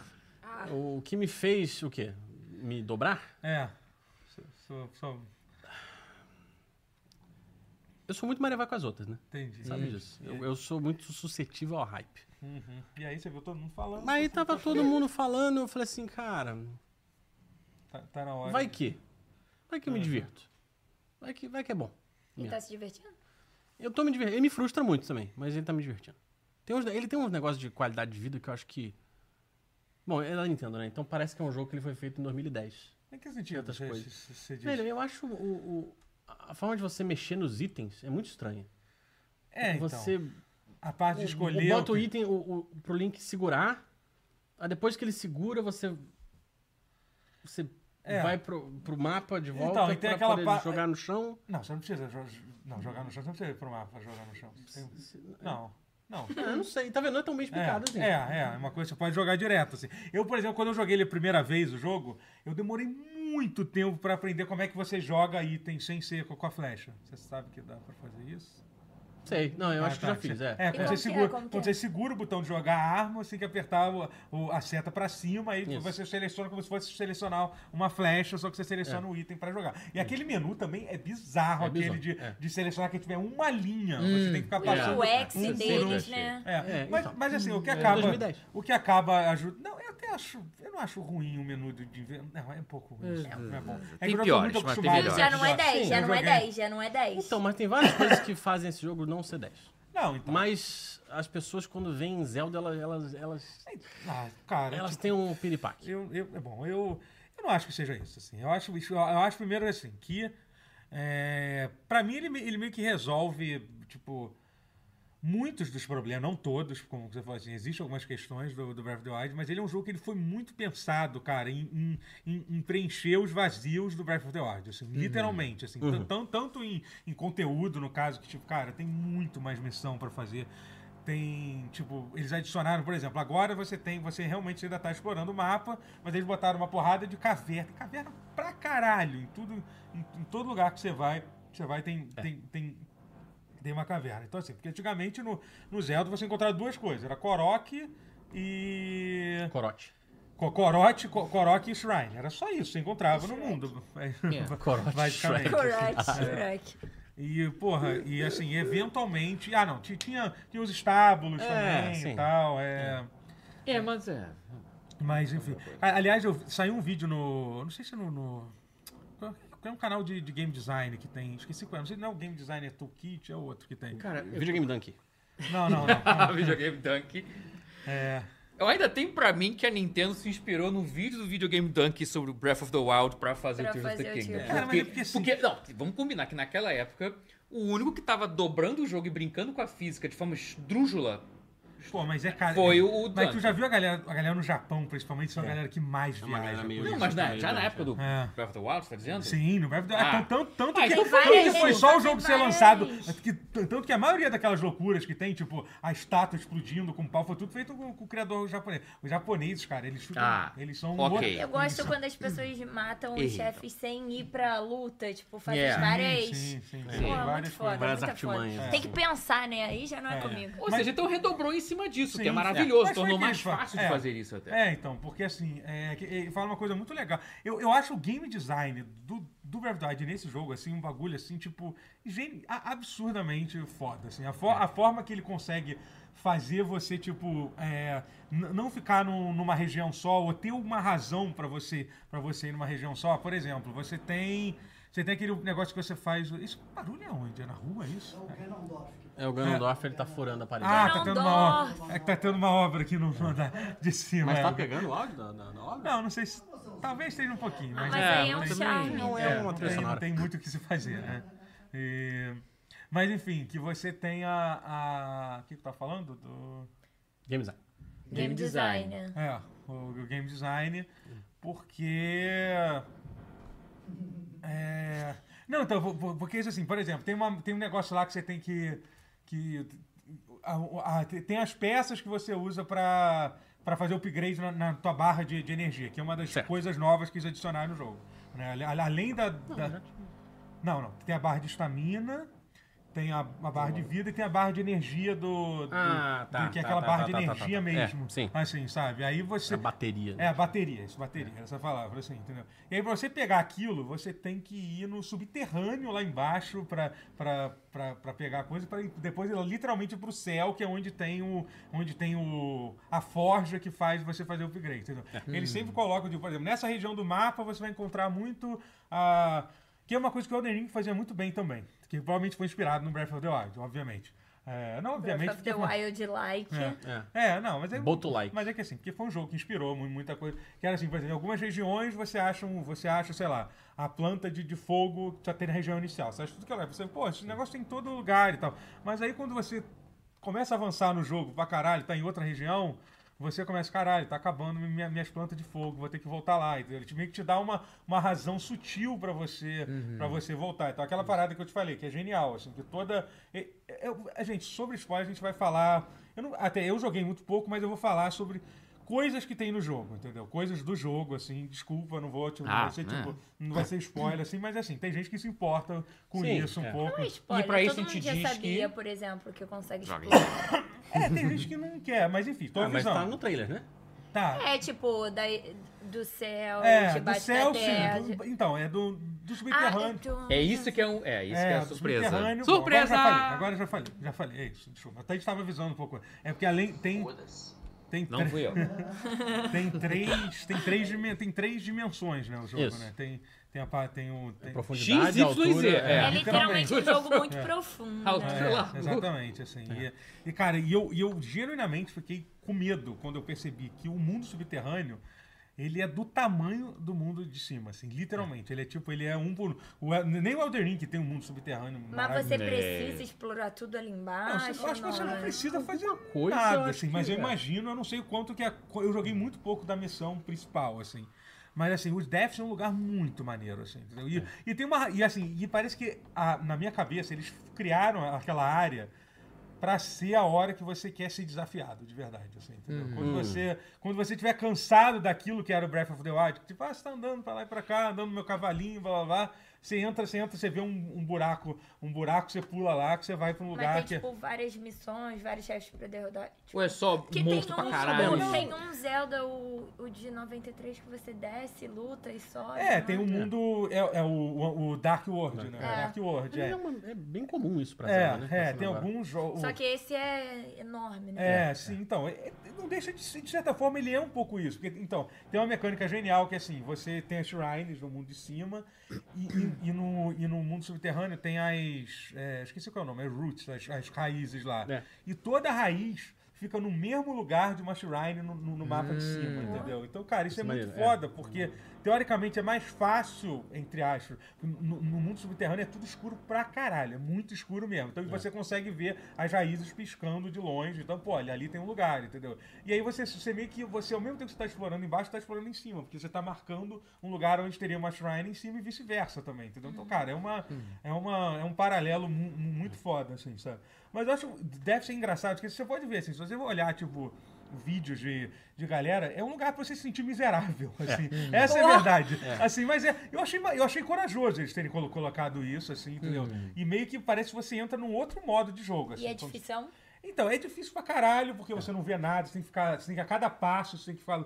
S5: O que me fez o quê? Me dobrar?
S1: É. Só, só, só-
S5: Eu sou muito maré com as outras, né?
S1: entendi.
S5: Sabe disso? Eu, eu sou muito suscetível ao hype.
S1: Uhum. E aí você viu todo mundo falando.
S5: Mas aí tava todo mundo falando, eu falei assim, cara,
S1: Tá, tá na hora.
S5: vai que. Vai que eu me divirto. Vai que, vai que é bom.
S3: E tá se divertindo?
S5: Eu tô me divertindo. Ele me frustra muito também, mas ele tá me divertindo. Tem uns- ele tem uns negócios de qualidade de vida que eu acho que. Bom, é da Nintendo, né? Então parece que é um jogo que ele foi feito em 2010.
S1: Em É que sentido
S5: Outras
S1: você,
S5: coisas.
S1: você, você diz?
S5: Velho, eu acho o, o- a forma de você mexer nos itens é muito estranha.
S1: é, então,
S5: você um,
S1: a parte de escolher...
S5: bota o
S1: que-
S5: item o, o, pro Link segurar, aí depois que ele segura, você. Você
S1: É.
S5: vai pro, pro mapa de volta
S1: Então, e
S5: para
S1: tem
S5: pra
S1: aquela
S5: poder
S1: pa-
S5: jogar no chão.
S1: Não, você não precisa jo- não, jogar no chão. Você não precisa ir pro mapa jogar no chão. Você tem- um- Não, não.
S5: Ah, eu não sei, tá vendo? Não é tão bem explicado assim.
S1: É, é, é uma coisa que você pode jogar direto, assim. Eu, por exemplo, quando eu joguei ele a primeira vez, o jogo, eu demorei muito tempo pra aprender como é que você joga item sem ser com com a flecha. Você sabe que dá pra fazer isso?
S5: Sei, não, eu
S1: Ah,
S5: acho
S1: tá,
S5: que já fiz,
S1: você-
S5: é.
S1: É, quando, você
S3: como que é?
S1: segura,
S3: Como que
S1: quando
S3: é?
S1: você segura o botão de jogar a arma, você tem que apertar o- o- a seta pra cima, aí
S5: Isso.
S1: você seleciona como se fosse selecionar uma flecha, só que você seleciona o item pra jogar. E aquele menu também é bizarro,
S5: É
S1: aquele
S5: bizarro,
S1: de,
S5: é. Hum,
S1: de selecionar que tiver uma linha. Você tem que
S9: é.
S1: ficar passando.
S3: O ex
S1: um por
S3: deles,
S9: um.
S3: né?
S1: é,
S5: É,
S1: mas,
S5: então.
S1: mas assim, o que
S5: É,
S1: acaba.
S5: 2010.
S1: O que acaba ajuda. Não, eu até acho. Eu não acho ruim o menu de. de ver- não, é um pouco ruim. isso, Não é bom. É
S9: Tem
S1: que eu já tô
S9: piores,
S1: muito
S9: mas tem
S1: acostumado.
S9: melhores.
S3: Já não é 10,
S1: Sim,
S3: já
S1: eu
S3: não é
S1: joguei.
S3: 10, já não é 10.
S5: Então, mas tem várias coisas que fazem esse jogo não ser 10.
S1: Não, então.
S5: Mas as pessoas, quando veem Zelda, elas, elas, elas,
S1: Ah, cara,
S5: elas
S1: tipo,
S5: têm um piripaque.
S1: eu, eu, é bom, eu, eu não acho que seja isso. Assim. Eu, acho, isso- eu acho primeiro assim, que. É, pra mim, ele, me- ele meio que resolve, tipo. Muitos dos problemas, não todos, como você falou assim, existem algumas questões do, do Breath of the Wild, mas ele é um jogo que ele foi muito pensado, cara, em, em- em- em preencher os vazios do Breath of the Wild, assim, literalmente, assim, tan- tan- tanto em, em conteúdo, no caso, que tipo, cara, tem muito mais missão pra fazer, tem, tipo, eles adicionaram, por exemplo, agora você tem, você realmente ainda tá explorando o mapa, mas eles botaram uma porrada de caverna, caverna pra caralho, em tudo, em, em todo lugar que você vai, você vai tem, tem, tem tem uma caverna. Então, assim, porque antigamente no, no Zelda você encontrava duas coisas: era Korok e.
S5: Corote.
S1: Co- Corote, Co- Korok e Shrine. Era só isso, você encontrava no mundo.
S5: Corote.
S1: Basicamente.
S3: Correct, correct.
S1: E, porra, e assim, eventualmente. Ah, não, ti- tinha, tinha os estábulos
S5: É,
S1: também e
S5: sim.
S1: tal. É,
S4: É, mas é.
S1: Mas, enfim. A- Aliás, eu, saiu um vídeo no. Não sei se no. no qual- qual é um canal de, de game design que tem. Esqueci qual é. Não sei se não é o Game Designer Toolkit, é outro que tem.
S4: Cara, eu-
S5: Videogame Dunk.
S1: Não, não, não.
S9: Ah, videogame Dunk.
S1: É.
S9: Eu ainda tenho pra mim que a Nintendo se inspirou num vídeo do videogame Dunk sobre o Breath of the Wild pra fazer
S3: Pra
S9: o Tears of
S3: fazer
S9: the
S3: o
S9: Kingdom.
S3: Tears.
S1: Cara, mas
S9: Porque,
S1: é porque assim-
S9: porque- não, vamos combinar que naquela época, o único que tava dobrando o jogo e brincando com a física de forma esdrúxula
S1: Pô, mas é caro.
S9: Foi
S1: É.
S9: o- o
S1: Mas tu
S9: Dante.
S1: já viu a galera, a galera no Japão, principalmente, são a galera que mais
S5: É. uma
S1: viaja.
S5: galera meio-
S1: por
S9: Não,
S1: isso.
S9: mas na-
S5: também,
S9: já na
S5: né?
S9: época do
S1: É.
S9: Breath of the Wild, você tá dizendo?
S1: Sim, no Breath of the
S9: Ah.
S1: Wild. Tanto, tanto,
S9: Ah,
S1: que, é,
S9: então
S1: tanto
S3: várias
S1: que foi
S3: vezes,
S1: só o
S3: tem
S1: jogo ser
S3: várias
S1: lançado.
S3: vezes.
S1: que- tanto que a maioria daquelas loucuras que tem, tipo, a estátua explodindo com pau, foi tudo feito com, com o criador japonês. Os japoneses, cara, eles chutam.
S9: Ah,
S1: eles são. um
S9: ok.
S1: outro-
S3: Eu gosto quando as pessoas matam os
S9: Irritam.
S3: chefes sem ir pra luta, tipo, fazer
S9: Yeah.
S3: várias.
S1: Sim, sim, sim.
S3: Pô,
S1: sim.
S3: é muito
S1: Várias
S3: foda,
S1: coisas.
S5: várias
S3: muita foda.
S5: artimanhas, né?
S3: Tem que pensar, né? Aí já não é, comigo.
S9: Ou seja, então redobrou em cima disso,
S1: Sim,
S9: que é
S1: sim.
S9: maravilhoso,
S1: Mas foi
S9: tornou
S1: que
S9: mais
S1: eles fa-
S9: fácil
S1: é.
S9: de fazer isso até.
S1: É, então, porque assim, é, que- ele fala uma coisa muito legal. Eu, eu acho o game design do, do Breath of the Wild nesse jogo, assim, um bagulho, assim, tipo, geni- a- absurdamente foda, assim. A,
S9: É.
S1: fo- a forma que ele consegue fazer você, tipo, é, n- não ficar num- numa região só, ou ter uma razão pra você para você ir numa região só. Por exemplo, você tem... Você tem aquele negócio que você faz... Isso barulho é onde? É na rua, é isso? É.
S5: É o Ganondorf, ele tá furando a parede.
S1: Ah, tá
S3: Não
S1: tendo, uma, obra- é que tá tendo uma obra aqui no no andar de cima.
S5: mas
S1: é.
S5: tá pegando o áudio da, da, da obra?
S1: Não, não sei se. Talvez esteja um pouquinho, mas.
S3: Mas aí é um
S9: mas
S3: charme.
S5: Não é,
S1: É,
S5: uma
S1: não
S5: trilha
S1: tem, não
S5: sonora.
S1: tem muito o que se fazer, né? E- Mas enfim, que você tenha a. O que que tá falando? Do...
S5: Game Design.
S3: Game designer.
S1: É, o, o game design, porque. É. Não, então, po- po- porque isso assim, por exemplo, tem, uma, tem um negócio lá que você tem que. que a- a- tem as peças que você usa pra, pra fazer upgrade na, na tua barra de, de energia, que é uma das
S5: Certo.
S1: coisas novas que eles adicionaram no jogo. né? Ale- ale- Além da. da- Não, não. Tem a barra de estamina, tem a, a barra de vida e tem a barra de energia do. do-
S5: Ah, tá,
S1: do que é
S5: tá,
S1: aquela
S5: tá,
S1: barra
S5: tá,
S1: de
S5: tá, tá, tá,
S1: energia
S5: tá.
S1: mesmo.
S5: É, sim.
S1: Assim, sabe? Aí você.
S5: A bateria. né?
S1: É, a bateria, isso, bateria, essa palavra, assim, entendeu? E aí, pra você pegar aquilo, você tem que ir no subterrâneo lá embaixo pra, pra, pra, pra pegar a coisa, pra ir depois ir lá literalmente pro céu, que é onde tem o. onde tem o. a forja que faz você fazer o upgrade, entendeu? Eles sempre colocam, tipo, por exemplo, nessa região do mapa você vai encontrar muito ah, a. Que é uma coisa que o Elden Ring fazia muito bem também. Que provavelmente foi inspirado no Breath of the Wild, obviamente. É, É, não,
S3: Breath
S1: obviamente.
S3: of the
S1: Porque foi-
S3: Wild like.
S5: É.
S1: É, não, mas é.
S5: Boto like.
S1: Mas é que assim, porque foi um jogo que inspirou mu- muita coisa. Que era assim, por exemplo, em algumas regiões você acha, um- você acha sei lá, a planta de, de fogo que só tem na região inicial. Você acha tudo que ela é. Você, pô, esse negócio tem em todo lugar e tal. Mas aí quando você começa a avançar no jogo pra caralho, tá em outra região, você começa, caralho, tá acabando minha- minhas plantas de fogo, vou ter que voltar lá. entendeu? Ele te- meio que te dá uma, uma razão sutil pra você pra você voltar. Então aquela parada que eu te falei, que é genial, assim, que toda. e- eu- a gente, sobre spoiler, a gente vai falar. eu não- até eu joguei muito pouco, mas eu vou falar sobre coisas que tem no jogo, entendeu? Coisas do jogo, assim, desculpa, não vou, tipo, não
S9: Ah,
S1: vai ser,
S9: né?
S1: tipo, não vai ser spoiler, assim, mas assim, tem gente que se importa com
S5: Sim,
S1: isso um
S5: é.
S1: pouco.
S3: Não é spoiler,
S9: pra isso
S3: todo
S9: a gente
S3: mundo já
S9: diz
S3: sabia,
S9: que-
S3: por exemplo, que consegue
S9: Joga.
S3: explorar.
S1: É, tem gente que não quer, mas enfim, tô
S5: Ah, mas
S1: avisando.
S5: tá no trailer, né?
S1: Tá.
S3: É tipo, da, do céu,
S1: É,
S3: de
S1: do
S3: baixo
S1: céu,
S3: da
S1: sim.
S3: terra.
S1: do- então, é do, do
S3: Ah,
S1: subterrâneo.
S3: então-
S9: É isso que é, um, é, isso que é a
S1: do
S9: surpresa.
S1: subterrâneo. Bom,
S4: Surpresa!
S1: Agora eu já falei, agora eu já falei, já falei. É isso, desculpa. Até a gente tava avisando um pouco. É porque além. Tem,
S11: Foda-se.
S1: tem,
S9: Não
S1: tre-
S9: fui eu.
S1: tem três. Tem três, dimen- tem três dimensões, né? O jogo,
S5: Isso.
S1: né? Tem, tem a parte. Tem o. Tem,
S5: Profundidade,
S4: X, Y, Z,
S5: altura...
S4: é.
S3: É literalmente um
S4: Literalmente.
S3: jogo muito profundo.
S4: Ah,
S3: né?
S4: sei lá.
S1: É, exatamente, assim.
S5: É.
S1: E, e, cara, e eu, e eu genuinamente fiquei com medo quando eu percebi que o mundo subterrâneo. Ele é do tamanho do mundo de cima, assim, literalmente. Ele é tipo, ele é um por. o- nem o Elden Ring que tem um mundo subterrâneo.
S3: Mas
S1: maravilhoso.
S3: você precisa explorar tudo ali
S1: Não,
S3: embaixo.
S1: você- eu acho que você
S3: não
S1: não
S3: é?
S1: precisa fazer
S5: coisa, eu
S1: nada,
S5: acho
S1: assim,
S5: que-
S1: mas eu
S5: é.
S1: imagino, eu não sei o quanto que é. co- Eu joguei muito pouco da missão principal, assim. Mas assim, os Deaths é um lugar muito maneiro, assim, entendeu?
S5: É.
S1: E, e tem uma. E assim, e parece que a- na minha cabeça eles criaram aquela área pra ser a hora que você quer ser desafiado, de verdade, assim, entendeu?
S5: Uhum.
S1: Quando você quando você estiver cansado daquilo que era o Breath of the Wild, tipo, ah, você tá andando pra lá e pra cá, andando no meu cavalinho, blá blá blá, você entra, você entra, você vê um, um buraco, um buraco, você pula lá, que você vai pra um lugar
S3: Mas tem,
S1: que
S3: tipo, várias missões, vários chefes pra derrotar. Tipo,
S9: Ou é só
S3: Porque
S9: monstro
S3: tem,
S9: pra
S3: um,
S9: caralho?
S3: tipo, tem um Zelda, o, o de 93, que você desce, luta e sobe.
S1: É,
S3: não
S1: tem um mundo. É, é o, o- o Dark World, né?
S3: É.
S1: Dark World,
S5: É,
S1: é.
S5: uma- é bem comum isso pra
S1: É,
S5: Zelda, né? Pra
S1: é,
S5: ser
S1: tem
S5: agora.
S1: alguns jogos.
S3: Só que esse é enorme, né?
S1: É, sim, então. é- é- Não deixa de ser, de certa forma, ele é um pouco isso. Porque, então, tem uma mecânica genial que, assim, você tem as shrines no mundo de cima e, e- e no, e no mundo subterrâneo tem as. é, esqueci qual é o nome, as roots, as, as raízes lá.
S5: É.
S1: E toda raiz fica no mesmo lugar de uma shrine no, no- no mapa de cima,
S5: Hum.
S1: entendeu? Então, cara, isso é
S5: Isso é
S1: muito
S5: maneiro, é.
S1: foda, porque teoricamente é mais fácil, entre aspas, no, no mundo subterrâneo é tudo escuro pra caralho, é muito escuro mesmo. Então você consegue ver as raízes piscando de longe. Então, pô, olha, ali tem um lugar, entendeu? E aí você, você meio que, você ao mesmo tempo que você tá explorando embaixo, tá explorando em cima, porque você tá marcando um lugar onde teria uma shrine em cima e vice-versa também, entendeu? Então, cara, é uma, é uma, é um paralelo mu- mu- muito foda, assim, sabe? Mas eu acho, deve ser engraçado, porque você pode ver, assim, se você olhar, tipo, vídeos de, de galera, é um lugar pra você se sentir miserável, assim. Essa é a verdade. Assim, mas é, eu achei, ma- eu achei corajoso eles terem colo- colocado isso, assim, entendeu? E meio que parece que você entra num outro modo de jogo, assim.
S3: E é
S1: como-
S3: difícil.
S1: Então, é difícil pra caralho, porque você não vê nada, você tem que ficar, você tem que a cada passo, você tem que ficar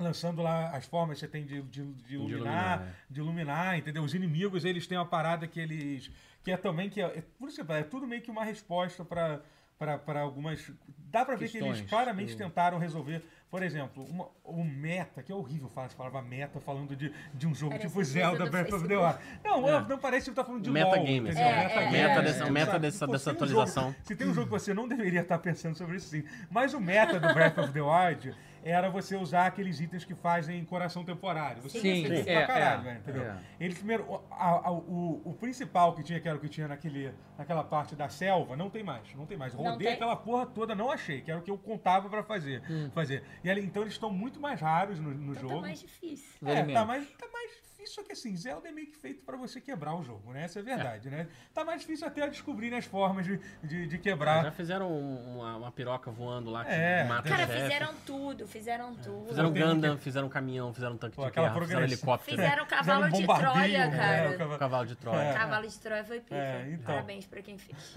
S1: lançando lá as formas que você tem de, de- de iluminar, de iluminar,
S5: iluminar, é.
S1: entendeu? Os inimigos, eles têm uma parada que eles... Que é também que... É, é- por isso que eu falo, é tudo meio que uma resposta pra... Pra, pra algumas. Dá pra ver que eles
S9: Questões
S1: claramente
S9: do-
S1: tentaram resolver, por exemplo, uma, o meta, que é horrível falar essa palavra meta falando de, de um jogo
S3: Parece
S1: tipo
S3: coisa
S1: Zelda
S3: do
S1: Breath of the
S3: Facebook.
S1: Wild. Não, não parece que tá falando de
S5: Metagame,
S1: LOL,
S5: assim.
S1: entendeu?
S5: É,
S1: Metagame,
S5: Meta
S1: né?
S5: dessa- meta
S1: Sabe?
S5: dessa-
S1: Pô,
S5: dessa
S1: tem um jogo-
S5: atualização.
S1: se tem um jogo que você não deveria estar pensando sobre isso, sim. Mas o meta do Breath of the Wild era você usar aqueles itens que fazem coração temporário. Você
S4: Sim,
S1: ia ser
S4: sim.
S1: pra
S4: É,
S1: caralho,
S4: é,
S1: velho, entendeu?
S9: é.
S1: Eles primeiro... O, a- a- o- o principal que tinha, que era o que tinha naquele, naquela parte da selva, não tem mais. Não tem mais. Rodei
S3: tem?
S1: aquela porra toda, não achei. Que era o que eu contava pra fazer. fazer. E ali, então eles estão muito mais raros no, no
S3: Então
S1: jogo.
S3: tá mais difícil.
S9: Os
S1: É, tá
S9: alimentos.
S1: mais, tá mais difícil, só que assim, Zelda é meio que feito pra você quebrar o jogo, né? Essa é a verdade, né? Tá mais difícil até descobrir as formas de, de, de
S5: Já
S1: quebrar.
S5: fizeram um- uma, uma piroca voando lá que
S1: É.
S5: mata
S3: Cara,
S5: o chefe.
S3: fizeram tudo, fizeram tudo.
S5: Fizeram
S1: Tem um
S5: Gundam, fizeram caminhão, fizeram tanque
S1: Pô,
S5: de
S1: aquela
S5: guerra, fizeram
S1: progressão.
S5: helicóptero,
S3: Fizeram cavalo
S1: um
S3: de
S1: bombardeio,
S3: Troia,
S1: né?
S3: cara.
S1: O um cavalo-
S5: cavalo de Troia.
S3: Cavalo de Troia foi pica.
S1: É, então.
S3: Parabéns pra quem fez.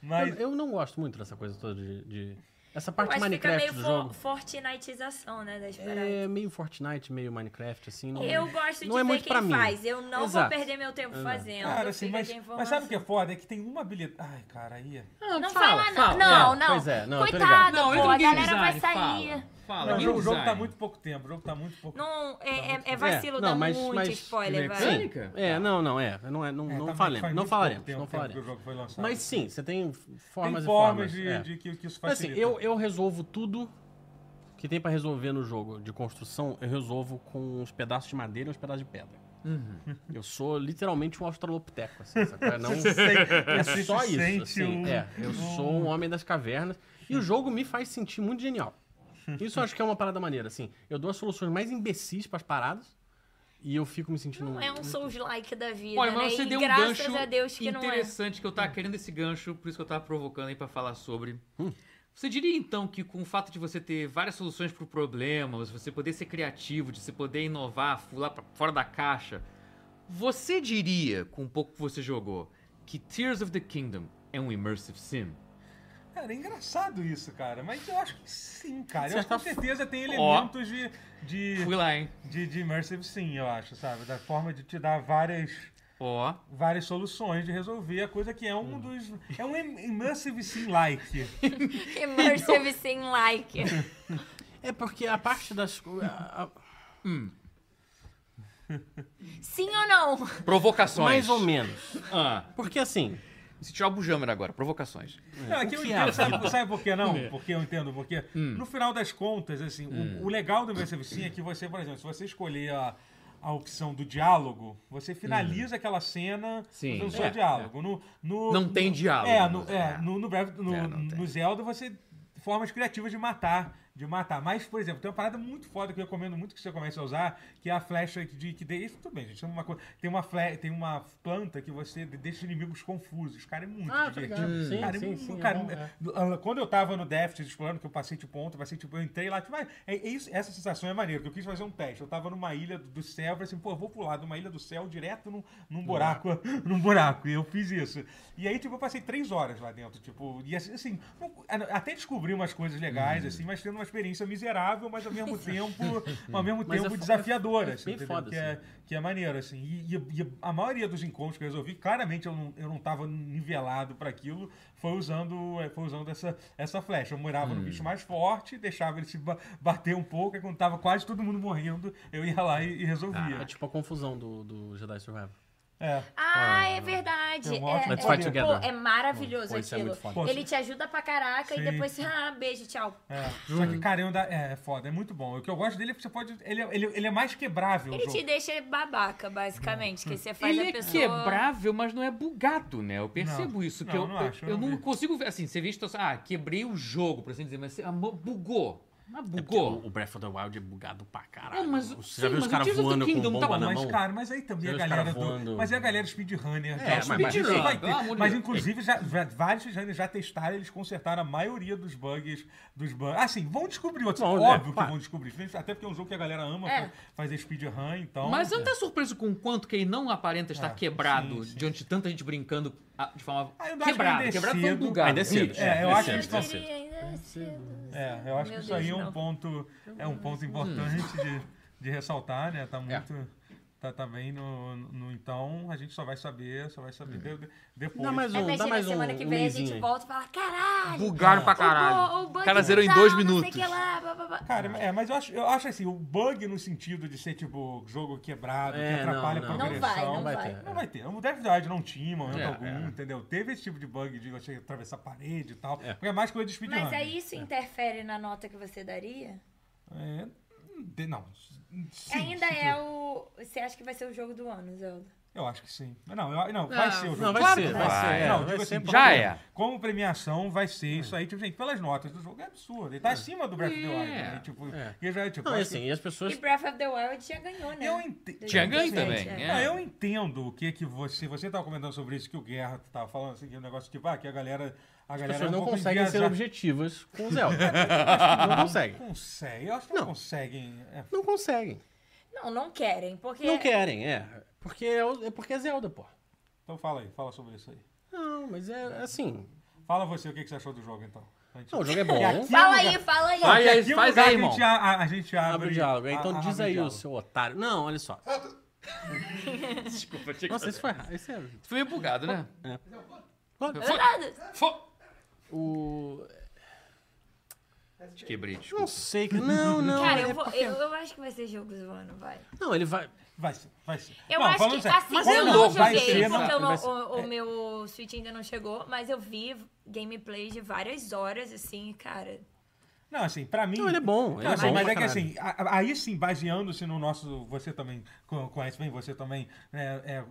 S1: Mas,
S5: Eu, eu não gosto muito dessa coisa toda de... de- Essa
S3: Eu
S5: parte
S3: acho que fica
S5: Minecraft
S3: meio
S5: do
S3: for,
S5: jogo
S3: Fortniteização, né, das paradas.
S5: é meio Fortnite, meio Minecraft, assim. Não...
S3: Eu gosto de
S5: não é
S3: ver
S5: muito pra
S3: quem
S5: mim.
S3: faz. Eu não
S5: Exato.
S3: vou perder meu tempo fazendo.
S1: cara, assim,
S3: Fica
S1: mas,
S3: de
S1: mas sabe o
S3: informação.
S1: que é foda? É que tem uma habilidade. Ai, cara, aí. é-
S9: Ah,
S3: Não
S5: fala,
S3: fala, não.
S5: fala.
S3: não,
S5: É,
S3: não.
S5: pois é, não, eu tô
S3: Coitado,
S4: ligado. Não,
S3: pô,
S4: entra
S3: a
S4: no game
S3: galera vai
S4: design,
S3: sair.
S4: fala.
S9: Fala,
S1: Não, o
S9: game
S1: jogo, o jogo tá
S9: design.
S1: muito pouco tempo. O jogo tá muito pouco
S3: Não, é, é- é vacilo
S5: É,
S3: dar
S5: não, mas-
S3: muito
S5: mas-
S3: spoiler,
S9: mas-
S3: vai.
S9: Sim.
S4: Mecânica?
S5: É, não, não, é. Não, é, não,
S1: Tá. É,
S5: não
S1: tá-
S5: falaremos,
S1: faz
S5: não
S1: muito pouco
S5: falaremos,
S1: tempo-
S5: não
S1: tempo que o
S5: falaremos.
S1: jogo foi lançado.
S5: Mas sim, você tem
S1: tem formas,
S5: formas e formas.
S1: de,
S5: é.
S1: de que, que isso
S5: Mas, assim,
S1: facilita.
S5: eu, eu resolvo tudo que tem pra resolver no jogo de construção, eu resolvo com uns pedaços de madeira e uns pedaços de pedra. Eu sou literalmente um australopiteco, assim, sacou? É, Não, é
S1: você
S5: só
S1: se
S5: isso,
S1: sente
S5: assim.
S1: um-
S5: É, eu sou um homem das cavernas e o jogo me faz sentir muito genial. Isso eu acho que é uma parada maneira, assim. Eu dou as soluções mais imbecis pras paradas e eu fico me sentindo...
S3: Não é um Souls-like da vida,
S4: Olha, mas
S3: né?
S4: você
S3: e
S4: deu um
S3: graças
S4: gancho
S3: a Deus que não é.
S4: interessante que eu tava querendo esse gancho, por isso que eu tava provocando aí pra falar sobre.
S1: Hum.
S4: Você diria então que com o fato de você ter várias soluções pro problema, de você poder ser criativo, de você poder inovar, pular pra fora da caixa, você diria, com um pouco que você jogou, que Tears of the Kingdom é um immersive sim?
S1: Cara, é engraçado isso, cara. Mas eu acho que sim, cara. Eu
S5: Você
S1: acho que com
S5: tá f-
S1: certeza tem
S4: Ó.
S1: elementos de,
S4: Fui
S1: de,
S4: lá, hein?
S1: de, de immersive sim, eu acho, sabe? Da forma de te dar várias...
S4: Ó.
S1: várias soluções de resolver a coisa que é
S4: Uhum.
S1: um dos é um im- immersive sim like
S3: Immersive sem like.
S5: É porque a parte das... co- a- a-
S3: Sim ou não?
S4: Provocações.
S5: mais ou menos.
S4: Ah,
S5: Porque assim,
S4: se tirar o Bujammer agora, provocações.
S1: não, é que eu
S5: que
S1: entendo,
S5: é?
S1: sabe, sabe por que não? Porque eu entendo porque
S4: Hum.
S1: no final das contas assim o- o, legal do immersive sim é que você por exemplo se você escolher a a opção do diálogo, você finaliza aquela cena
S4: Hum. Sim.
S1: usando só
S4: É,
S1: diálogo. No, no-
S4: Não
S1: no-
S4: tem diálogo.
S1: É, no, é,
S4: É.
S1: no, no, Breath- no,
S4: É, não tem.
S1: no Zelda você formas criativas de matar, de matar. Mas, por exemplo, tem uma parada muito foda que eu recomendo muito que você comece a usar, que é a flecha de que de... isso tudo bem, gente, é uma coisa, tem uma fle... tem uma planta que você de- deixa inimigos confusos. Cara, é muito
S5: Ah, tá
S1: divertido.
S5: ligado. Sim,
S1: cara, é
S5: sim,
S1: muito-
S5: sim, é
S1: cara,
S5: bom, é.
S1: do- ah, Quando eu tava no Deft explorando, que eu passei tipo ontem, passei tipo, eu entrei lá, tipo, ah, é, é isso, essa sensação é maneira, porque eu quis fazer um teste. Eu tava numa ilha do, do céu, eu falei assim, pô, eu vou pular de uma ilha do céu direto num, num buraco, num buraco. E eu fiz isso. E aí, tipo, eu passei três horas lá dentro, tipo, e assim, assim, não- a- até descobri umas coisas legais,
S5: Uhum.
S1: assim, mas tendo uma experiência miserável, mas ao mesmo tempo, ao mesmo
S5: Mas é
S1: tempo
S5: fo-
S1: desafiadora,
S5: é
S1: assim,
S5: bem
S1: entendeu?
S5: foda,
S1: que, é, que é maneiro, assim. E, e- e a maioria dos encontros que eu resolvi, claramente eu não, eu não tava nivelado para aquilo, foi usando, é, foi usando essa, essa flecha. Eu morava no bicho mais forte, deixava ele se ba- bater um pouco, e quando tava quase todo mundo morrendo, eu ia lá e, e
S5: é
S1: resolvia.
S5: tipo a confusão do, do Jedi Survivor.
S1: É.
S3: Ah, é verdade.
S1: É um ótimo
S3: é,
S5: Let's fight
S3: é,
S5: together.
S3: pô, é maravilhoso
S5: Pô, isso é
S3: aquilo.
S5: muito foda.
S3: Ele te ajuda pra caraca
S1: Sim.
S3: e depois você, ah, beijo, tchau.
S1: É, só que, cara, eu ainda- é, é foda, é muito bom. O que eu gosto dele é que você pode. Ele, é- ele, ele é mais quebrável. o
S3: Ele
S1: jogo.
S3: te deixa babaca, basicamente, que você faz
S4: Ele
S3: a
S4: é
S3: pessoa...
S4: quebrável, mas não é bugado, né? Eu percebo isso. Que
S1: Não,
S4: eu
S1: não acho,
S4: eu,
S1: eu não
S4: não
S1: vi.
S4: consigo ver. Assim, você vê isso, ah, quebrei o jogo, por assim dizer, mas você, ah, mo- bugou. Mas
S1: É
S4: bugou.
S5: O, o Breath of the Wild é bugado pra caralho.
S4: É, mas-
S5: Você
S4: sim,
S5: já viu
S4: mas
S5: os
S4: o
S5: caras
S4: Tears of the
S5: voando com
S4: Kingdom
S5: bomba
S4: tá bom,
S5: na
S1: mas,
S5: mão?
S1: cara, mas aí também
S5: Você
S1: a
S5: vê os
S1: galera
S5: caras
S1: do.
S5: voando.
S1: Mas é a galera speedrunner.
S5: É,
S1: cara,
S5: mas-
S1: speedrun
S4: mas-
S1: vai
S4: pelo amor
S1: ter.
S4: de
S1: Mas
S4: Deus.
S1: inclusive já, já- vários speedrunners já testaram, eles consertaram a maioria dos bugs dos bugs. Assim, vão descobrir outros.
S5: Bom, né?
S1: Óbvio que
S5: Claro.
S1: vão descobrir. Até porque é um jogo que a galera ama
S3: É.
S1: fazer speedrun, então.
S4: Mas eu não tá surpreso com o quanto que ele não aparenta estar
S1: É,
S4: quebrado
S1: sim, sim.
S4: diante de tanta gente brincando ah, de forma
S1: Ah, eu acho que
S4: quebrada.
S1: ainda é
S4: Quebrado foi um
S1: cedo.
S4: bugado.
S5: Ainda é cedo.
S1: É, eu
S5: É
S1: acho que
S5: cedo,
S1: eles
S5: é
S1: estão.
S5: cedo.
S1: É, eu acho
S3: Meu
S1: que isso
S3: Deus,
S1: aí é um
S3: não. Hum.
S1: ponto, é um ponto importante de, de ressaltar, né?
S5: É.
S1: Tá muito. Tá, tá bem no, no. Então, a gente só vai saber, só vai saber de-
S5: Hum.
S1: de- depois. É,
S5: Dá mais um,
S3: Imagina,
S5: dá mais um,
S3: semana que
S5: um
S3: vem a
S5: izinho
S3: gente
S5: aí.
S3: volta e fala, caralho!
S4: Bugaram
S1: É.
S4: pra
S3: O,
S4: caralho.
S3: bug
S4: cara zerou em
S3: tal,
S4: dois
S3: não sei
S4: minutos.
S3: que lá, blá, blá, blá.
S1: Cara,
S5: Ah.
S1: é, mas eu acho, eu acho assim, o bug no sentido de ser, tipo, jogo quebrado, que
S5: É, não,
S1: atrapalha
S5: não.
S1: a
S3: Não
S1: progressão.
S3: vai, não vai.
S5: vai ter.
S1: Não vai ter. É O Death Drive não tinha em momento
S4: É,
S1: algum,
S4: é.
S1: entendeu? Teve esse tipo de bug de você atravessar a parede e tal.
S5: É.
S1: Porque é mais coisa de speedrun.
S3: Mas aí isso interfere na nota que você daria?
S1: É, de- não. Sim,
S3: Ainda
S1: sim.
S3: é o... Você acha que vai ser o jogo do ano, Zelda?
S1: Eu acho que sim. Não, eu- não, vai ser o jogo.
S5: Ah, Não, vai
S4: Claro
S5: ser,
S4: que
S5: vai
S4: vai.
S5: ser. é,
S1: Não,
S5: vai
S1: digo
S5: ser É.
S1: assim,
S5: pra-
S4: Já é.
S1: Como premiação vai ser isso aí, tipo, gente, pelas notas do jogo é absurdo. Ele tá acima do Breath of the Wild. Né? Tipo,
S5: É.
S1: e já, tipo,
S5: Não, é
S1: acho
S5: assim, e as
S3: E
S5: pessoas...
S3: Breath of the Wild já ganhou,
S1: que-
S3: né?
S1: É. eu entendo.
S4: Tinha ganho
S3: Diferente,
S4: também.
S3: é.
S4: é.
S1: Não, eu entendo o que que você. Você tava comentando sobre isso que o Guerra tava falando, assim, que o negócio tipo, ah, que a galera. A
S5: As
S1: galera
S5: pessoas
S1: é um
S5: não
S1: pouco
S5: conseguem ser
S1: enviesada.
S5: objetivas com o Zelda. Acho que não conseguem.
S1: Consegue, eu acho que não,
S5: Não.
S1: conseguem. É,
S5: Não conseguem.
S3: Não, não querem, porque...
S5: Não querem, é. Porque é, o- é porque é Zelda, pô.
S1: então fala aí, fala sobre isso aí.
S5: Não, mas é assim...
S1: Fala você o que, que você achou do jogo, então. A gente-
S5: Não, o jogo é
S1: Porque
S5: bom.
S1: aqui é
S3: Fala
S1: um lugar-
S3: aí, fala aí.
S4: Vai aí,
S1: aqui é um
S4: faz
S1: lugar
S4: aí,
S1: que a gente
S4: irmão.
S1: a- a- a gente abre.
S5: Abre o diálogo.
S1: a-
S5: Então
S1: a-
S5: diz
S1: abre
S5: aí, o
S1: diálogo.
S5: seu otário. Não, olha só. Nossa, esse foi errado. Esse é...
S4: Foi meio bugado, né?
S5: Olha,
S3: é Verdade.
S4: Fo-
S5: o...
S9: Te quebrei, desculpa.
S5: Não sei, cara. Não, não.
S3: Cara,
S5: é
S3: eu, vou,
S5: porque-
S3: eu, eu acho que vai ser jogo zoando, vai.
S5: Não, ele vai.
S1: Vai ser, vai ser.
S3: Eu
S1: Não,
S3: acho
S1: falando
S3: que,
S1: sério,
S3: assim,
S1: como
S3: eu não
S1: vai
S3: joguei,
S1: ser, É. não-
S3: porque eu não-
S5: vai ser.
S3: o, o meu Switch ainda não chegou, mas eu vi gameplay de várias horas, assim, cara.
S1: Não, assim, pra mim.
S5: Não, ele é bom, ele é
S1: assim,
S5: bom
S1: mas
S5: pra
S1: é que
S5: caralho.
S1: assim, a- a- aí sim, baseando-se no nosso. Você também co- conhece bem, você também. né, é,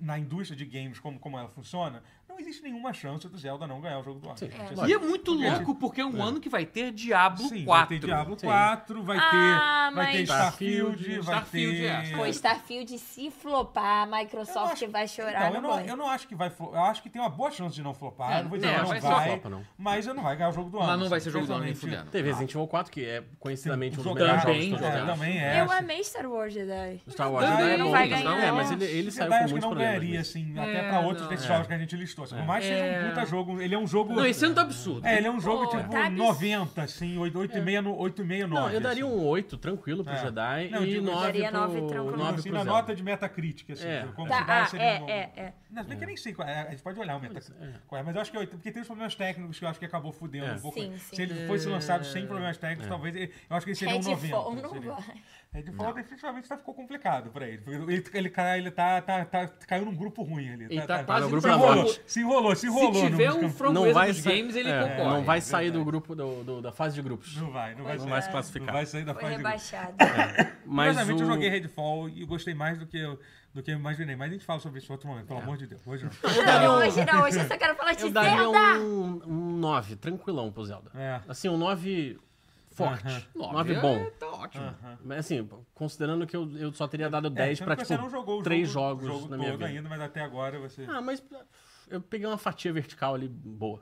S1: na indústria de games, como, como ela funciona, não existe nenhuma chance do Zelda não ganhar o jogo do ano. Gente, assim,
S4: E é muito louco, porque é um ano que vai ter Diablo
S1: sim, vai
S4: 4.
S1: ter Diablo 4, vai ter,
S3: Ah,
S1: vai ter
S3: mas-
S1: Starfield, vai
S4: Starfield,
S1: ter.
S4: é.
S3: Pô, Starfield, se flopar, a
S1: Eu não
S3: Microsoft
S1: acho-
S3: vai chorar
S1: Então, eu,
S3: no
S1: não,
S3: banho.
S1: eu não acho que vai flopar. Eu acho que tem uma boa chance de não flopar.
S4: É,
S1: eu não vou dizer
S4: não,
S1: que não
S4: vai
S1: vai,
S4: ser
S5: flopa, não.
S1: mas eu não vai ganhar o jogo do ano.
S4: Mas não vai
S1: assim,
S4: ser jogo do ano nem
S1: certamente.
S4: fudendo.
S5: Teve Resident Evil 4, que é coincidamente um dos
S1: Jogar-
S5: melhores
S4: Também,
S5: jogos que eu
S1: é,
S5: já
S4: jogar.
S1: também é.
S3: Eu amei Star Wars Jedi.
S5: Star Wars
S1: Jedi
S5: Jedi é
S1: não
S5: bom.
S1: vai
S5: mas-
S3: ganhar,
S5: É,
S3: não.
S5: mas ele, ele
S1: Jedi
S5: saiu com
S1: acho que
S5: muitos
S1: não
S5: problemas.
S1: ganharia,
S5: mas-
S1: assim,
S4: É,
S1: até pra outros
S4: não,
S1: desses
S4: é.
S1: jogos que a gente listou. assim, Por mais que seja um puta jogo, ele é um jogo...
S4: Não, esse ano tá absurdo.
S1: É, ele é um jogo,
S3: Pô,
S1: tipo,
S3: tá abs-
S1: 90, assim, 8, 8 e meia, no- 8 e meia, 9.
S5: Não, eu daria
S1: assim.
S5: um 8 tranquilo pro
S1: É.
S5: Jedi
S1: Não, eu
S5: e
S1: digo-
S5: 9
S3: Daria
S5: pro,
S3: nove
S5: 9
S3: tranquilo.
S1: Não, assim,
S5: pro
S1: na
S5: Zelda.
S1: nota de Metacritic, assim,
S5: É.
S1: como se
S3: Tá,
S1: dá,
S3: ah,
S1: seria um...
S3: é, é, é.
S1: Não, se bem que eu nem sei qual é, a gente pode olhar o Metacritic. qual é, Mas eu acho que é oito, porque tem os problemas técnicos que eu acho que acabou fudendo
S5: É.
S1: um pouco.
S3: Sim,
S1: ele.
S3: sim.
S1: Se ele fosse lançado sem problemas técnicos, talvez ele- eu acho que ele seria um 90.
S3: Redfall não
S1: seria.
S3: vai.
S1: Redfall definitivamente tá, ficou complicado pra ele. porque Ele, ele, cai- ele tá, tá, tá- caiu num grupo ruim ali.
S4: Ele tá quase
S5: o
S1: se
S5: grupo da
S1: enrolou,
S5: morte.
S1: se enrolou, se enrolou.
S4: Se
S1: no-
S4: tiver
S1: no-
S4: um From
S5: Não
S4: Wizards
S5: vai sa-
S4: Games, ele
S5: é,
S4: concorre.
S5: Não vai sair
S1: verdade. Hum.
S5: do grupo do- do- da fase de grupos.
S1: Não vai, não vai
S3: Não
S1: sair.
S3: vai
S5: um se classificar.
S1: Não vai sair da
S3: Foi
S1: fase de grupo.
S3: rebaixado.
S5: Mas
S1: Curiosamente,
S5: o...
S1: eu joguei Redfall e gostei mais do que eu, do que eu imaginei. Mas a gente fala sobre isso em outro momento, pelo
S5: É.
S1: amor de Deus. Hoje não.
S3: Não, hoje não, hoje eu só quero falar de
S5: Eu daria
S3: Zelda.
S5: um, um 9, tranquilão pro Zelda.
S1: É.
S5: Assim, um 9 forte.
S4: Nove
S5: 9
S4: é-
S5: bom.
S4: Tá ótimo.
S1: Ah.
S5: Mas assim, considerando que eu, eu só teria dado 10
S1: sendo
S5: pra,
S1: É, que
S5: tipo,
S1: o
S5: 3
S1: jogo-
S5: jogos
S1: jogo
S5: na minha
S1: todo
S5: vida.
S1: ainda, mas até agora você...
S5: Ah, mas eu peguei uma fatia vertical ali boa,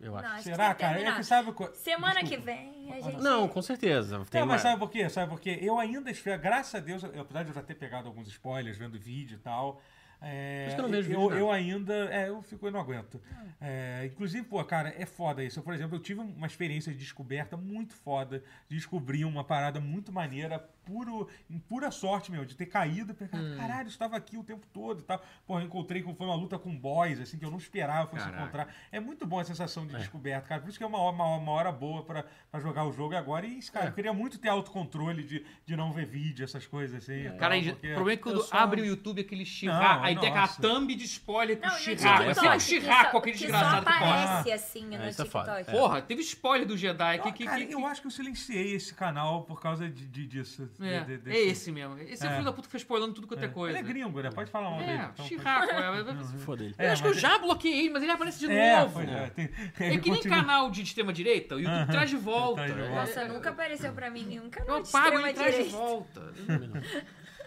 S5: eu acho.
S3: Não, é acho que
S1: Será,
S3: tem que
S1: cara? É
S3: terminar.
S1: que sabe... co-
S3: Semana
S1: Desculpa.
S3: que vem a gente.
S5: Não, com certeza. Tem
S1: Não, mas
S5: mais...
S1: sabe por quê? Sabe por quê? Eu ainda estou, graças a Deus, eu- apesar de eu já ter pegado alguns spoilers, vendo vídeo e tal. é,
S5: Por isso que eu não vejo
S1: eu,
S5: vídeo, não.
S1: eu ainda. É, eu fico, eu não aguento. É, inclusive, pô, cara, é foda isso. Eu, por exemplo, eu tive uma experiência de descoberta muito foda. de Descobri uma parada muito maneira, puro, em pura sorte, meu, de ter caído. Porque, Caralho, estava aqui o tempo todo e tal. Pô, eu encontrei com foi uma luta com boys, assim, que eu não esperava fosse
S4: Caraca.
S1: encontrar. É muito bom a sensação de descoberta, cara. Por isso que é uma, hora- uma, uma hora boa pra, pra jogar o jogo agora. E, isso, cara,
S4: É.
S1: eu queria muito ter autocontrole de, de não ver vídeo, essas coisas assim. e tal,
S4: Cara, aí, o
S1: porque-
S4: problema é que quando
S1: Eu só-
S4: abre o YouTube aquele
S1: Não,
S4: chirrar, aí tem aquela
S1: nossa.
S4: thumb de spoiler com
S3: Não, e o
S4: chirrar. É sempre um
S3: TikTok, que
S4: chirrar
S3: só-
S4: com aquele
S3: que
S4: desgraçado
S3: só
S4: que corre.
S3: aparece assim
S5: É,
S3: no
S5: isso é foda.
S3: TikTok.
S5: É.
S4: Porra, teve spoiler do Jedi. Que, que,
S1: Cara,
S4: que, que-
S1: eu acho que eu silenciei esse canal por causa de, de- disso.
S4: É,
S1: de- de-
S4: é esse mesmo. Esse é o filho da puta que fez spoilando tudo quanto é,
S1: É.
S4: coisa.
S1: Ele é gringo, né? Pode falar mal dele.
S4: É,
S1: então,
S4: chirraco. é, é,
S5: Se foda ele.
S1: pode- É,
S4: eu acho que eu
S1: mas-
S4: já bloqueei ele, mas ele aparece de
S1: É,
S4: novo.
S1: pois é,
S4: É,
S1: tem- ele
S4: que nem
S1: continua-
S4: canal de extrema-direita, o YouTube traz de volta.
S1: Traz de volta.
S3: Nossa, nunca apareceu pra mim nenhum canal
S4: Eu
S3: de
S4: pago e traz de
S3: direita.
S4: volta.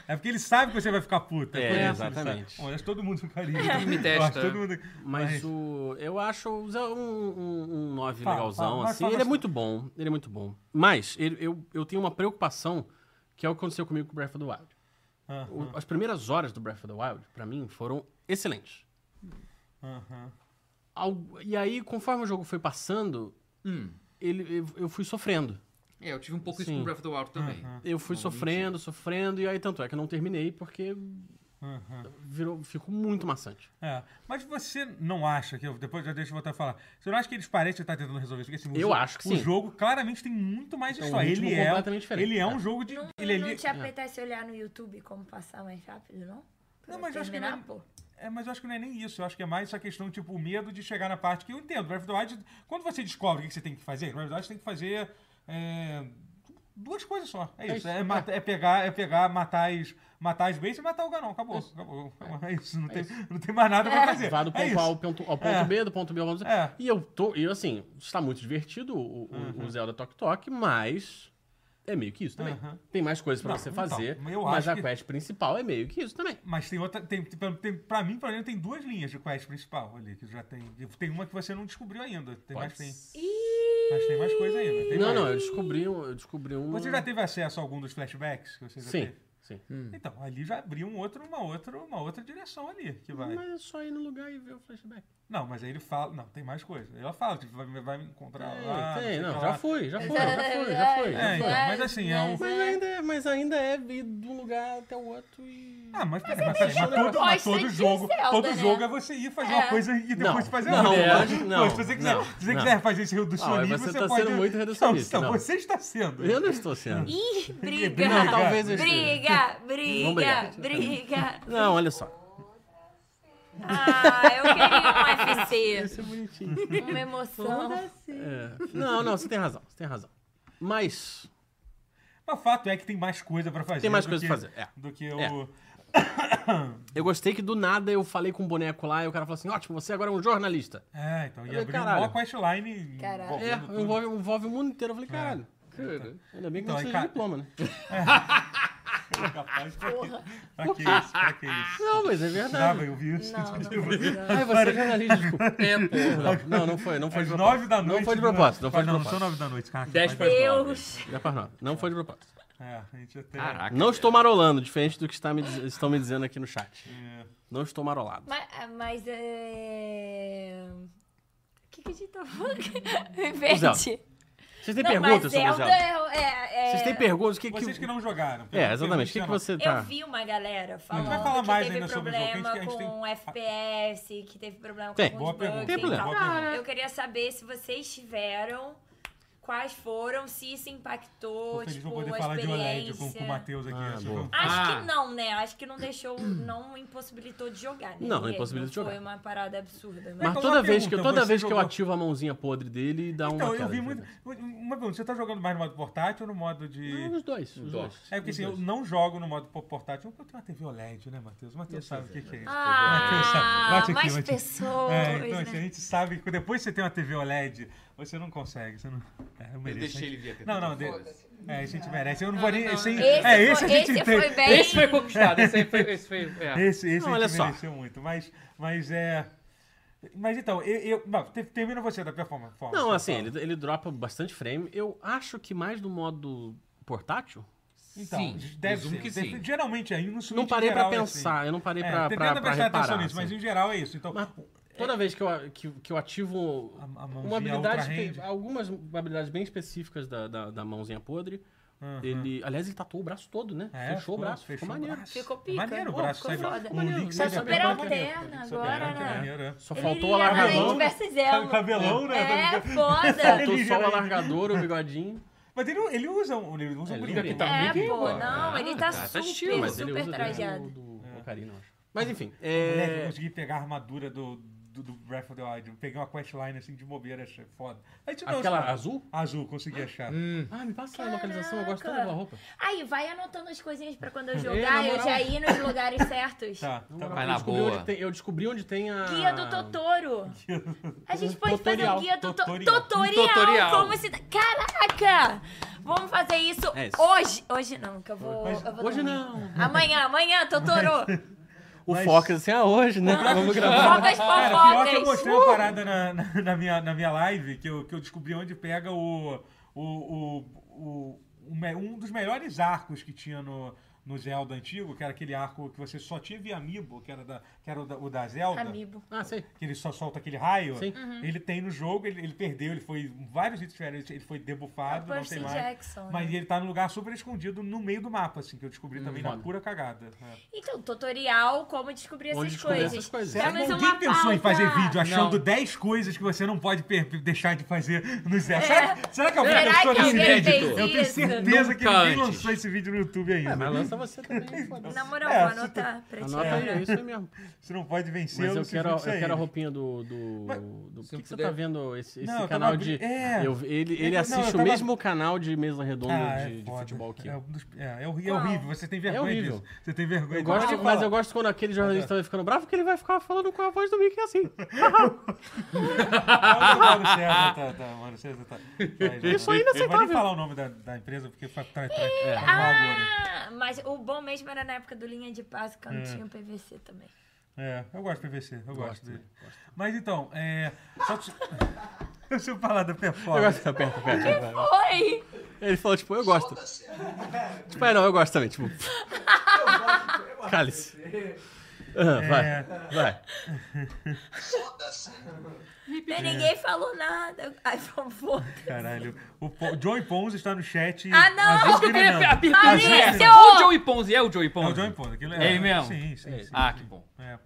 S1: É porque ele sabe que você vai ficar puta.
S5: É,
S1: por isso, ele
S5: exatamente.
S1: sabe. Bom, eu acho que todo mundo ficaria.
S4: Ele É, me
S1: Eu
S4: testa.
S1: acho que todo mundo-
S5: Mas o. Eu acho o Zé um, um, um 9
S1: Fala,
S5: legalzão,
S1: fala, mas
S5: assim.
S1: fala
S5: ele é
S1: assim.
S5: muito bom. Ele é muito bom. Mas ele- eu, eu tenho uma preocupação que é o que aconteceu comigo com o Breath of the Wild.
S1: Ah,
S5: O- as primeiras horas do Breath of the Wild, pra mim, foram excelentes.
S1: aham.
S5: Al- e aí, conforme o jogo foi passando,
S4: Hum.
S5: ele, eu, eu fui sofrendo.
S4: É, eu tive um pouco isso
S5: Sim.
S4: com Breath of the Wild também.
S5: Eu fui sofrendo, sofrendo, e aí tanto é que eu não terminei porque virou, ficou muito maçante.
S1: É, mas você não acha que eu depois já deixo eu voltar a falar? Você não acha que eles parecem que tá tentando resolver isso? Porque, assim, o
S5: Eu
S1: jo-
S5: acho que
S1: O
S5: sim.
S1: jogo claramente tem muito mais
S5: Tem um
S1: história.
S5: ritmo
S1: Ele é,
S5: completamente diferente.
S1: ele é um
S5: É.
S1: jogo de
S3: Não,
S1: ele,
S3: não
S1: ele-
S3: te apetece olhar no YouTube como passar mais rápido, não? Pra
S1: Não, mas eu acho que
S3: terminar,
S1: não-
S3: pô.
S1: é, mas eu acho que não é nem isso. Eu acho que é mais essa questão tipo o medo de chegar na parte que eu entendo. Breath of the Wild, quando você descobre o que você tem que fazer, na verdade você tem que fazer é, duas coisas só. É isso.
S5: isso.
S1: É, mata- é pegar, é pegar, matar as matar as bases e matar o Ganon. Acabou. Acabou. É isso. Não, tem, não tem mais nada pra fazer.
S5: Vá do ponto
S1: é isso.
S5: A ao ponto, ao ponto
S1: É.
S5: B, do ponto B ao ponto C.
S1: É. Uhum.
S5: E eu tô. E eu, assim, está muito divertido o, o- o Zelda Tok Tok, mas. É meio que isso também.
S1: Aham.
S5: Tem mais coisas pra
S1: Não,
S5: você
S1: então,
S5: fazer,
S1: eu
S5: mas
S1: acho
S5: a
S1: que-
S5: quest principal é meio que isso também.
S1: Mas tem outra. Tem, tem, tem- pra mim, pelo menos, tem duas linhas de quest principal ali, que já tem. Tem uma que você não descobriu ainda. Tem mais, tem, mas tem mais coisa ainda. tem
S5: não,
S1: mais.
S5: não, eu descobri, um- eu descobri uma.
S1: É. Você já teve acesso a algum dos flashbacks que você já
S5: Sim,
S1: teve? Hum.
S5: sim.
S1: Então, ali já abriu um outro, uma, outra, uma outra direção ali que vai.
S5: Mas é só ir no lugar e ver o flashback.
S1: Não, mas aí ele fala. Não, tem mais coisa. Ela fala, tipo, vai, vai me encontrar lá.
S5: tem,
S1: sei
S5: não,
S1: lá.
S5: já fui, já foi, já foi, já foi.
S1: É, então, mas assim, é um.
S5: Mas ainda, é- mas ainda é ir de um lugar até o outro e.
S1: Ah, mas,
S3: é
S1: peraí, mas, mas, mas todo, mas todo
S3: de
S1: jogo,
S3: Zelda,
S1: todo
S3: né?
S1: jogo é você ir fazer uma coisa e depois
S5: Não,
S1: fazer
S5: não,
S1: outra.
S5: lógico, não,
S1: Pô, se você quiser,
S5: não,
S1: se você
S5: não.
S1: quiser fazer esse reducionismo,
S5: Ah, você tá
S1: pode...
S5: sendo muito reducionista,
S1: Não,
S5: não.
S1: você está sendo.
S5: Eu não estou sendo.
S3: Ih, briga!
S1: Não,
S5: talvez eu
S3: Briga,
S5: Vamos
S3: briga,
S5: brigar.
S3: briga.
S5: Não, olha só.
S3: Ah, eu queria um UFC.
S5: Isso é bonitinho.
S3: Uma emoção.
S5: É. Não, não, você tem razão, você tem razão. Mas.
S1: Mas o fato é que tem mais coisa pra fazer.
S5: Tem mais
S1: do
S5: coisa
S1: que,
S5: pra fazer, é.
S1: Do que o...
S5: Eu gostei que do nada eu falei com um boneco lá e o cara falou assim: ótimo, você agora é um jornalista.
S1: É, então, e
S5: Eu falei,
S1: abriu uma
S5: caralho.
S1: questline
S3: Caralho.
S5: É,
S1: envolvendo tudo.
S5: envolve, envolve o mundo inteiro. Eu falei: caralho. Ainda bem que
S1: É. Então,
S5: não
S1: aí,
S5: precisa
S1: cara-
S5: de diploma, né?
S1: Capaz, pra que, pra que isso? Pra que isso?
S5: Não, mas é
S1: Ah,
S5: verdade.
S1: eu vi isso.
S3: Não, não.
S5: Ai, você é jornalista, desculpa.
S4: É, porra.
S5: Não, não foi, não foi
S1: Às
S5: de propósito.
S1: nove da noite.
S5: Não foi de
S1: né?
S5: propósito, não foi de
S1: Ah, Não, são
S5: propósito.
S1: nove da noite, cara.
S4: Dez para
S1: mas-
S3: Deus.
S5: Já faz nove. Não foi de propósito.
S1: É, a gente até...
S4: Caraca.
S5: Não estou marolando, diferente do que está me diz- estão me dizendo aqui no chat.
S1: É.
S5: Não estou marolado.
S3: Mas, ah, mas é... O que, que a gente tá falando? Me
S5: Zelda.
S3: perdi.
S5: Vocês têm
S3: Não, mas
S5: perguntas sobre
S3: Zelda
S5: Zelda?
S3: é- é- é-
S5: Vocês têm perguntas? O que
S1: Vocês que
S5: que...
S1: não jogaram.
S5: É, exatamente. O que que
S1: pergunta
S5: você
S3: Eu
S5: tá...
S3: vi uma galera
S1: gente
S3: falando
S1: vai falar
S3: que
S1: mais
S3: teve
S1: ainda sobre o jogo, que a gente-
S3: problema
S1: que a gente tem-
S3: com FPS, que teve problema
S5: Tem.
S3: com
S1: Boa
S3: alguns
S1: pergunta.
S3: bugs
S5: Tem
S3: e
S5: problema.
S3: tal.
S1: Boa pergunta.
S3: Eu queria saber se vocês tiveram, quais foram, se isso impactou,
S1: Vocês
S3: tipo,
S1: vão poder
S3: a
S1: falar de OLED com,
S3: experiência.
S1: com o Matheus aqui.
S5: Ah,
S1: acho que
S5: boa.
S1: eu-
S3: Acho
S4: Ah.
S3: que não, né? Acho que não deixou, não impossibilitou de jogar. Né?
S5: Não,
S3: Porque
S5: impossibilitou de
S3: Foi
S5: jogar.
S3: uma parada absurda.
S5: Mas
S1: Então,
S5: toda
S1: uma
S5: vez, que eu,
S1: pergunta,
S5: toda
S1: você
S5: vez que eu
S1: jogou-
S5: ativo a mãozinha podre dele, dá uma
S1: Então, eu
S5: aquela
S1: vi
S5: de-
S1: muito. Uma pergunta, você tá jogando mais no modo portátil ou no modo de.
S5: Não, os dois, os dois.
S1: É porque
S5: os
S1: assim, eu
S5: dois.
S1: não jogo no modo po- portátil porque eu tenho uma TV OLED, né, Matheus? O Matheus sabe o que, que é isso. Matheus sabe.
S3: Ah,
S1: Bate aqui,
S3: mais
S1: bate aqui.
S3: pessoas,
S1: É, então assim, a
S3: né?
S1: gente sabe que depois que você tem uma TV OLED, você não consegue. Você não... É, eu
S4: Eu
S1: mereço,
S4: deixei
S1: né?
S4: ele
S5: tá
S4: vir aqui.
S1: Não, não, de... é, a gente merece. Eu não vou nem. Esse, aí-
S3: Esse,
S1: é, esse
S3: foi,
S1: a gente
S3: esse
S1: entende.
S3: foi bem...
S4: Esse foi conquistado, esse aí foi. Esse foi é.
S1: Esse, esse
S5: Não,
S1: a gente
S5: olha só.
S1: mereceu muito. Mas, mas é. Mas então, eu. eu- não, te- termina você da performance.
S5: Não,
S1: fala.
S5: assim, ele, ele dropa bastante frame. Eu acho que mais do modo portátil.
S1: Então,
S4: Sim,
S1: deve
S4: presumo
S1: ser.
S4: que
S1: Deve-
S4: sim.
S1: Geralmente aí no Switch.
S5: Não parei
S1: em
S5: pra
S1: geral, é assim.
S5: pensar, eu não parei
S1: É,
S5: pra,
S1: tenta
S5: pra, pra
S1: prestar atenção
S5: reparar.
S1: nisso, mas
S5: assim.
S1: em geral é isso. Então,
S5: Mas toda vez que eu, que, que eu ativo um,
S1: A- a mãozinha
S5: uma habilidade,
S1: ultra hand.
S5: que- algumas habilidades bem específicas da, da, da mãozinha podre, ele. Aliás, ele tatuou o braço todo, né?
S1: é,
S5: fechou o braço, ficou maneiro.
S3: Ficou pica.
S1: Maneiro o
S3: Pô,
S1: braço.
S3: ficou
S1: Sai,
S3: foda.
S1: o Link sai
S5: Tá
S1: bem
S3: super
S1: maneiro.
S3: alterna
S1: Super
S3: agora,
S1: alterna,
S3: né?
S1: maneiro, é.
S5: Só
S3: Ele
S5: faltou o
S3: iria na
S5: alargador.
S3: Lady versus
S1: Cabe-
S3: Zelda.
S1: Cabelão, né?
S3: É, foda.
S5: Faltou
S1: Ele
S5: só o
S1: iria na-
S5: alargador, o bigodinho.
S1: Mas ele, ele usa um, ele usa um
S5: Ele
S1: brinco.
S5: usa-
S4: tá
S3: É,
S4: bem,
S3: pô,
S4: ó.
S3: não, ele tá
S4: tá
S3: super,
S4: estilo,
S5: Ah, mas ele
S3: super
S5: usa
S3: trajado.
S5: desde o
S1: É.
S5: do Ocarina, eu acho. Mas enfim,
S1: Moleque, eu
S5: é...
S1: consegui pegar a armadura do, do, do Breath of the Wild. Eu Peguei uma questline assim de bobeira, achei foda. A gente não
S5: aquela
S1: sabe.
S5: azul?
S1: Azul, consegui achar.
S5: Ah, me passa a localização, eu gosto tanto
S3: Caraca.
S5: daquela roupa.
S3: Aí, vai anotando as coisinhas pra quando eu
S5: na
S3: jogar, eu
S5: moral.
S3: já ir nos lugares certos.
S1: Tá, tá bom.
S5: Eu
S4: na
S5: descobri
S4: boa.
S5: onde tem- eu descobri onde tem a...
S3: Guia do Totoro. A gente pode
S5: Tutorial.
S3: fazer um guia do to-
S1: Tutorial.
S3: tutorial.
S4: Tutorial.
S3: Como se... Caraca! Vamos fazer isso,
S5: É isso.
S3: hoje. Hoje não, que eu vou... eu vou
S5: Hoje
S3: dormir.
S5: não.
S3: Amanhã, amanhã, Totoro.
S5: O
S1: Mas-
S5: Fox, assim, ah, hoje, né? Vamos gravar.
S3: Foca as
S1: Cara, pior que eu
S3: fofocas.
S1: mostrei uma parada na, na, na minha, na minha live, que eu, que eu descobri onde pega o, o, o, o- o me- um dos melhores arcos que tinha no, no Zelda antigo, que era aquele arco que você só tinha via Amiibo, que era, da, que era o, da, o da Zelda.
S3: Amiibo.
S5: Ah, sei.
S1: Que ele só solta aquele raio.
S5: Sim.
S3: Uhum.
S1: Ele tem no jogo, ele, ele perdeu, ele foi. Vários itens diferentes, ele foi
S3: É o
S1: debufado, não
S3: Percy
S1: tem mais.
S3: Jackson, né?
S1: Mas ele tá num lugar super escondido no meio do mapa, assim, que eu descobri também na
S5: Uhum. foda.
S1: pura cagada. né?
S3: Então, tutorial, como descobrir
S5: Onde
S3: essas
S5: descobrir
S3: coisas.
S5: essas coisas. É
S3: Pelo menos
S1: Ninguém
S3: uma
S1: pensou em
S3: pauta.
S1: fazer vídeo achando
S4: Não.
S1: 10 coisas que você não pode per- deixar de fazer no Zé. Será, será que alguém
S3: É. Será
S1: pensou
S3: que
S1: nesse
S3: alguém
S1: vídeo?
S3: fez
S1: Eu tenho
S3: isso?
S1: certeza que
S4: Nunca
S1: ninguém
S4: antes.
S1: lançou esse vídeo no YouTube
S5: É,
S1: ainda.
S5: mas lança você também, foda-se.
S3: Na moral,
S1: É,
S3: vou
S1: se-
S3: anotar pra ti.
S5: assim? Anota aí, é isso aí mesmo.
S1: Você não pode vencer
S5: Mas eu
S1: esses
S5: quero,
S1: vídeos
S5: eu
S1: aí.
S5: quero a roupinha do. do, do- Por que, que você
S4: puder.
S5: tá vendo esse, esse
S1: Não, eu
S5: canal
S1: tava
S5: de.
S1: abri- é.
S5: eu- ele ele
S1: Não, eu
S5: assiste
S1: tava-
S5: o mesmo canal de mesa redonda
S1: Ah, é
S5: de, de
S1: foda.
S5: futebol que
S1: É,
S5: eu.
S1: um dos- é, é horri- é horrível, você tem vergonha
S5: horrível.
S1: disso. Você tem vergonha disso.
S5: Eu gosto,
S1: Pode
S5: mas
S1: falar.
S5: eu gosto quando aquele jornalista vai ficando bravo, porque ele vai ficar falando com a voz do Mickey assim.
S1: Ah, o Mano César tá- tá- o Mano César tá- tá aí,
S5: Isso
S1: né?
S5: é
S1: Eu vou nem
S5: inaceitável.
S1: falar o nome da, da empresa, porque faz tra- tra- faz mal agora.
S3: Ah, mas o bom mesmo era na época do Linha de Passe, quando
S5: Hum.
S3: tinha o PVC também.
S1: É, eu gosto de PVC, eu gosto,
S5: Gosto,
S1: dele. Mas então, é. Só te... Deixa eu falar da
S5: Eu
S1: performance.
S5: gosto, aperta, aperta, aperta.
S3: Oi!
S5: Ele falou, tipo, eu gosto. Tipo, é, não, eu gosto também, tipo. Cálice. Ah, vai, vai.
S11: Foda-se.
S3: Mas ninguém falou nada. Ai, favor.
S1: Caralho. O Po- Joey Pons está no chat.
S3: Ah, não!
S1: às vezes
S3: Eu
S4: queria
S1: gritando.
S4: a pergunta
S1: Às vezes
S3: direta.
S1: gritando.
S4: é O Joey Ponzi é o Joey
S1: É o
S4: Ponzi?
S1: Joey Pons. Aquilo
S4: É ele mesmo?
S1: Sim, sim, sim.
S4: Ah,
S1: sim.
S4: que bom.
S1: É.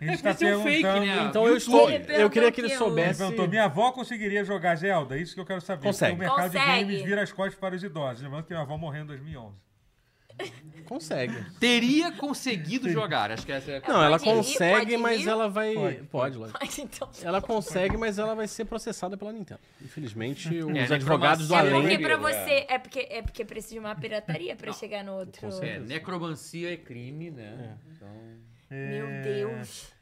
S1: Ele está
S4: Esse é um fake,
S1: perguntando-
S4: né?
S5: Então eu estou.
S3: Ele perguntou
S5: Eu queria que um- ele
S3: que eu-
S1: Ele
S5: soubesse.
S1: perguntou, minha avó conseguiria jogar Zelda? É Isso que eu quero saber. porque
S5: Consegue.
S1: O mercado de
S3: Consegue.
S1: games vira as costas para os idosos. Lembrando que minha avó morreu em 2011.
S5: Consegue.
S4: Teria conseguido jogar, acho que essa é a
S5: Não, ela
S3: Pode ir,
S5: consegue,
S3: pode
S5: mas
S3: ir.
S5: ela vai.
S1: Pode.
S5: Pode, lógico.
S3: Mas então.
S5: Ela consegue, mas ela vai ser processada pela Nintendo. Infelizmente, os
S4: né,
S5: advogados do
S4: pra uma-
S3: É porque
S5: além.
S3: pra você. É porque, é porque precisa de uma pirataria pra chegar no outro.
S4: É, necromancia é crime, né? Então...
S3: Meu Deus.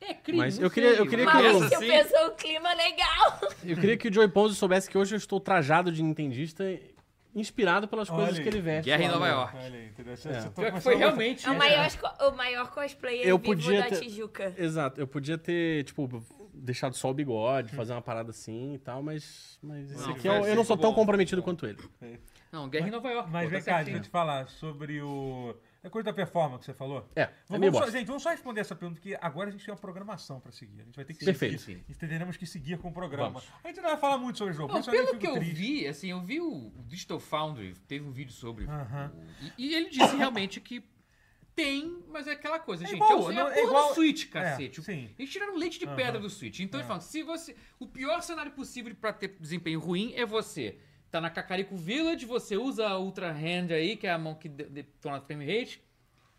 S4: É crime.
S5: Mas
S4: não
S5: eu queria-
S4: sei,
S5: eu queria
S4: mas
S5: que eu- assim.
S3: Mas se
S4: essa
S3: eu
S4: sim-
S3: pensou o clima legal.
S5: Eu queria que o Joey Ponzo soubesse que hoje eu estou trajado de Nintendista, inspirado pelas
S1: Olha
S5: coisas
S1: aí.
S5: que ele veste.
S4: Guerra em
S5: lá né?
S4: Nova
S5: no-
S4: York.
S1: Olha aí, entendeu? Você-
S5: É.
S1: você tá
S4: Pior que
S1: começando
S4: foi
S1: a-
S4: realmente. né?
S3: É o maior, co- o maior cosplayer
S5: Eu
S3: vivo
S5: podia
S3: da
S5: ter-
S3: Tijuca.
S5: Exato, eu podia ter, tipo, deixado só o bigode, fazer uma parada assim e tal, mas. Mas esse
S4: Não,
S5: aqui é eu,
S4: vai
S5: eu não
S4: ser
S5: sou tão
S4: bom.
S5: comprometido quanto ele.
S4: Não, guerra em Nova York.
S1: Mas
S4: pô,
S1: vem
S4: tá
S1: cá, deixa
S4: certinho.
S1: eu te falar sobre o. É coisa da performance que você falou?
S5: É, é
S1: Vamos,
S5: meio
S1: vamos só,
S5: bosta.
S1: gente, vamos só responder essa pergunta, porque agora a gente tem uma programação pra seguir. A gente vai ter que
S5: Perfeito.
S1: seguir. Perfeito. Teremos que seguir com o programa.
S5: Vamos.
S1: A gente não vai falar muito sobre o jogo, por
S4: Não,
S1: isso é eu
S4: pelo
S1: nem
S4: que eu
S1: fico triste.
S4: vi, assim, eu vi o Digital Foundry, teve um vídeo sobre.
S1: Aham.
S4: o- e, e ele disse realmente que tem, mas é aquela coisa,
S1: É
S4: gente.
S1: igual,
S4: eu, é
S1: não,
S4: a
S1: é
S4: porra
S1: igual-
S4: do Switch, cacete.
S1: sim.
S4: Eles tiraram leite de
S1: Aham. É.
S4: pedra do Switch. Então eles falam, se você. O pior cenário possível pra ter desempenho ruim é você. Tá na Cacarico Village, você usa a Ultra Hand aí, que é a mão que de- detona frame rate,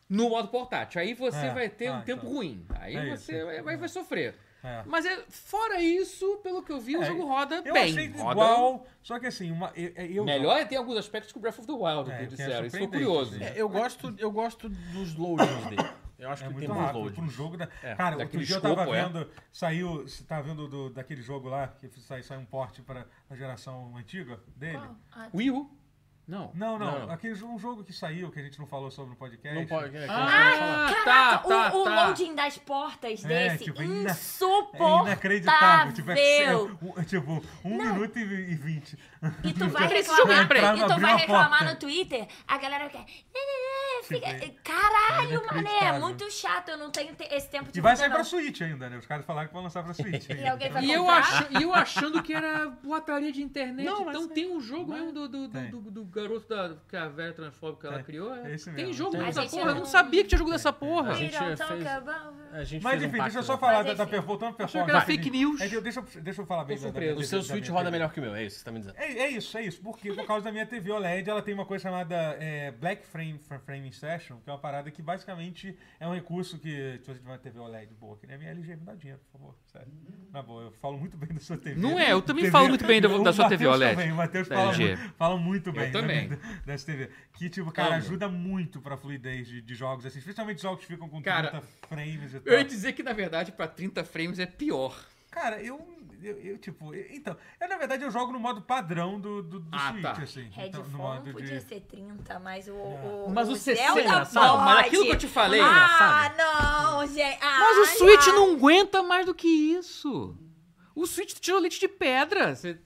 S4: no modo portátil. Aí você
S1: É,
S4: vai ter
S1: ah,
S4: um tempo
S1: então.
S4: ruim. Aí
S1: É isso,
S4: você
S1: é.
S4: vai, vai- vai sofrer.
S1: É.
S4: Mas é- fora isso, pelo que eu vi, o
S1: É,
S4: jogo roda
S1: Eu
S4: bem.
S1: achei
S4: roda
S1: igual, só que assim, uma, eu, eu-
S4: Melhor é ter alguns aspectos com Breath of the
S1: É,
S4: Wild, que
S1: que é
S4: disseram. Isso foi
S1: surpreendente,
S4: curioso.
S1: né?
S5: É, eu gosto, eu gosto dos loadings dele. Eu acho
S1: É
S5: que tem
S1: muito
S5: bons
S1: rápido
S5: loadings.
S1: pra um jogo da...
S5: É,
S1: Cara, outro
S4: daquele
S1: dia eu tava
S4: escopo, é.
S1: vendo, saiu, você tá vendo do, daquele jogo lá, que sai, sai um porte pra a geração antiga dele?
S4: Wii U? Não.
S1: Não, não,
S5: Não.
S1: aquele jo- um jogo que saiu, que a gente não falou sobre no podcast.
S5: Não pode. é,
S4: Ah, tá,
S3: Caraca,
S4: tá,
S3: o, o
S4: tá.
S3: loading das portas
S1: É,
S3: desse
S1: tipo, é ina-
S3: insuportável.
S1: É inacreditável. Tipo, é, é, um- é tipo, um minuto e e vinte.
S3: E
S1: tipo,
S3: tu vai
S4: Esse jogo é
S3: reclamar,
S4: pra-
S3: e tu
S1: abriu
S3: vai
S1: a
S3: reclamar
S1: porta.
S3: no Twitter, a galera quer. "Né, né, né", fica-
S1: Tipo, é-
S3: Caralho,
S1: é
S3: mané, é
S1: inacreditável.
S3: muito chato, eu não tenho te- esse tempo de
S1: E vai
S3: vida,
S1: sair
S3: não.
S1: pra Switch ainda, né? Os caras falaram que vão lançar pra Switch. ainda.
S3: alguém vai-
S4: E eu,
S3: comprar?
S4: ach- e eu achando que era boataria de internet.
S5: Não, mas
S4: então
S5: é-
S4: tem um jogo mesmo do, do, do,
S1: Tem.
S4: do- do garoto da, que a velha transfóbica ela
S1: Tem.
S4: criou. é.
S1: Esse
S4: Tem
S1: mesmo. É.
S4: jogo
S5: Tem.
S4: dessa
S3: A gente
S4: porra. Eu
S3: não-
S4: não sabia que tinha jogo dessa
S5: A
S4: porra.
S5: gente
S3: We don't
S5: fez-
S3: talk about-
S5: A gente
S1: Mas
S5: fez um
S1: enfim,
S5: pacto,
S1: deixa eu só
S5: né?
S1: falar
S3: Mas
S1: da, da
S3: enfim.
S1: per- voltando à
S4: Achou
S1: performance.
S4: que era
S1: Vai.
S4: fake news.
S1: É que eu- deixa, eu- deixa eu falar bem
S4: Tô
S1: da- da
S4: surpreso.
S1: minha-
S5: O seu
S1: da minha
S5: Switch roda
S1: TV.
S5: melhor que o meu, é isso que você tá me dizendo.
S1: É, é isso, é isso. Porque por causa da minha TV OLED, ela tem uma coisa chamada é, Black Frame Fra- Framing Session, que é uma parada que basicamente é um recurso que. Se você tiver uma TV OLED boa, que nem a minha LG, me dá dinheiro, por favor. Sério. Na boa, eu falo muito bem da sua TV.
S4: Não é, eu também
S1: TV
S4: falo muito bem da-
S1: O
S4: da sua
S1: Matheus
S4: TV OLED.
S1: Também, o Matheus
S4: Da
S1: fala,
S4: LG.
S1: mu- fala muito bem da-
S4: também.
S1: da- dessa TV. Que, tipo, cara,
S4: Amo.
S1: ajuda muito pra fluidez de, de jogos, assim, especialmente jogos que ficam com
S4: Cara,
S1: 30 frames e tal.
S4: Eu ia dizer que, na verdade, pra 30 frames é pior.
S1: Cara, eu. Eu, eu, tipo, eu- então, eu na verdade eu jogo no modo padrão do, do, do
S4: Ah,
S1: Switch,
S4: tá.
S1: assim. então, no
S3: Headphone
S1: modo
S3: podia
S1: de. É.
S3: ser 30, mas o. o
S4: Mas o
S3: Zelda
S4: 60,
S3: pode.
S4: não, mas aquilo que eu te falei,
S3: Ah, não, gente. Ah,
S4: Mas o Switch
S3: já.
S4: não aguenta mais do que isso. O Switch tirou leite de pedra. Cê-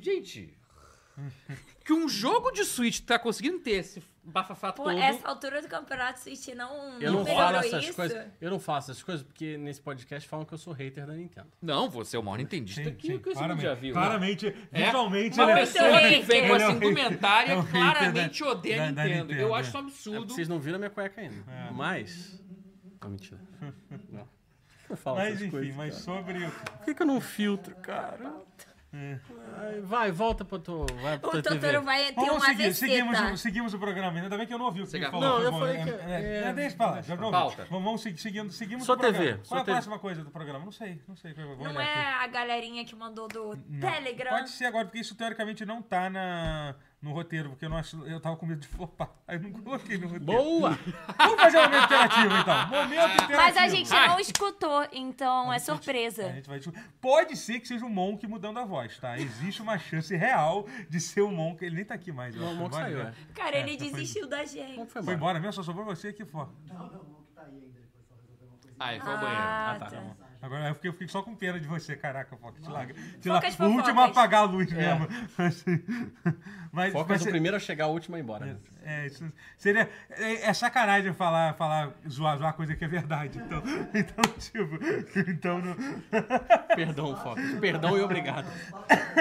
S4: Gente. que um jogo de Switch tá conseguindo ter esse bafafá
S3: Pô,
S4: todo.
S3: essa altura do campeonato, o Switch não.
S5: Eu não
S3: melhorou
S5: falo essas
S3: isso.
S5: coisas. Eu não faço essas coisas porque nesse podcast falam que eu sou hater da Nintendo.
S4: Não, você é o maior entendista
S1: Sim,
S4: que,
S1: sim,
S4: que esse mundo
S1: claramente,
S4: já viu.
S1: Claramente,
S4: É.
S1: visualmente, ele
S4: Uma
S1: é-
S4: pessoa que
S3: Ele é
S4: vem com
S1: hater.
S4: essa indumentária
S1: É um hater
S4: claramente
S1: da-
S4: odeia a
S1: da- da
S4: Nintendo. Eu
S1: Nintendo,
S4: acho um
S5: É porque
S4: absurdo.
S5: vocês não viram minha cueca ainda.
S1: É.
S5: Mas. Não, mentira. Não. Eu falo
S1: Mas
S5: essas
S1: enfim,
S5: coisas,
S1: mas
S5: cara.
S1: sobre o.
S5: Por que, que eu não filtro, cara?
S1: É.
S5: Ai, Vai, volta pra tua. Vai pra
S3: O
S5: tua TV.
S3: Totoro vai ter
S1: Vamos
S3: uma
S1: seguir,
S3: AVC,
S1: seguimos,
S3: tá?
S1: o- seguimos o programa. Ainda bem que eu não ouvi o que
S4: Você
S1: ele
S4: gravou?
S1: falou.
S5: Não, eu
S1: Bom,
S5: falei
S1: é-
S5: que-
S1: é-
S5: é-
S1: é, Deixa pra lá, já não ouvi.
S4: Pauta.
S1: Vamos, vamos seguir- seguindo, seguimos
S5: Só
S1: o programa.
S5: TV, só
S1: Qual é a
S5: TV.
S1: próxima coisa do programa? Não sei, não sei. Vou
S3: Não
S1: olhar aqui.
S3: é a galerinha que mandou do
S1: Não.
S3: Telegram.
S1: Pode ser agora, porque isso teoricamente não tá na, no roteiro, porque eu, não acho, eu tava com medo de flopar. Aí eu não coloquei no roteiro.
S5: Boa!
S1: Vamos fazer um momento interativo, então. Momento interativo. Ah,
S3: Mas a gente não escutou, então é
S1: A
S3: surpresa.
S1: gente vai discutir. Pode ser que seja o Monk mudando a voz, tá? Existe uma chance real de ser o Monk. Ele nem tá aqui mais. eu
S5: O
S1: acho.
S5: Monk
S1: Vai,
S5: saiu,
S1: né?
S5: é.
S3: Cara, ele
S1: Essa foi-
S3: desistiu da
S5: Bom,
S3: gente.
S5: foi
S1: Foi
S5: embora.
S1: embora mesmo, só sobrou você aqui fora.
S4: Ah, ele foi ao banheiro.
S3: Ah,
S5: tá.
S3: tá.
S1: Agora eu fiquei, eu fiquei só com pena de você, caraca, Fox. Te larga. Te larga.
S3: Focas
S1: O último a
S3: fofocas.
S5: É.
S1: apagar a luz mesmo. Mas, mas
S5: Focas o
S1: você-
S5: primeiro a chegar, o último a ir embora.
S1: É, É, isso seria, é, é sacanagem falar, falar zoar, zoar coisa que é verdade. Então, então tipo, então não... É.
S5: Perdão, Focus. Perdão e obrigado.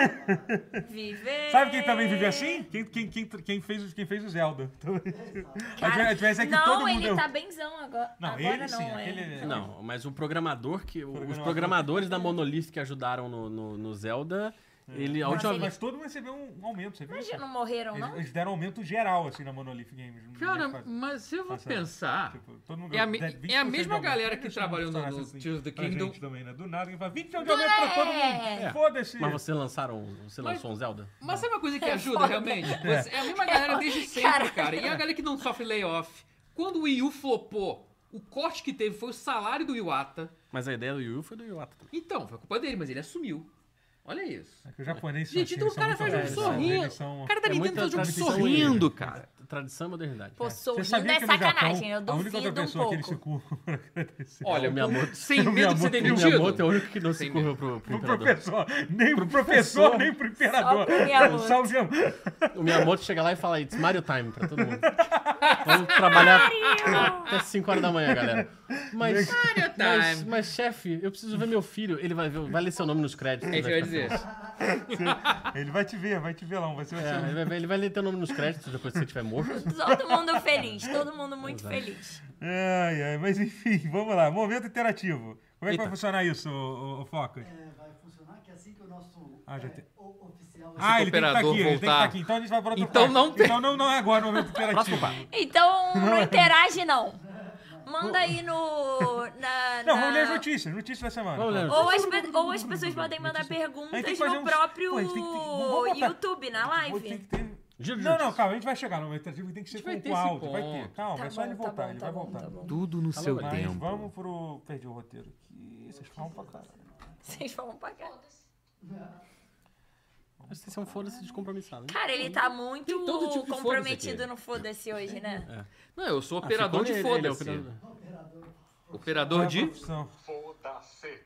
S3: tá. Viver.
S1: Sabe quem também vive assim? Quem, quem, quem, quem fez, quem fez o Zelda. Então, a diferença é que
S3: não,
S1: todo mundo...
S3: ele
S1: é um-
S3: tá benzão agora.
S1: Não,
S3: agora
S1: ele
S3: não,
S1: sim,
S3: é.
S1: aquele-
S5: Não, mas o programador que. Os
S1: Programador.
S5: programadores da Monolith que ajudaram no, no, no Zelda,
S1: É.
S5: ele. A
S1: Mas,
S5: última
S1: mas,
S5: vez.
S1: todo mundo recebeu um aumento, você viu?
S3: Mas
S1: isso?
S3: já não morreram,
S1: Eles,
S3: não?
S1: eles deram aumento geral, assim, na Monolith Games. no-
S4: Cara,
S1: na-
S4: mas se eu vou
S1: Passa-
S4: pensar.
S1: tipo, todo mundo
S4: é a
S1: ganhou
S4: me-
S1: 10,
S4: é a
S1: 20% de
S4: mesma
S1: aumento.
S4: galera que
S1: Deixa eu
S4: trabalhou no-
S1: mostrar
S4: no
S1: assim
S4: Tears of the
S1: pra
S4: Kingdom. É.
S1: gente também, né? Do nada, que fala 20 de aumento
S3: é!
S1: pra todo mundo. Foda-se.
S5: Mas você lançaram. Você lançou um Zelda?
S4: Mas sabe uma coisa que ajuda, realmente? Você- é a mesma galera desde sempre, cara. E é a galera que não sofre layoff. Quando o Wii U flopou, o corte que teve foi o salário do Iwata.
S5: Mas a ideia do Yu foi do Iwata também.
S4: Então, foi culpa dele, mas ele assumiu. Olha isso.
S1: É que o japonês são
S4: Gente,
S1: assim,
S4: então o
S1: eles são
S4: cara
S1: muito
S4: faz um
S1: velhos, eles
S4: sorriso.
S1: são-
S4: O cara da
S5: É
S4: Nintendo
S5: muita
S4: faz um
S5: tradição
S4: sorrindo,
S5: aí.
S4: cara.
S5: Tradição e modernidade.
S3: Pô,
S1: Você
S3: sorrindo
S1: sabia
S3: é
S1: que no Japão,
S3: sacanagem, eu
S1: a única outra
S3: duvido um
S1: pessoa que
S3: pouco.
S1: ele se curva pra agradecer.
S4: Olha,
S5: O Miyamoto-
S4: sem
S1: o
S4: medo de
S1: Miyamoto- o
S4: ser
S5: O
S4: demitido.
S5: Miyamoto é o único que não se
S4: Sem
S5: curva pro, pro
S1: Pro
S5: imperador.
S1: professor, nem pro professor, nem pro imperador.
S3: pro Miyamoto.
S1: Só o Miyamoto.
S5: O Miyamoto chega lá e fala: It's Mario Time pra todo mundo. Vamos trabalhar até 5 horas da manhã, galera. Mas, mas,
S4: time.
S5: mas, chefe, eu preciso ver meu filho. Ele vai, ver, vai ler seu nome nos créditos.
S4: É isso que eu ia dizer.
S1: Ele vai te ver, vai te ver lá. Vai ser, vai
S5: É, ele
S1: ser...
S5: vai, ver- ele vai ler teu nome nos créditos depois que você estiver morto.
S3: Todo mundo feliz, todo mundo muito feliz.
S1: Ai, ai, mas enfim, vamos lá. Momento interativo. Como é que
S5: Eita.
S1: vai funcionar isso, o, Focus?
S17: É, vai funcionar que assim que o nosso
S1: Ah, já
S17: é,
S1: tem.
S17: o- oficial
S1: Ah,
S4: que o
S1: ele tem que estar aqui,
S4: operador
S1: ele tem que estar
S4: voltar.
S1: aqui. Então a gente vai para outro
S4: Então
S1: quarto.
S4: não tem.
S1: Então não, não é agora o momento interativo.
S3: Então
S1: é.
S3: não interage, não. Manda aí no. Na,
S1: Não,
S3: na-
S1: vamos ler as notícias, notícias da semana.
S5: Vamos ler.
S3: Ou as, pe- ou as pessoas podem mandar
S1: A gente tem que
S3: perguntas
S1: fazer
S3: no
S1: uns-
S3: próprio
S1: Pô, a gente tem que ter- vamos botar-
S3: YouTube, na
S1: Pô, tem
S3: live.
S1: que ter-
S5: Giro de
S1: Não, não,
S5: notícias.
S1: calma, a gente vai chegar no momento interativo, tem que ser
S4: gente vai
S1: com
S4: ter
S1: o
S4: esse
S1: áudio, vai ter.
S4: ponto.
S1: Calma,
S3: Tá
S1: é só ele
S3: bom, tá
S1: voltar,
S3: bom,
S1: ele
S3: tá
S1: vai
S3: bom,
S1: voltar.
S3: tá bom.
S9: Tudo no seu
S1: Mas
S9: tempo.
S1: vamos pro... Perdi o roteiro aqui, vocês falam pra caralho.
S3: Vocês falam pra cá.
S5: Acho que esse é um foda-se descompromissado. né?
S3: Cara, ele tá muito
S4: todo tipo de foda-se
S3: comprometido
S4: aqui.
S3: no foda-se hoje, né?
S1: É.
S4: Não, eu sou
S5: Ah,
S4: operador
S5: ficou
S4: de
S5: nele, ele é
S4: foda-se.
S5: operador.
S1: Qual
S4: Operador
S1: é a
S4: de.
S1: profissão?
S11: Foda-se.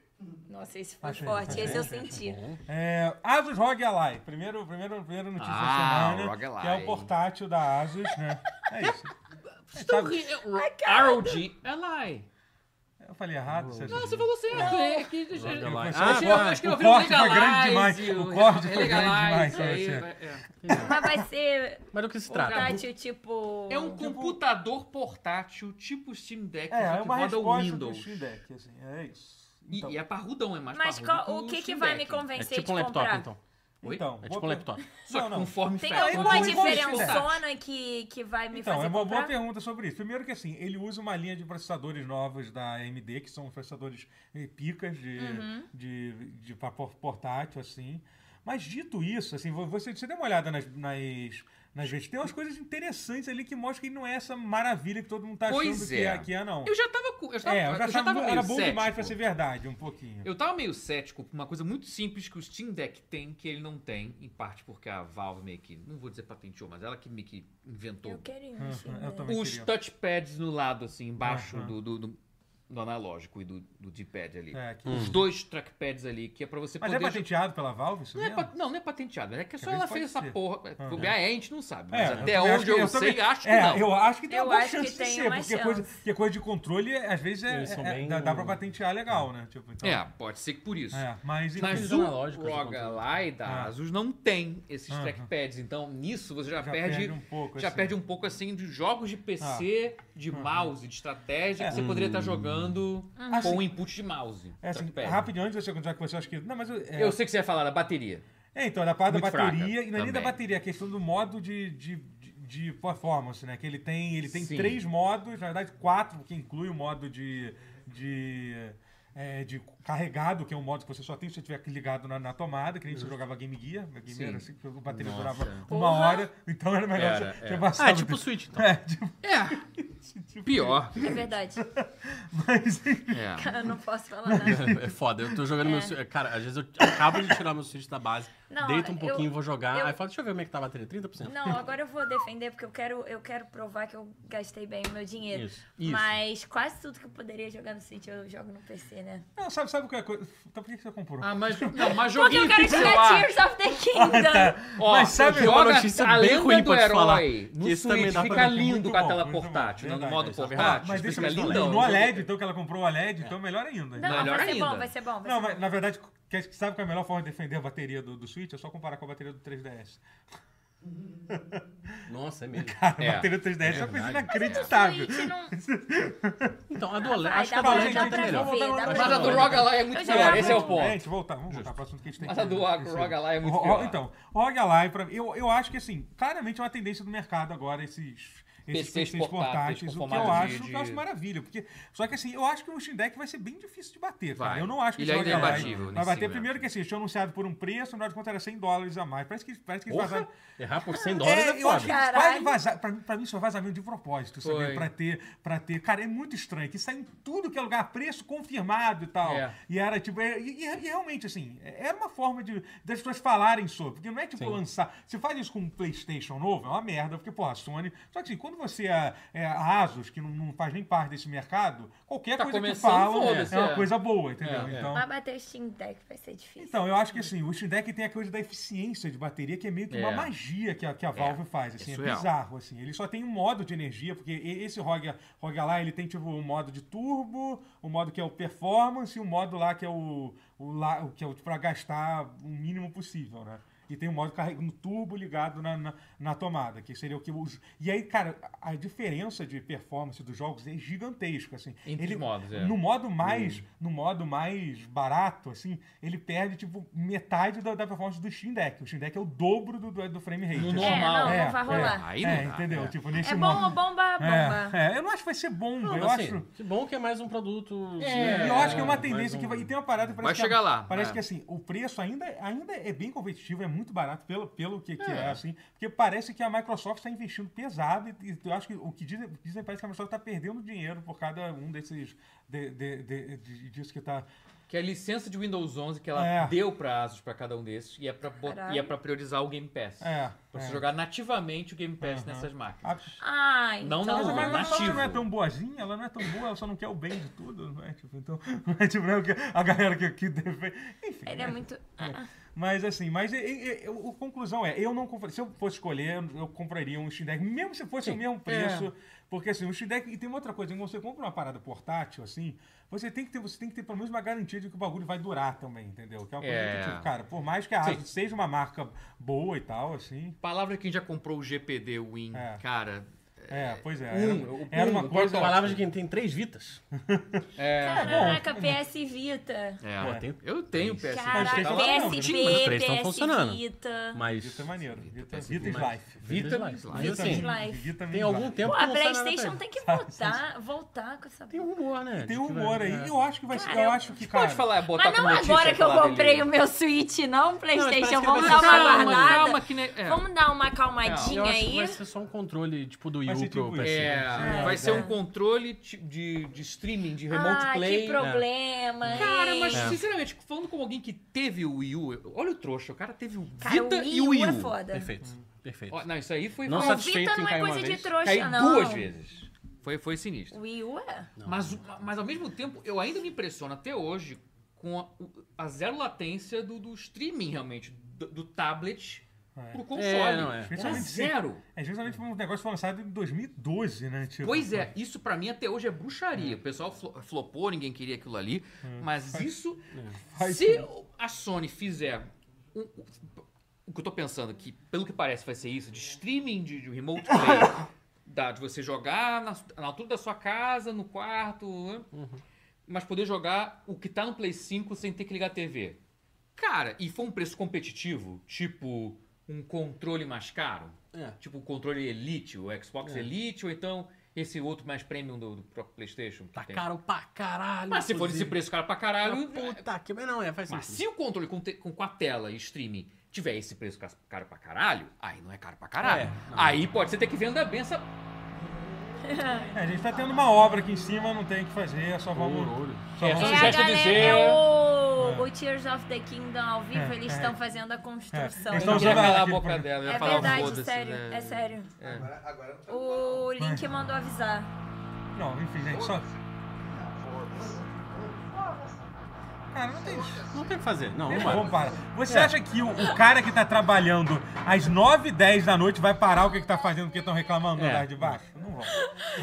S3: Nossa, esse foi
S1: Achei,
S3: forte,
S1: achei,
S3: esse eu
S1: achei,
S3: senti.
S1: É, Asus ROG Ally, primeiro, primeiro, primeiro notícia
S4: Ah,
S1: da semana,
S4: o ROG Ally.
S1: que é o portátil da Asus, né? É isso.
S4: Então, ROG Ally.
S1: Eu falei errado, Sérgio.
S4: Não, você falou certo. É que-
S5: Ally.
S1: Eu
S5: Ah,
S1: pensei-
S4: Eu acho que eu
S1: o
S4: vi um
S1: corte foi grande
S4: Legalize, É
S1: demais. O corte foi grande demais.
S4: Legalize,
S1: pra
S4: aí,
S1: você.
S4: vai- é.
S3: Mas vai ser
S5: Mas do que se trata?
S3: portátil, tipo.
S4: É um computador portátil tipo Steam Deck,
S1: É,
S4: só
S1: é
S4: que
S1: uma
S4: roda
S1: resposta
S4: Windows.
S1: do Steam Deck, assim, é isso.
S4: E,
S1: Então,
S4: e é parrudão, é mais
S3: Mas
S5: Tipo,
S4: parrudo
S3: qual- o que, que
S4: Steam
S3: vai me
S4: Deck.
S5: um É
S3: convencer
S5: tipo um
S3: de
S5: laptop,
S3: comprar?
S5: então.
S4: Oi?
S1: então,
S5: É
S1: boa
S5: tipo um
S1: per-
S5: laptop.
S4: Só que
S1: Não, não.
S4: conforme tá
S3: Tem
S4: faz.
S1: alguma
S3: alguma
S1: Então, vamos
S3: diferençona que, que vai me
S1: Então,
S3: fazer
S1: é uma boa
S3: comprar?
S1: pergunta sobre isso. Primeiro que assim, ele usa uma linha de processadores novos da AMD, que são processadores eh, picas de,
S4: Uhum.
S1: de, de pra por- portátil, assim. Mas dito isso, assim, vo- você, você deu uma olhada nas, nas, nas vezes. Tem umas coisas interessantes ali que mostram que não é essa maravilha que todo mundo tá achando
S4: Pois
S1: que,
S4: é.
S1: é, que é, não.
S4: Eu já tava com. Eu já tava,
S1: é, eu já, achava
S4: tava meio
S1: era bom
S4: cético.
S1: demais pra ser verdade, um pouquinho.
S4: Eu tava meio cético por uma coisa muito simples que o Steam Deck tem que ele não tem, em parte porque a Valve meio que, não vou dizer patenteou, mas ela que meio que inventou
S3: Eu queria um
S1: Uhum,
S3: Steam
S1: eu
S3: Deck.
S1: também
S4: os
S1: queria.
S4: touchpads no lado, assim, embaixo
S1: Aham.
S4: do, do, do- do analógico e do, do D-pad ali.
S1: É, que-
S4: Os dois trackpads ali, que é pra você
S1: Mas é
S4: Hum. poder...
S1: patenteado pela Valve, isso
S4: Não é,
S1: mesmo?
S4: pat- não, não é patenteado, é que
S1: Às
S4: só
S1: vezes
S4: ela fez
S1: pode
S4: essa
S1: ser.
S4: porra.
S1: Ah.
S4: bobear é, a gente não sabe,
S1: É,
S4: mas até
S1: também acho
S4: onde
S1: que-
S4: eu, sei,
S1: também-
S4: acho que
S1: é,
S4: não.
S1: Eu acho que tem
S3: Eu
S1: alguma
S3: acho que
S1: chance de
S3: tem
S1: ser,
S3: uma
S1: porque coisa,
S3: chance.
S1: porque coisa de controle, às vezes, é,
S5: Eles são
S1: é-
S5: bem-
S1: dá, dá pra patentear legal, né? Tipo, então,
S4: É, pode ser que por isso.
S1: é, mas, enfim,
S4: Mas
S5: Aqueles
S4: o
S5: analógicos do
S4: Roga
S5: controle.
S4: lá e da
S1: Ah.
S4: Asus não tem esses
S1: Aham.
S4: trackpads, então nisso você já,
S1: já
S4: perde,
S1: um pouco.
S4: já
S1: assim. Ah.
S4: perde um pouco assim de jogos de PC, de mouse, de estratégia
S1: É.
S4: que você poderia estar jogando
S1: Assim,
S4: com o input de mouse.
S1: é, assim,
S4: trackpad.
S1: rapidinho, antes de você continuar com você, acho que... Não, mas... eu- É,
S4: Eu sei que você ia falar da bateria.
S1: é, então, da parte da
S4: Muito
S1: bateria,
S4: fraca
S1: e não é nem da
S4: também.
S1: bateria, a questão do modo de... de, de de performance, né? Que ele tem, ele tem
S4: Sim.
S1: três modos, na verdade quatro, que inclui o modo de, de, é, de carregado, que é um modo que você só tem se você estiver ligado na, na tomada, que nem você jogava Game Gear, Game
S4: Sim.
S1: Gear era assim, que o bateria
S4: Nossa.
S1: durava uma hora, então era melhor
S4: Era,
S1: você,
S4: é.
S1: você
S5: Ah,
S1: passava
S5: é tipo o Switch, então.
S1: É, tipo,
S4: É, pior.
S3: É verdade.
S1: mas
S4: É.
S3: Eu não posso falar nada.
S5: É foda, eu tô jogando meu Switch. Cara, às vezes eu acabo de tirar meu Switch da base
S3: É. Não,
S5: Deita um
S3: eu-
S5: pouquinho, vou jogar.
S3: eu-
S5: Aí fala, deixa eu ver como é que tá a bateria. 30%?
S3: Não, agora eu vou defender, porque eu quero, eu quero provar que eu gastei bem o meu dinheiro.
S5: Isso.
S4: Isso.
S3: Mas quase tudo que eu poderia jogar no Switch, eu jogo no PC, né?
S1: Não, sabe, sabe qual é a coisa? Então por que que você comprou?
S4: Ah, mas, não, mas
S3: Porque
S4: joguinho
S3: eu quero
S4: pixel
S3: jogar
S4: art.
S3: Tears of the Kingdom.
S4: Ó,
S1: Mas sabe-
S4: joga
S5: Uma notícia
S4: a
S5: bem
S4: lenda
S5: ruim
S4: do
S5: pra te
S4: herói
S5: falar,
S4: No
S5: que esse também
S4: Switch
S5: dá pra
S4: fica
S1: ver que é
S4: lindo
S1: muito
S4: com a
S1: bom,
S4: tela
S1: muito bom.
S4: portátil, né? No
S1: Verdade,
S4: modo
S5: isso é
S4: portátil.
S5: verdade.
S1: Ah, Mas deixa eu
S4: fica
S1: ver se
S4: lindão. É.
S1: no OLED, então que ela comprou o OLED, então melhor ainda.
S3: Não,
S4: Melhor
S3: vai ser
S4: ainda.
S3: bom, vai ser bom. Vai
S1: Não,
S3: ser
S1: mas na verdade, quer- sabe qual é a melhor forma de defender a bateria do, do Switch? É só comparar com a bateria do 3DS.
S5: Nossa, é mesmo.
S1: Cara,
S4: É.
S1: a bateria do 3DS é, uma coisa
S5: Verdade.
S1: inacreditável.
S3: Switch não...
S5: Então, a do OLED,
S3: Vai,
S5: acho que
S3: dá
S5: a
S3: pra,
S5: do
S1: falei,
S3: dá
S5: OLED é
S1: gente,
S3: pra
S5: muito melhor.
S1: vamos
S3: viver,
S1: dar
S3: dá
S1: uma-
S3: pra
S4: Mas a do
S3: viver.
S4: Roga lá é
S3: Eu
S4: muito
S3: já
S4: melhor,
S3: tava
S4: esse é o
S3: com-
S4: ponto.
S1: Gente, voltar, vamos voltar para o assunto que a gente tem
S4: Mas
S1: que-
S4: a do Roga lá é muito
S1: Ro- ro-
S4: pior.
S1: Então, Rogue Ally, pra, eu, eu acho que assim, claramente é uma tendência do mercado agora esses. Esses
S4: PCs
S1: PCs portáteis,
S4: portáteis com
S1: o que eu
S4: formato de-
S1: acho que
S4: de-
S1: eu acho maravilha. Porque, só que assim, eu acho que o Steam Deck vai ser bem difícil de bater. cara.
S4: Vai.
S1: Eu não acho que
S4: Ele
S1: esse
S4: ainda é
S1: Rogue Ally
S4: imbatível
S1: Vai
S4: nesse
S1: bater
S4: segmento.
S1: primeiro que assim, eles tinham anunciado por um preço, na hora de conta era 100 dólares a mais. Parece que, parece que tá eles
S5: Porra,
S1: vazaram.
S5: errar por 100 dólares é,
S1: eu acho que
S5: foda.
S1: eles
S3: Caralho.
S1: quase vazaram. Pra, mim- pra mim, isso é vazamento de propósito,
S4: Foi.
S1: sabe? Pra ter, pra ter. Cara, é muito estranho. Que sai em tudo que é lugar, preço confirmado e tal.
S4: É.
S1: E era tipo. é- E, e- e realmente, assim, é- era uma forma de das pessoas falarem sobre. Porque não é tipo lançar. Se faz isso com um PlayStation novo, é uma merda, porque, porra, a Sony. Só que assim, quando você é, é a Asus, que não, não faz nem parte desse mercado, qualquer
S4: Tá
S1: coisa que
S4: começando,
S1: falam
S4: foda-se,
S1: é uma
S4: é.
S1: coisa boa, entendeu?
S4: É, é.
S1: Então.
S3: Mas bater o Steam Deck vai ser difícil.
S1: Então, eu acho que assim, o Steam Deck tem a coisa da eficiência de bateria, que é meio que uma
S4: É.
S1: magia que a, que a Valve faz,
S4: é
S1: assim, é,
S4: surreal.
S1: bizarro, assim. Ele só tem um modo de energia, porque e- esse ROG, ROG lá, ele tem, tipo, um modo de turbo, um modo que é o performance, e um modo lá que é o, o, lá, o que é o pra gastar o mínimo possível, né? E tem um modo carreg- um turbo ligado na, na, na tomada, que seria o que... Os... E aí, cara, a a diferença de performance dos jogos é gigantesca, assim.
S4: Entre os modos, é.
S1: No modo mais, no modo mais barato, assim, ele perde, tipo, metade da, da performance do Steam Deck. O Steam Deck é o dobro do, do, do frame rate.
S4: No
S1: assim.
S3: É,
S4: normal.
S3: não,
S1: É,
S3: não vai
S1: é.
S3: rolar.
S4: Aí não
S1: É,
S4: dá.
S1: entendeu? Tipo, nesse
S3: É bom
S1: modo-
S3: ou bomba, bomba.
S1: É, é, eu não acho que vai ser bom,
S5: Não,
S1: eu
S5: assim,
S1: acho...
S5: Que bom que é mais um produto.
S1: E
S5: né,
S1: eu acho que é uma
S5: mais
S1: tendência que
S5: um-
S1: vai. E tem uma parada que parece
S4: Vai
S1: que
S4: chegar
S1: a-
S4: lá,
S1: Parece
S4: é.
S1: que assim, o preço ainda, ainda é bem competitivo, é muito barato pelo, pelo que, que é. assim. Porque parece que a Microsoft está investindo pesado. E, e eu acho que o que dizem, dizem parece que a Microsoft está perdendo dinheiro por cada um desses. De, de, de, de- disso que tá, está.
S4: Que é a licença de Windows 11 que ela
S1: É.
S4: deu pra Asus pra cada um desses e é pra, bot-
S3: Caralho.
S4: e é pra priorizar o Game Pass.
S1: É,
S4: Pra você
S1: é.
S4: jogar nativamente o Game Pass nessas máquinas.
S1: A-
S3: Ai,
S4: Não,
S3: então...
S1: Mas a
S4: não,
S1: Microsoft
S4: nativo.
S1: não é tão boazinha, ela não é tão boa, ela só não quer o bem de tudo, né? Tipo, então, é tipo, né, o que- a galera que, que defende. Enfim.
S3: Ele é
S1: né?
S3: muito...
S1: Mas assim, mas e- e- e- eu- a conclusão é, eu não compra- se eu fosse escolher, eu compraria um Steam Deck, mesmo se fosse o mesmo preço, porque assim, o Steam Deck, e tem uma outra coisa, quando você compra uma parada portátil assim, você tem que ter, você tem que ter pelo menos uma garantia de que o bagulho vai durar também, entendeu? Que é uma coisa
S4: É.
S1: que, tipo, cara, por mais que a
S4: Sim.
S1: Asus seja uma marca boa e tal, assim,
S4: Palavra quem já comprou o GPD Win,
S1: É.
S4: cara.
S1: é, pois é,
S4: Um,
S1: era, era
S5: Hum,
S1: uma
S5: pode
S1: coisa...
S5: falar de quem tem três Vitas.
S3: É.
S1: É
S3: Caraca, PS Vita.
S4: É.
S5: Pô, tem-
S4: Eu tenho PS.
S3: Caraca,
S1: vocês falam não,
S3: PSP,
S5: mas os três estão funcionando.
S3: PS Vita.
S5: Mas.
S1: Vita é maneiro, Vita, Vita is
S5: mas-
S1: life.
S5: Vita,
S4: Vita-
S5: mas
S1: é
S3: Vita-
S5: assim,
S3: Vita-
S1: Vita
S5: tem
S1: is
S5: algum
S1: life.
S5: tempo
S3: Pô,
S5: que
S3: a
S5: não sai nada pra
S3: PlayStation
S5: ele.
S3: tem que voltar, voltar com essa
S5: Tem um rumor, né?
S1: Tem
S5: de que vai-
S1: humor aí, eu acho que vai ser,
S3: Cara,
S1: eu acho que, cara...
S4: Pode falar, botar
S3: Mas não
S4: como notícia
S3: agora que eu
S4: falar
S3: comprei
S4: dele.
S3: o meu Switch, não,
S5: parece que
S3: Playstation.
S5: ele
S3: Vamos
S5: vai
S3: dar
S5: ser-
S3: uma
S5: Calma,
S3: guardada.
S4: Calma que ne... é.
S3: Vamos dar uma
S5: Eu
S3: calmadinha
S5: acho que
S3: aí.
S5: vai ser só um controle tipo do
S1: Vai
S5: Wii
S1: ser
S5: U pro
S1: tipo
S5: PC.
S4: É, vai
S3: É,
S4: ser um
S3: é.
S4: controle ti- de, de streaming, de um remote
S3: Ah,
S4: play. né?
S3: que problema. hein?
S4: Cara, mas sinceramente, falando com alguém que teve o Wii U, eu- olha o trouxa, o cara teve o Vita
S3: Cara, o Wii
S4: e o Wii U.
S3: é foda.
S5: Perfeito. Perfeito.
S4: Ó, não, isso aí foi um
S5: Não
S3: O
S5: satisfeito
S3: Vita
S5: em
S3: não é
S5: cair uma
S3: coisa
S5: vez.
S3: de trouxa,
S4: Caiu
S3: não.
S4: duas vezes. Foi, foi sinistro.
S3: O Wii U é?
S4: Mas, mas ao mesmo tempo, eu ainda me impressiono até hoje com a, o- a zero latência do, do streaming, realmente, do, do tablet
S1: É.
S4: pro console.
S5: É, não é.
S4: Era
S1: Principalmente se-
S4: zero.
S1: É justamente um negócio que foi lançado em 2012, né? Tipo,
S4: Pois é, isso pra mim até hoje é bruxaria. O pessoal flo- flopou, ninguém queria aquilo ali. Mas isso,
S1: É. Faz
S4: se a Sony fizer um- o- o que eu tô pensando, que pelo que parece vai ser isso, de streaming, de, de remote play, da, de você jogar na, na altura da sua casa, no quarto, né? mas poder jogar o que tá no Play 5 sem ter que ligar a TV. Cara, e for um preço competitivo, tipo um controle mais caro,
S5: É.
S4: tipo o controle Elite, o Xbox Elite, ou então esse outro mais premium do, do próprio PlayStation. que
S5: Tá
S4: tem.
S5: caro pra caralho.
S4: Mas se for esse
S5: inclusive.
S4: preço caro pra caralho,
S5: Ah, Puta que. Mas não, é, faz
S4: mas
S5: sentido.
S4: se o controle com, te- com- com a tela e streaming tiver esse preço ca- caro pra caralho, aí não é caro pra caralho.
S5: É, não.
S4: aí pode ser ter que vender a benção.
S1: É, a gente tá tendo uma obra aqui em cima, não tem o que fazer, só vamos. Só
S4: É,
S1: vamos
S4: só
S3: É a
S4: um gesto
S3: galera,
S4: dizer.
S3: é o, o Tears of the Kingdom ao vivo,
S1: É,
S3: eles
S1: é.
S3: estão fazendo a construção.
S1: É, eles Então,
S4: Não ia
S1: já vai
S4: calar a
S1: aqui
S4: boca
S1: pra-
S4: dela, ia
S3: É
S4: falar
S3: verdade,
S4: foda-se,
S3: sério,
S4: né?
S3: é sério.
S11: Agora, agora não tá
S3: O Link mandou avisar.
S1: Não, enfim, gente, só. Cara, não tem.
S5: Não tem o que fazer. Não, não vai.
S1: Vamos parar. Você acha que o, o cara que tá trabalhando às 9h10 da noite vai parar o que, que tá fazendo porque estão reclamando do
S5: É.
S1: andar de baixo? Não vão.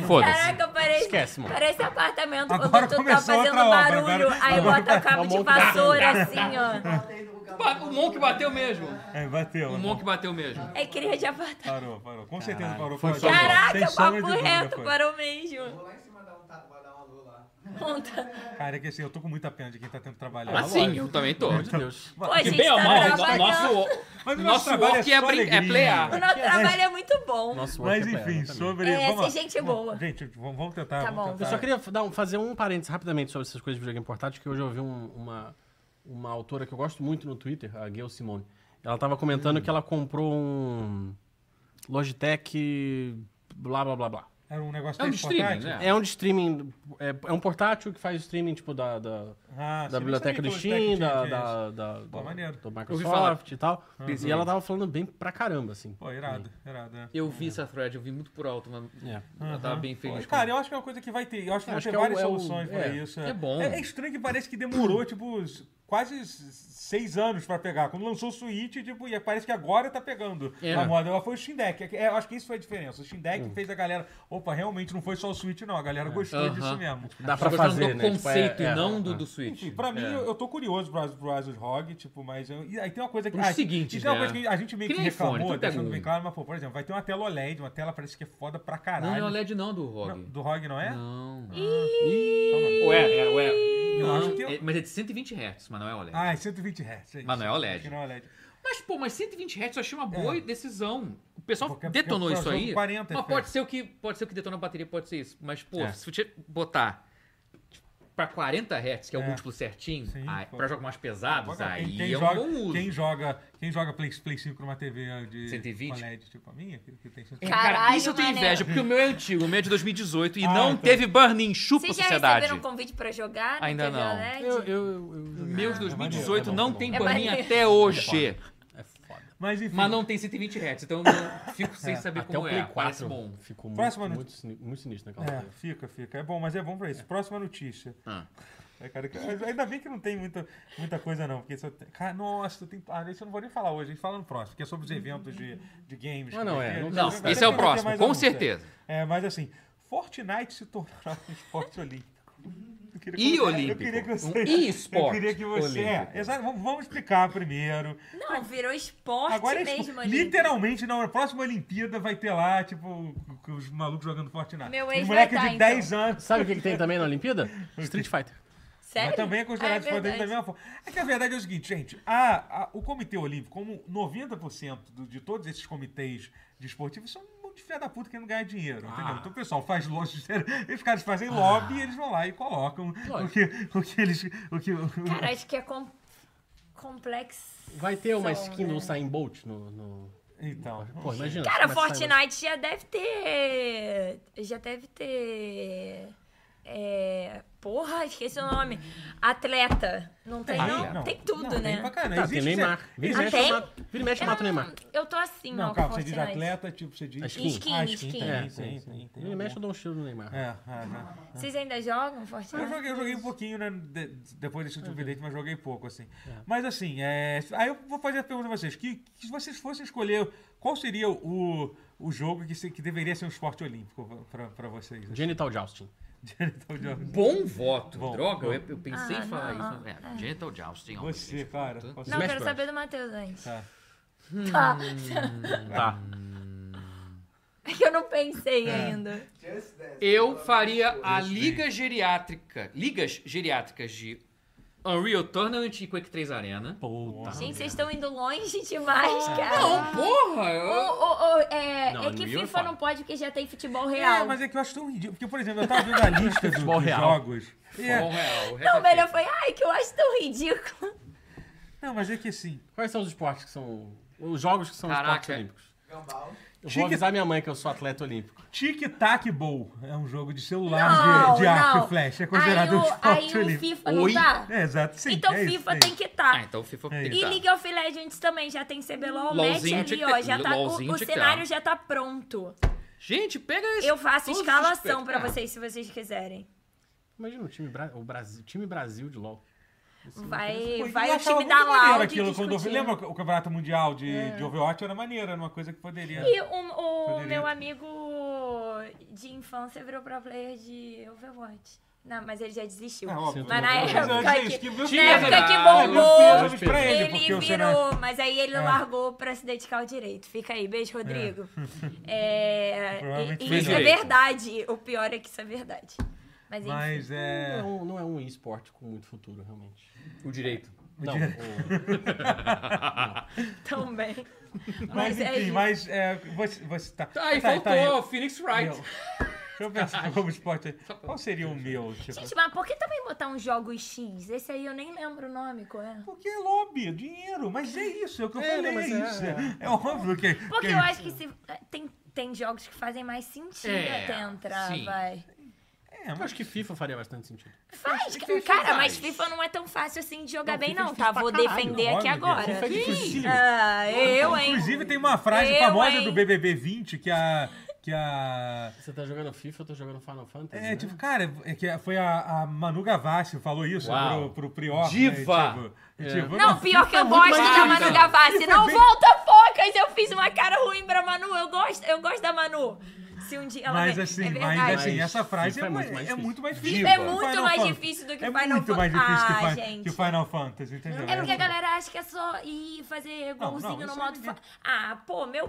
S4: Foda-se.
S3: Caraca, parece,
S5: Esquece, mano.
S3: parece apartamento
S1: Agora
S3: quando tu tá
S1: começou
S3: fazendo
S1: outra obra,
S3: barulho.
S1: agora-
S3: aí
S1: agora é
S3: bota cabo de vassoura assim, ó.
S4: O Monk bateu mesmo.
S1: É, bateu.
S3: Um
S1: né?
S4: O Monk Um bateu mesmo.
S3: É cria de apartamento.
S1: Parou, parou. Com certeza parou.
S5: foi
S1: parou.
S5: só-
S1: Tá Sem sombra
S3: Caraca,
S1: de
S3: papo
S1: dúvida,
S3: reto,
S1: foi.
S3: parou mesmo.
S11: Vou lá em cima dar um tapa, vou dar um alô lá.
S3: Conta.
S1: Cara, é que assim, eu tô com muita pena de quem tá tendo que trabalhar.
S4: Mas
S3: Assim,
S4: sim, eu também tô.
S5: Pelo amor de Deus.
S3: Pô, a
S4: Que
S3: gente
S4: bem ou
S3: tá
S4: mal, né?
S3: trabalhando.
S4: nosso,
S1: Mas o
S4: nosso
S1: trabalho
S4: work é,
S1: só
S4: brin- é
S1: alegria.
S4: playar.
S3: O nosso trabalho é muito bom.
S5: Nosso
S1: Mas
S5: work é pra
S1: enfim,
S5: ela também.
S1: sobre.
S3: É,
S1: vamos lá.
S3: essa gente é boa.
S1: Gente, vamos vamos tentar.
S3: Tá
S1: vamos
S3: bom.
S1: tentar.
S5: Eu só queria dar um- fazer um parênteses rapidamente sobre essas coisas de videogame portátil, que hoje eu vi um- uma, uma autora que eu gosto muito no Twitter, a Gail Simone. Ela tava comentando que ela comprou um Logitech blá blá blá blá.
S1: Era um negócio
S4: É um
S1: desse
S4: streaming,
S1: portátil?
S4: né?
S5: É um de streaming, é, é um portátil que faz streaming tipo da, da,
S1: Ah, sim,
S5: da
S1: não
S5: biblioteca do
S1: sabia que o Stack
S5: Steam, da,
S1: tinha isso.
S5: da, da,
S1: Pô,
S5: da-
S1: maneiro.
S5: do
S4: ouvi falar.
S5: Microsoft e tal. E ela tava falando bem pra caramba, assim.
S1: Pô, irado, irado, né?
S4: Eu vi essa thread, eu vi muito por alto, mas
S5: É.
S4: eu tava bem feliz. com-
S1: Cara, eu acho que é uma coisa que vai ter. Eu acho que
S5: É,
S1: vão ter
S5: acho que é o-
S1: várias
S5: é o-
S1: soluções pra
S5: é.
S1: isso.
S4: É bom.
S1: É, é estranho que parece que demorou, tipo, s- quase s- seis anos pra pegar. Quando lançou o Switch, tipo, e parece que agora tá pegando
S4: É.
S1: a moda. Ela foi o Steam Deck. É, eu acho que isso foi a diferença. O Steam Deck
S5: Hum.
S1: fez a galera. Opa, realmente não foi só o Switch, não. A
S5: É.
S1: galera gostou
S4: Aham.
S1: disso mesmo.
S5: Dá
S4: Tô
S5: pra
S4: gostando
S5: fazer,
S4: do
S5: né? Tipo, é-
S4: conceito e
S5: é,
S4: não
S5: é.
S4: do, do Switch.
S1: Enfim, pra mim,
S4: É.
S1: eu, eu tô curioso pro, pro Asus ROG, tipo, mas... eu- e aí tem uma coisa que...
S4: Os
S1: ah,
S4: seguintes,
S1: e tem uma
S4: né?
S1: coisa que a gente meio que
S4: Que nem iPhone,
S1: reclamou,
S4: tu pega
S1: deixando
S4: um.
S1: bem claro, mas, pô, por exemplo, vai ter uma tela OLED, uma tela parece que é foda pra
S4: Não,
S1: caralho.
S4: não é LED não do ROG.
S1: Não, do ROG, não é? Então
S4: Não.
S9: Ué, é, ué.
S1: Eu acho que... um
S4: Não, é- mas é de 120 Hz, mas não é OLED.
S1: Ah, é 120 Hz. isso.
S4: Mas não é OLED.
S1: Acho que Não é OLED.
S4: Mas, pô, mas 120 Hz eu achei uma boa
S1: É.
S4: decisão. O pessoal
S1: Porque- porque
S4: detonou
S1: o
S4: isso aí.
S1: jogo 40
S4: mas
S1: foi.
S4: pode ser, o que, pode ser o que detona a bateria, pode ser isso. Mas, pô,
S5: É.
S4: se você botar tipo, pra 40 Hz, que é o
S1: É.
S4: múltiplo certinho,
S1: Sim,
S4: aí,
S1: pô.
S4: pra jogos mais pesados,
S1: Agora,
S4: aí é um
S1: joga,
S4: bom uso.
S1: Quem joga, quem joga Play, Play 5 numa TV de
S4: 120?
S1: OLED, tipo a minha, que, que tem 120
S4: Cara,
S3: Caralho,
S4: isso eu tenho
S3: mané.
S4: inveja, porque o meu é antigo, o meu é de 2018 e
S1: Ah,
S4: não
S1: então.
S4: teve burn-in, chupa a
S3: Vocês já
S4: sociedade.
S3: receberam um convite pra jogar? na
S4: Ainda
S3: TV
S4: não.
S3: OLED?
S5: Eu, eu, eu, eu-
S4: Meus
S5: é
S4: 2018
S5: bom, é
S4: não
S5: bom.
S4: tem
S3: É
S4: burn-in
S3: maneiro.
S4: até hoje.
S5: É foda.
S1: Mas enfim,
S4: Mas não tem 120 Hz, então eu fico sem saber
S5: Até o
S4: como é.
S5: Play
S4: Parece
S5: 4
S4: bom.
S5: ficou muito,
S1: Próxima
S5: muito,
S1: no-
S5: sini- muito sinistro naquela
S1: É,
S5: época.
S1: fica, fica. É bom, mas é bom pra isso. Próxima notícia.
S4: Ah.
S1: É, cara, que- ainda bem que não tem muita, muita coisa, não. Porque só tem- cara, nossa, tem. Ah, isso eu não vou nem falar hoje, a gente fala no próximo, que é sobre os eventos de, de games.
S5: Ah,
S1: que
S5: não,
S1: vai
S5: é,
S1: ter.
S5: não-
S4: Não,
S1: Vai ter
S4: esse é o
S1: mais-
S4: próximo,
S1: mais
S4: com
S1: anúncio, é.
S4: certeza.
S1: É, mas assim, Fortnite se tornará um esporte olímpico. Eu queria
S4: E
S1: eu
S4: olímpico.
S1: queria que
S4: Um
S1: você-
S4: e-sport
S1: Eu queria que você.
S4: olímpico.
S1: É, exato, vamos vamos explicar primeiro.
S3: Não, virou esporte
S1: Agora é esporte.
S3: mesmo ali.
S1: literalmente na próxima Olimpíada vai ter lá, tipo, os malucos jogando Fortnite.
S3: Meu
S1: um
S3: ex
S1: moleque
S3: vai tá,
S1: de 10 anos.
S5: Sabe o que, que tem também na Olimpíada? Street Fighter.
S3: Sério?
S1: Mas também é considerado
S3: Ah, é
S1: esporte olímpico da
S3: verdade.
S1: mesma forma. É que a verdade é o seguinte, gente. a- a- o Comitê Olímpico, como 90% do- de todos esses comitês de esportivos, são um monte de filha da puta querendo ganhar dinheiro, entendeu?
S3: Ah.
S1: Então o pessoal faz lobby, eles caras fazem lobby e eles vão lá e colocam o que, o que eles... O que, o-
S3: Cara, acho que é com... complexo.
S5: Vai ter uma
S3: São,
S5: skin do
S3: né?
S5: Usain Bolt no... no-
S1: Então...
S5: Pô, imagina.
S3: Cara,
S5: como é que sai uma-
S3: Fortnite já deve ter. Já deve ter. É... Porra, esqueci o nome. Atleta. Não tem,
S1: Ah,
S3: não?
S1: não.
S3: Tem tudo,
S1: Não,
S3: né?
S1: Tem pra caramba.
S5: Tá, tem
S1: Existe-
S5: Neymar. Vira e
S3: Ah,
S5: mexe,
S3: tem?
S5: eu mato- vira e mexe,
S3: Eu
S5: mata o
S3: não-
S5: Neymar.
S3: Eu tô assim, ó.
S1: Não,
S3: com
S1: calma, você diz
S3: Fortnite.
S1: atleta, tipo, você diz...
S5: A skin.
S3: Skin,
S1: Ah, skin,
S3: skin.
S1: tem,
S5: É,
S1: tem, tem, tem.
S5: Vira e mexe, eu dou um tiro no Neymar.
S1: É, é, é.
S3: Vocês ainda jogam
S1: Eu
S5: É.
S3: Fortnite?
S1: joguei, eu joguei um pouquinho, né? de- depois desse último update, mas joguei pouco, assim. Mas assim, é, aí eu vou fazer a pergunta a vocês: que, que se vocês fossem escolher, qual seria o, o jogo que, se- que deveria ser um esporte olímpico pra, pra vocês?
S5: Genital Jousting.
S1: Genital Jousting.
S4: Bom voto.
S1: Bom,
S4: Droga,
S1: bom.
S4: Eu, eu pensei
S3: Ah,
S4: em falar
S3: não,
S4: isso. É, Genital Jousting. ó,
S5: é
S1: Você,
S4: gente,
S1: cara.
S4: puta.
S3: Não, eu
S5: Smash
S3: quero
S5: Bros.
S3: saber do Matheus antes.
S1: Tá.
S3: Tá.
S5: Tá.
S3: É que eu não pensei ainda.
S11: Just Dance.
S4: Eu faria a liga geriátrica, ligas geriátricas de Unreal Tournament e Quake 3 Arena.
S5: Puta.
S3: Gente, vocês estão indo longe demais,
S1: É.
S3: cara.
S4: Não, porra!
S3: Ô,
S4: eu-
S3: ô, ô, é,
S5: Não,
S3: é que
S5: no Rio é
S3: FIFA
S5: foda.
S3: não pode porque já tem futebol
S1: É,
S3: real.
S1: mas é que eu acho tão ridículo. Porque, por exemplo, eu tava vendo a lista do,
S5: Futebol
S1: dos
S5: real.
S1: jogos. É,
S3: Não,
S4: Bom, real, real.
S3: Então, melhor foi, ai, que eu acho tão ridículo.
S1: não, mas é que assim.
S5: Quais são os esportes que são... Os jogos que são
S4: Caraca.
S5: esportes olímpicos?
S11: Gambal.
S5: Eu vou
S1: Tique-
S5: avisar minha mãe que eu sou atleta olímpico.
S1: Tic Tac Bowl é um jogo de celular de, de arco e flecha. É considerado
S3: aí
S1: um
S3: o, aí
S1: esporte
S3: o
S1: olímpico.
S3: FIFA não tá?
S1: É, exato, sim.
S3: então
S1: é isso,
S3: FIFA
S1: é
S3: tem
S1: isso.
S3: que estar.
S4: Ah, então o FIFA
S1: É
S4: tem que
S3: E
S4: tá.
S3: League of Legends também, já tem CBLOL, match
S4: LOLzinho
S3: ali,
S4: tinha que
S3: ó,
S4: ter-
S3: já tá, o,
S4: LOLzinho
S3: o
S4: tinha que
S3: cenário
S4: ter.
S3: já tá pronto.
S4: Gente, pega esse.
S3: Eu faço
S4: todos os
S3: escalação
S4: aspectos.
S3: pra
S4: Ah,
S3: vocês, se vocês quiserem.
S5: Imagina o time, Bra- o Brasil, time Brasil de LOL.
S3: Vai,
S1: Pô,
S3: vai
S1: eu
S3: o
S1: achava
S3: time
S1: muito
S3: da
S1: maneiro
S3: Loud
S1: aquilo quando eu-
S3: discutindo.
S1: Lembra o campeonato mundial de, de Overwatch? Era maneiro, era uma coisa que poderia...
S3: É. E o, o
S1: Poderia.
S3: meu amigo de infância virou pro player de Overwatch. Não, mas ele já desistiu.
S1: É, óbvio.
S3: mas na
S1: Mas
S3: época
S1: é isso,
S3: que,
S1: que meus
S3: na
S1: pêsames-
S3: época que
S1: é, meus
S3: bombou,
S1: pêsames pra ele, porque
S3: ele
S1: o cenário-
S3: virou. Mas aí ele largou pra se dedicar ao direito. Fica aí, beijo, Rodrigo. É,
S1: Provavelmente
S3: e- e
S1: fez
S3: isso é
S4: direito.
S3: verdade. O pior é que isso é verdade. Mas enfim.
S1: Mas é...
S5: Não, é um, não é um esporte com muito futuro, realmente.
S4: O direito.
S5: Não, o-
S3: Também.
S1: Mas,
S3: Mas é
S1: enfim,
S3: isso.
S1: mas é, você, você tá.
S4: Tá, aí
S1: tá,
S4: faltou
S1: tá aí.
S4: o Phoenix Wright.
S1: Meu. Deixa eu pensar como esporte. Qual seria o meu? Tipo?
S3: Gente, mas por que também botar uns jogos X? Esse aí eu nem lembro o nome, qual é?
S1: Porque é lobby, dinheiro, mas é isso, é o que eu
S5: É,
S1: falei,
S5: não, mas
S1: é,
S5: é-
S1: isso. É, óbvio que.
S3: Porque
S1: que-
S3: eu acho que se- é, tem, tem jogos que fazem mais sentido
S4: É,
S3: até entrar,
S4: sim.
S3: vai.
S1: É,
S5: eu
S1: mas
S5: acho que FIFA faria bastante sentido.
S3: Faz,
S4: FIFA
S3: cara,
S4: faz.
S3: mas FIFA não é tão fácil assim de jogar
S5: Não,
S3: bem,
S5: FIFA é
S3: não, tá?
S5: difícil pra
S3: Vou
S5: caralho,
S3: defender aqui
S1: óbvio,
S3: agora.
S5: FIFA é difícil.
S3: Ah, eu, hein?
S1: Inclusive tem uma frase
S3: Eu,
S1: famosa
S3: hein?
S1: do BBB 20 que a. Que a
S5: Você tá jogando FIFA, eu tô jogando Final Fantasy,
S1: é,
S5: né?
S1: tipo, cara, é que foi a, a Manu Gavassi que falou isso
S4: Uau.
S1: pro, pro Prior.
S4: Diva!
S1: Né, tipo, tipo,
S3: Não, pior que eu gosto da
S4: mais
S3: Manu
S4: difícil.
S3: Gavassi.
S1: FIFA
S3: Não
S1: bem-
S3: volta, focas! Eu fiz uma cara ruim pra Manu. Eu gosto, eu gosto da Manu. Se um dia ela
S1: Mas
S3: vem-
S1: assim,
S3: é verdade.
S1: mas assim,
S5: Mas
S1: essa frase é,
S5: FIFA é
S1: ma-
S5: muito mais
S1: é
S5: difícil.
S1: muito mais difícil.
S3: É
S1: que
S3: muito
S1: Final
S3: mais
S1: Fantasy.
S3: difícil do que
S1: é
S3: Final
S1: muito mais
S3: Fan-
S1: difícil
S3: Ah,
S1: que, Fi-
S3: gente.
S1: que Final Fantasy, entendeu?
S3: É porque a galera acha que é só ir fazer
S1: Não,
S3: golzinho
S1: não,
S3: no
S1: isso
S3: modo.
S1: aí
S3: fa-
S1: ninguém-
S3: Ah, pô, meu.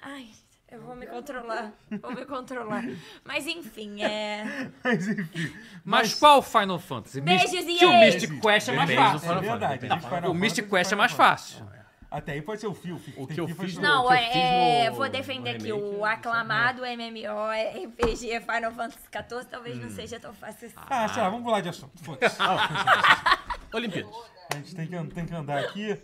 S3: Ai, eu vou me controlar. Vou me controlar. Mas enfim, é.
S1: Mas enfim.
S4: Mas, qual Final Fantasy?
S3: Beijos,
S4: Mystic-
S3: EA.
S4: Que o Mystic Quest é mais
S5: Beijos,
S4: fácil.
S1: É
S5: Final Fantasy,
S1: verdade.
S5: depende.
S1: eles Final
S4: O
S1: Fantasy
S4: Mystic
S1: e
S4: Quest é
S1: Final
S4: mais
S1: Fantasy.
S4: fácil.
S1: Até aí pode ser o fio. fio-
S5: O que
S1: tem
S5: eu
S1: FIFA
S5: fiz
S1: de-
S5: no-
S3: Não,
S5: que eu
S3: é.
S5: fiz no-
S3: Vou defender
S5: no
S3: que
S1: né?
S5: remake,
S3: o
S1: é
S3: aclamado MMO RPG Final Fantasy XIV talvez
S1: Hum.
S3: não seja tão fácil assim.
S1: Ah, sei lá, vamos pular de assunto. Foda-se.
S5: Olimpíadas.
S1: A gente tem que, an- tem que andar aqui.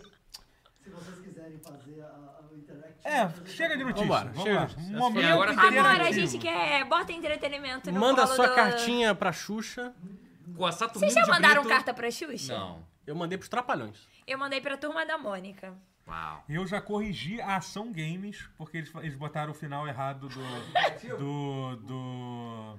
S17: Se vocês quiserem fazer a, a, o Interact.
S1: É, chega de notícia.
S5: Vambora,
S1: vamos
S5: chega
S1: lá. Um
S5: de notícia.
S1: Momento
S4: Agora tá-
S1: interativo.
S3: Agora a gente quer. Bota entretenimento no
S5: Manda
S3: colo
S5: sua
S3: do-
S5: cartinha pra Xuxa.
S4: Com a Saturno
S3: Vocês já
S4: de
S3: mandaram
S4: Brito-
S3: carta pra Xuxa?
S4: Não.
S5: Eu mandei pros Trapalhões.
S3: Eu mandei pra turma da Mônica.
S4: Uau.
S1: Eu já corrigi a Ação Games, porque eles, eles botaram o final errado do. do. do.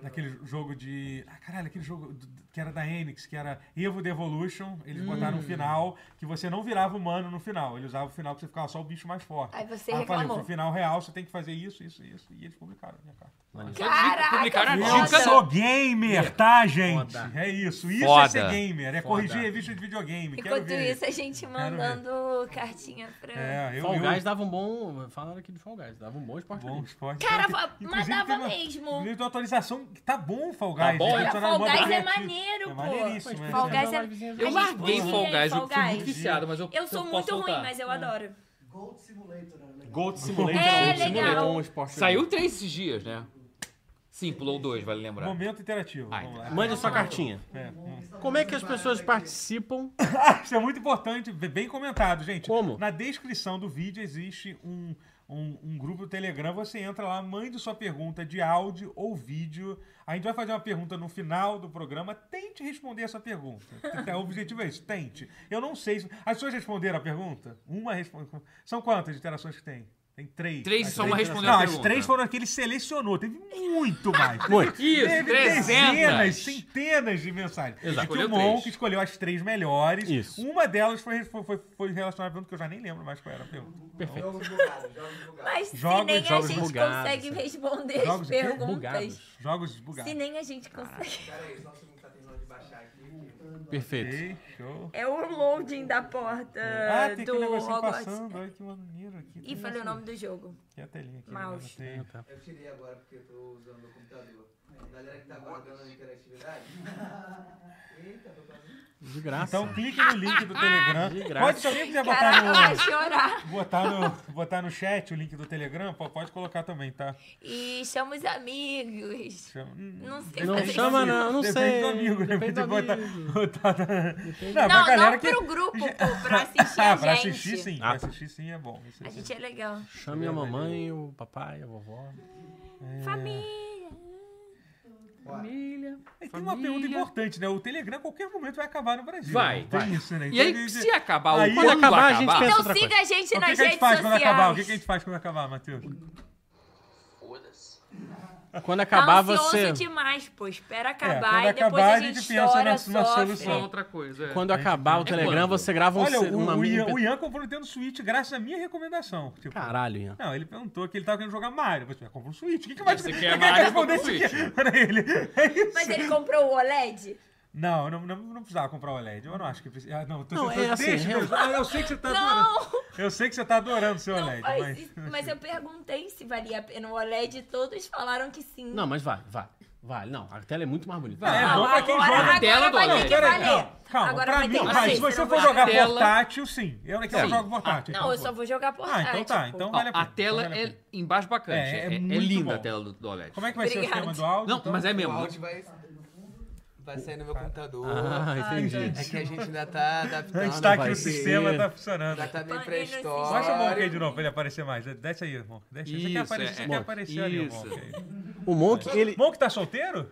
S1: daquele jogo de. Ah, caralho, aquele jogo do- do- que era da Enix, que era Evo The Evolution. Eles botaram um
S3: Hum.
S1: final que você não virava humano no final. Ele usava o final que você ficava só o bicho mais forte.
S3: Aí você
S1: eu falei,
S3: reclamou.
S1: pro final real você tem que fazer isso, isso, isso. E eles publicaram a minha carta.
S3: Caraca,
S4: publicaram a
S1: Eu
S4: dica.
S3: foda.
S1: sou gamer, tá, gente?
S5: Ah, Foda.
S1: É isso. Isso é
S4: Foda.
S1: ser gamer. É corrigir
S5: Foda.
S1: revista de videogame. Quero
S3: Enquanto
S1: ver.
S3: isso, a gente mandando cartinha pra.
S1: É, eu,
S5: Fall
S1: eu-
S5: Guys dava um bom. Falaram aqui de Fall Guys, dava um bom esporte.
S1: Bom
S5: olímpico.
S1: esporte.
S3: Cara,
S1: Tanto que,
S3: mas
S1: inclusive,
S3: dava
S1: tem uma-
S3: mesmo.
S1: Inclusive, tem uma atualização que tá bom o Fall Guys.
S4: bom?
S1: eles
S4: Cara,
S1: adicionaram
S3: Fall
S1: uma
S3: Guys é
S1: barra aqui.
S3: maneiro,
S1: É
S3: pô.
S1: maneiríssimo, é.
S3: Fall Guys é-
S4: Eu
S3: A gente
S4: larguei
S3: podia
S4: Fall
S3: em
S4: Guys, eu
S3: Fall
S4: fui muito
S3: Guys.
S4: viciado, mas eu
S3: Eu sou
S4: posso
S3: muito
S4: voltar.
S3: ruim, mas
S1: Hum.
S3: eu adoro.
S17: Gold Simulator era legal.
S5: Gold
S3: É,
S5: Simulator. Gold Simulator
S3: legal.
S5: é um esporte
S4: Saiu
S5: olímpico.
S4: três esses dias, né? Sim, pulou dois, vale lembrar.
S1: Momento interativo.
S4: Ah,
S1: Vamos lá.
S5: Mande sua cartinha.
S1: É.
S5: Como é que as pessoas participam?
S1: Ah, Isso é muito importante, bem bem comentado, gente.
S5: Como?
S1: Na descrição do vídeo existe um, um, um grupo do Telegram. Você entra lá, mande sua pergunta de áudio ou vídeo. A gente vai fazer uma pergunta no final do programa. Tente responder essa pergunta. o objetivo é isso, tente. Eu não sei. se- As pessoas responderam a pergunta? Uma respondeu. São quantas interações que tem? Tem três.
S4: Três,
S1: As
S4: só uma respondeu
S1: Não,
S4: a
S1: as
S4: pergunta.
S1: três foram as que ele selecionou. Teve muito mais.
S5: Muito.
S4: Isso,
S1: Teve
S4: 300.
S1: dezenas, centenas de mensagens.
S5: Exato.
S1: E que o
S4: Escolheu
S1: Monk
S4: três.
S1: escolheu as três melhores.
S5: Isso.
S1: Uma delas foi, foi, foi, foi relacionada à pergunta que eu já nem lembro mais qual era a pergunta.
S11: Jogos bugados, jogos bugados.
S3: Mas se
S1: Jogos-
S3: nem a
S5: jogos
S3: gente
S5: bugados,
S3: consegue
S5: sabe?
S3: responder
S1: Jogos
S3: as
S1: o quê?
S3: perguntas.
S5: Bugados.
S1: Jogos bugados.
S3: Se nem a gente consegue.
S11: Pera aí, só um segundo que tá terminando de baixar aqui.
S5: Perfeito.
S1: Ok, show.
S3: É o loading da porta
S1: Ah, tem aquele
S3: É, do
S1: negocinho
S3: Hogwarts.
S1: passando. Olha que maneiro aqui.
S3: E falei o nome do jogo.
S1: Que a telinha aqui.
S3: Mouse.
S1: né?
S5: Ah,
S1: Tem.
S5: tá.
S11: Eu tirei
S17: É.
S11: agora porque eu tô usando o computador. A galera que tá guardando a interatividade,
S5: De graça.
S1: Então clique no link do Telegram.
S5: De graça.
S1: Pode, se alguém quiser botar
S3: Ah, Caraca, vai
S1: no,
S3: chorar.
S1: botar, no, botar no chat o link do Telegram, pô, pode colocar também, tá?
S3: E chama os amigos.
S1: Chama-
S3: Não sei
S5: Não
S3: fazer isso.
S5: chama, não, não
S1: Depende
S5: sei.
S1: Do amigo,
S5: Depende
S1: de
S5: do
S1: botar-
S5: amigo.
S1: botar na- Não,
S3: Não,
S1: pra galera
S3: não
S1: que...
S3: pro grupo, pô, pra assistir
S1: Ah,
S3: a
S1: pra
S3: gente.
S1: assistir sim. pra
S5: Ah, tá.
S1: assistir sim é bom. isso
S3: A
S1: sim.
S3: gente é legal.
S5: Chame a mamãe, o papai, a vovó.
S1: É.
S3: Família.
S1: E tem uma pergunta importante, né? O Telegram a qualquer momento vai acabar no Brasil.
S4: Vai,
S1: Tem
S4: vai.
S1: isso, né?
S4: E
S1: Então,
S4: aí,
S1: a gente-
S4: se acabar,
S1: Aí-
S4: o
S1: Quando
S5: acabar, a gente pensa-
S3: Então
S5: outra
S3: siga a gente
S1: o que,
S3: nas
S1: que a gente
S3: redes
S1: faz quando acabar? O que,
S3: sociais.
S1: que a gente faz quando acabar, Matheus?
S5: Quando
S3: Tá
S5: acabar,
S3: ansioso
S5: você.
S3: demais, pô. Espera
S1: É,
S3: acabar
S1: quando
S3: e depois
S1: acabar,
S3: a gente, chora,
S1: pensa na- na
S3: sofre.
S1: solução.
S4: Uma outra coisa. é.
S5: Quando acabar o Telegram,
S4: quando?
S5: você grava um
S1: Olha,
S5: se- uma
S1: o, o,
S5: mini
S1: Ian,
S5: pe- Ah.
S1: o Ian comprou o Nintendo Switch graças à minha recomendação. Tipo,
S5: Caralho, Ian.
S1: Não, ele perguntou que ele tava querendo jogar Mario. Você compra um Switch. O que, que vai
S4: Você
S1: quem
S4: quer
S1: é que
S4: Mario,
S1: responder
S4: compra um
S1: isso aqui
S4: Switch.
S1: pra ele? É isso.
S3: Mas ele comprou o OLED?
S1: Não, não, não, não precisava comprar o OLED. Eu não acho que precisa. Ah, não, eu tô
S5: Não,
S1: tentando-
S5: é assim,
S1: deixa,
S5: eu-
S1: eu... ah, eu sei que você tá adorando.
S3: Não!
S1: Eu sei que você tá adorando o seu
S3: Não
S1: OLED,
S3: faz
S1: mas.
S3: isso. Mas eu perguntei se valia a pena o OLED e todos falaram que sim.
S5: Não, mas vai, vai. Vai, não. A tela é muito mais bonita.
S1: É,
S3: Não,
S1: bom pra quem
S3: Tá, agora,
S1: joga.
S3: agora
S4: Tela do
S3: vai
S4: OLED.
S3: ter que
S1: Peraí,
S3: valer.
S1: não, calma,
S3: agora
S1: pra
S3: vai
S1: mim,
S3: ter que
S1: vai,
S3: valer.
S1: se você
S3: não
S1: for
S3: vai-
S1: jogar
S4: Tela-
S1: portátil, sim. Eu não quero
S4: Sim.
S1: jogo portátil.
S3: Não, eu só vou jogar tipo,
S1: Ah,
S3: portátil.
S1: então tá,
S3: pô.
S1: então
S4: Ó,
S1: vale a
S4: a
S1: pena,
S4: tela
S1: vale a
S4: é
S1: pena.
S4: embaixo bacana.
S1: É, é
S4: É, é
S1: muito
S4: linda
S1: bom.
S4: a tela do, do OLED.
S1: Como é que vai ser o
S3: Obrigada.
S1: esquema do áudio?
S4: Não,
S1: então?
S4: mas é
S11: O
S4: mesmo.
S11: áudio vai,
S17: Tá
S11: vai sair no meu computador.
S5: Ah, entendi.
S11: É que a gente ainda tá adaptando.
S1: A gente tá aqui,
S5: vai
S1: o
S5: ser.
S1: sistema tá funcionando.
S11: Ainda tá meio
S3: Põe ele no
S1: Baixa
S3: sistema.
S1: o Monk aí de
S11: pré-histórico.
S1: novo pra ele aparecer mais. Desce aí, irmão. Desce aí. Você quer
S4: Isso,
S1: aparecer,
S4: é,
S1: você
S4: é.
S1: quer aparecer ali, o
S4: Isso.
S1: Monk. aí.
S5: O Monk, ele.
S1: Monk tá solteiro?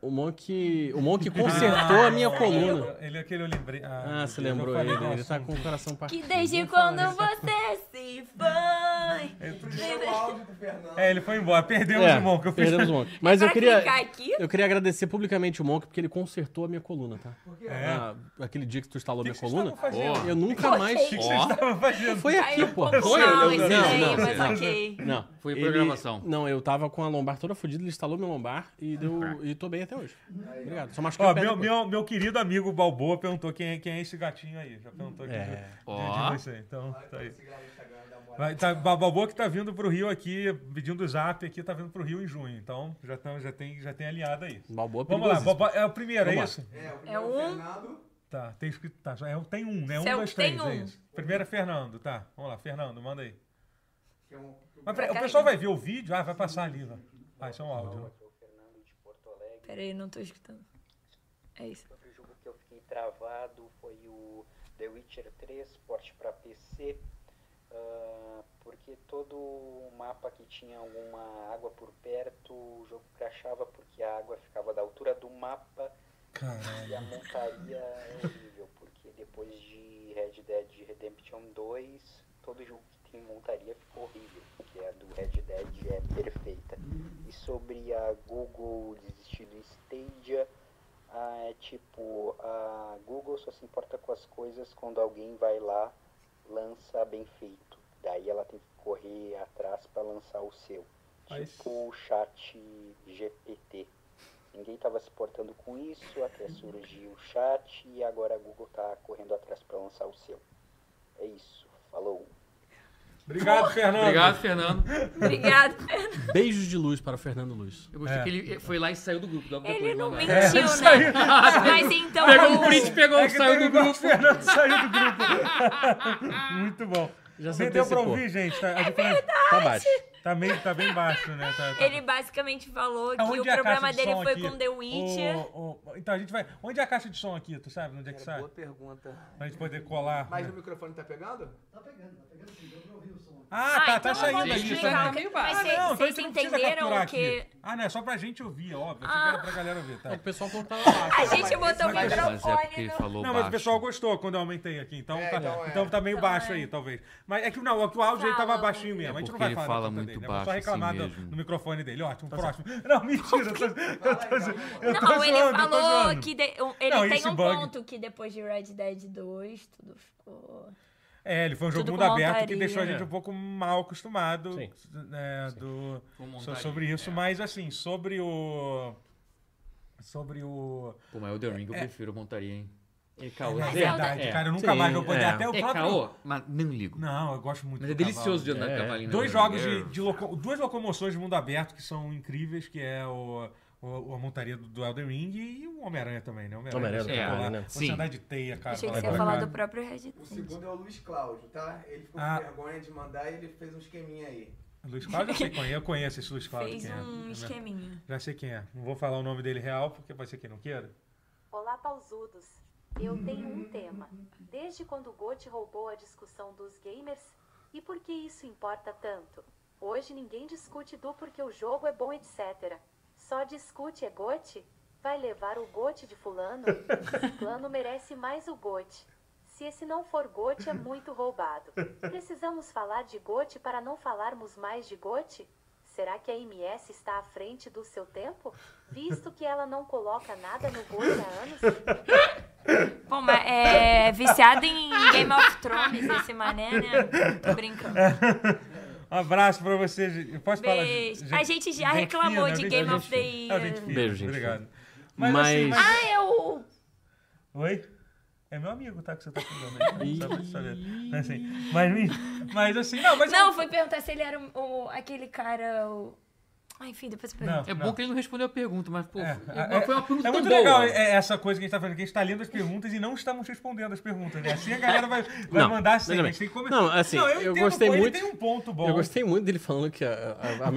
S5: O Monk. O Monk consertou a minha coluna.
S1: Ele é aquele eu lembrei.
S5: Ah,
S1: meu
S5: você
S1: Deus, eu
S5: lembrou
S1: falei
S5: ele.
S1: do
S5: Ele tá
S1: assunto.
S5: com o coração partido.
S3: Que desde quando
S1: né?
S3: você se foi.
S11: Deixa o áudio do Fernando.
S1: É, ele foi embora. Perdemos
S5: É,
S1: o Monk. Eu fiz...
S5: perdemos o Monk. Mas eu
S3: É pra
S5: queria.
S3: clicar aqui?
S5: Eu queria agradecer publicamente o Monk, porque ele consertou a minha coluna, tá? Ah, aquele dia que tu instalou
S1: que
S5: minha
S1: que vocês
S5: coluna.
S1: estavam fazendo?
S5: Eu nunca
S3: Cortei.
S5: mais.
S3: Que que
S4: Ó,
S1: Tava fazendo.
S5: Foi aqui,
S3: Caiu um
S5: pô.
S3: pouco
S4: Foi?
S3: mal
S4: Eu-
S3: esse
S5: não,
S3: daí,
S4: não,
S3: mas
S4: não.
S3: ok.
S5: Não.
S4: Foi
S5: ele-
S4: programação.
S5: Não, eu tava com a lombar toda fodida, ele instalou minha lombar e deu. E tô bem até hoje. Obrigado. Só machuquei
S1: Ó,
S5: o pé
S1: meu,
S5: depois.
S1: meu, meu querido amigo Balboa perguntou quem é, quem é esse gatinho aí. Já perguntou aqui.
S5: É.
S1: de- de-
S4: Ó.
S1: de você. Então, tá aí. Vai, tá, Ba- Balboa que tá vindo pro Rio aqui, pedindo zap aqui, tá vindo pro Rio em junho. Então, já, tão, já, tem, já tem aliado aí.
S5: Balboa
S1: Vamos lá,
S5: perigosíssimo.
S1: Balboa- é o primeiro, é
S5: Vamos lá.
S1: isso?
S11: É, o
S3: É
S11: primeiro
S3: um.
S11: Fernando.
S1: Tá, tem escrito. Tá, já é- tem um, né? Um,
S3: Céu,
S1: dois,
S3: tem
S1: três. É
S3: um.
S1: isso. Primeiro é Fernando, tá. Vamos lá, Fernando, manda aí.
S11: Que é um...
S1: Mas peraí, o
S3: então.
S1: pessoal vai ver o vídeo, ah, vai passar ali. Ó. Ah, isso é um áudio. né?
S3: Peraí, não tô escutando. É isso.
S10: Sobre o jogo que eu fiquei travado foi o The Witcher 3, porte para PC, ah, porque todo o mapa que tinha alguma água por perto, o jogo crashava porque a água ficava da altura do mapa
S1: Caralho.
S10: e a montaria é horrível, porque depois de Red Dead Redemption 2, todo jogo que tem montaria ficou horrível, porque a do Red Dead é perfeita. E sobre a Google desistir do Stadia, ah, é tipo, a Google só se importa com as coisas quando alguém vai lá, lança bem feito. Daí ela tem que correr atrás para lançar o seu.
S1: Mas-
S10: Tipo o chat GPT. Ninguém estava se portando com isso, até surgiu o chat e agora a Google está correndo atrás para lançar o seu. É isso, falou.
S1: Obrigado, Fernando.
S4: Obrigado, Fernando.
S3: Obrigado.
S5: Beijos de luz para o Fernando Luz.
S4: Eu gostei
S1: É.
S4: que ele foi lá e saiu do grupo. logo
S3: Ele
S4: depois,
S3: não
S4: né?
S3: mentiu,
S1: É,
S3: né?
S1: isso aí.
S3: Mas então.
S4: Pegou
S3: o-
S4: o um print, pegou,
S1: É que
S4: saiu
S1: teve
S4: do
S1: igual o
S4: grupo.
S1: Fernando saiu do grupo. Muito bom.
S5: Já se
S1: Você deu pra
S5: antecipou.
S1: ouvir, gente?
S3: É
S1: Tá, a diferença-
S5: Tá baixo.
S1: tá, meio, tá bem baixo, né? Tá- tá-
S3: Ele basicamente falou que
S1: Aonde
S3: o
S1: é a caixa
S3: problema
S1: de
S3: dele
S1: som
S3: foi
S1: aqui?
S3: com The Witcher.
S1: O- o- então a gente vai. Onde é a caixa de som aqui? Tu sabe onde é que
S11: Cara,
S1: sai?
S11: boa pergunta.
S1: Pra gente poder colar.
S11: Mas
S1: né?
S11: no microfone tá pegando?
S18: Tá pegando, tá pegando sim, deu pra ouvir o som.
S1: Ah, tá, tá
S3: então eu vou
S1: saindo
S3: te
S1: aqui.
S4: explicar.
S3: explicar.
S4: Tá meio
S3: Mas
S4: baixo.
S1: então
S3: cê- vocês
S1: você não precisa
S3: entenderam
S1: capturar
S3: o que. Ah. Então,
S1: aqui. Ah, não, é só pra gente ouvir, óbvio. Achei que era pra galera ouvir, tá?
S5: O pessoal falou que tava
S3: A
S5: baixo.
S3: gente botou o
S4: Mas é porque
S3: microfone
S4: ele
S3: no.
S4: falou
S1: Não, mas
S4: baixo.
S1: o pessoal gostou quando eu aumentei aqui, então,
S11: É,
S1: tá,
S11: então é.
S1: então tá meio
S3: Então
S1: baixo
S3: é.
S1: aí, talvez. Mas é que não, é que o áudio aí tava
S3: Fala.
S1: baixinho mesmo. a gente não vai
S4: porque
S1: falar
S4: ele fala
S1: da conta
S4: muito
S1: dele, né?
S4: baixo
S1: Só
S4: assim
S1: reclamar do,
S4: mesmo. Tá
S1: do microfone dele. Ótimo, próximo. Não, mentira, eu tô, eu tô, zo- eu tô
S3: Não, ele
S1: zoando, eu tô
S3: falou
S1: zoando.
S3: que. de- um- Ele
S1: Não,
S3: tem
S1: esse
S3: um
S1: bug-
S3: ponto que depois de Red Dead 2, tudo ficou.
S1: É, ele foi um jogo
S3: Tudo
S1: mundo
S3: com
S1: aberto que
S3: montaria.
S1: deixou a
S5: É.
S1: gente um pouco mal acostumado
S5: Sim.
S1: né, do,
S4: Com
S1: so-
S4: montaria,
S1: sobre isso,
S4: é.
S1: mas assim, sobre o. Sobre o.
S4: Pô, mas Elden Ring eu prefiro a montaria, hein? É caô,
S1: Na
S4: é
S1: verdade,
S4: verdade.
S1: cara, eu nunca
S5: Sim,
S1: mais vou poder.
S5: é.
S1: Até o
S4: É
S1: próprio.
S4: caô, mas não ligo.
S1: Não, eu gosto muito
S4: Mas
S1: do
S4: é delicioso de
S1: cavalo.
S4: andar
S5: É,
S4: de
S5: é.
S4: cavalinho.
S1: Dois
S4: né?
S1: jogos de, de loco- duas locomoções de mundo aberto que são incríveis, que é o, o- a montaria do, do Elden Ring e o Homem-Aranha também, né? O
S5: Homem-Aranha
S1: você vai
S5: do Homem-Aranha,
S1: lá,
S5: né?
S1: Você
S4: Sim.
S1: andar de teia, cara.
S3: Achei que
S1: pra
S3: você
S1: Tá, lá
S3: ia
S1: e pra
S3: falar
S1: cá.
S3: do próprio Red
S11: O
S3: Dead.
S11: segundo é o Luiz Cláudio, tá? Ele ficou
S1: Ah.
S11: com vergonha de mandar e ele fez um esqueminha aí.
S1: Luiz Cláudio, eu sei quem é. Eu conheço esse Luiz Cláudio.
S3: Fez
S1: quem é.
S3: um
S1: Eu já-
S3: esqueminha.
S1: Já sei quem é. Não vou falar o nome dele real, porque pode ser que não queira.
S19: Olá, pausudos. Eu tenho um tema. Desde quando o Gotti roubou a discussão dos gamers? E por que isso importa tanto? Hoje ninguém discute do porque o jogo é bom, etc. Só discute é Gotti? Vai levar o Gotti de fulano? Fulano merece mais o Gotti. Se esse não for Gotti, é muito roubado. Precisamos falar de Gotti para não falarmos mais de Gotti? Será que a MS está à frente do seu tempo? Visto que ela não coloca nada no Gotti há anos?
S3: Bom, mas é viciado em Game of Thrones esse mané, né? Tô brincando.
S1: Um abraço pra você. Gi- Eu posso falar. Gi-
S3: Beijo. A gente já reclamou
S1: fina,
S3: de
S1: gente-
S3: Game
S1: a gente
S3: of the
S1: fina. Ah,
S3: Year.
S1: gente fina,
S5: Beijo, gente
S1: Obrigado. assim,
S5: Mas,
S3: Ah, é o.
S1: Oi? É meu amigo, tá? Que você tá falando aí. Só pra você saber. Mas assim, mas, me- mas assim, não, mas.
S3: Não, fui perguntar se ele era o, o- aquele cara. O... Ah, enfim, depois eu pergunto.
S1: Não,
S4: É
S1: não.
S4: bom que ele não respondeu a pergunta, mas, pô,
S1: É,
S4: mas foi uma pergunta
S1: é
S4: tão
S1: muito
S4: boa.
S1: legal é, essa coisa que a gente tá fazendo, que a gente tá lendo as perguntas e não estamos respondendo as perguntas, né? Assim a galera vai, vai
S5: Não,
S1: mandar assim,
S5: veja
S1: a
S5: bem.
S1: gente tem que começar.
S5: Não, assim, eu
S1: entendo,
S5: gostei
S1: pô, ele
S5: muito-
S1: tem um ponto bom.
S5: Eu gostei muito dele falando que a, a- a
S1: Microsoft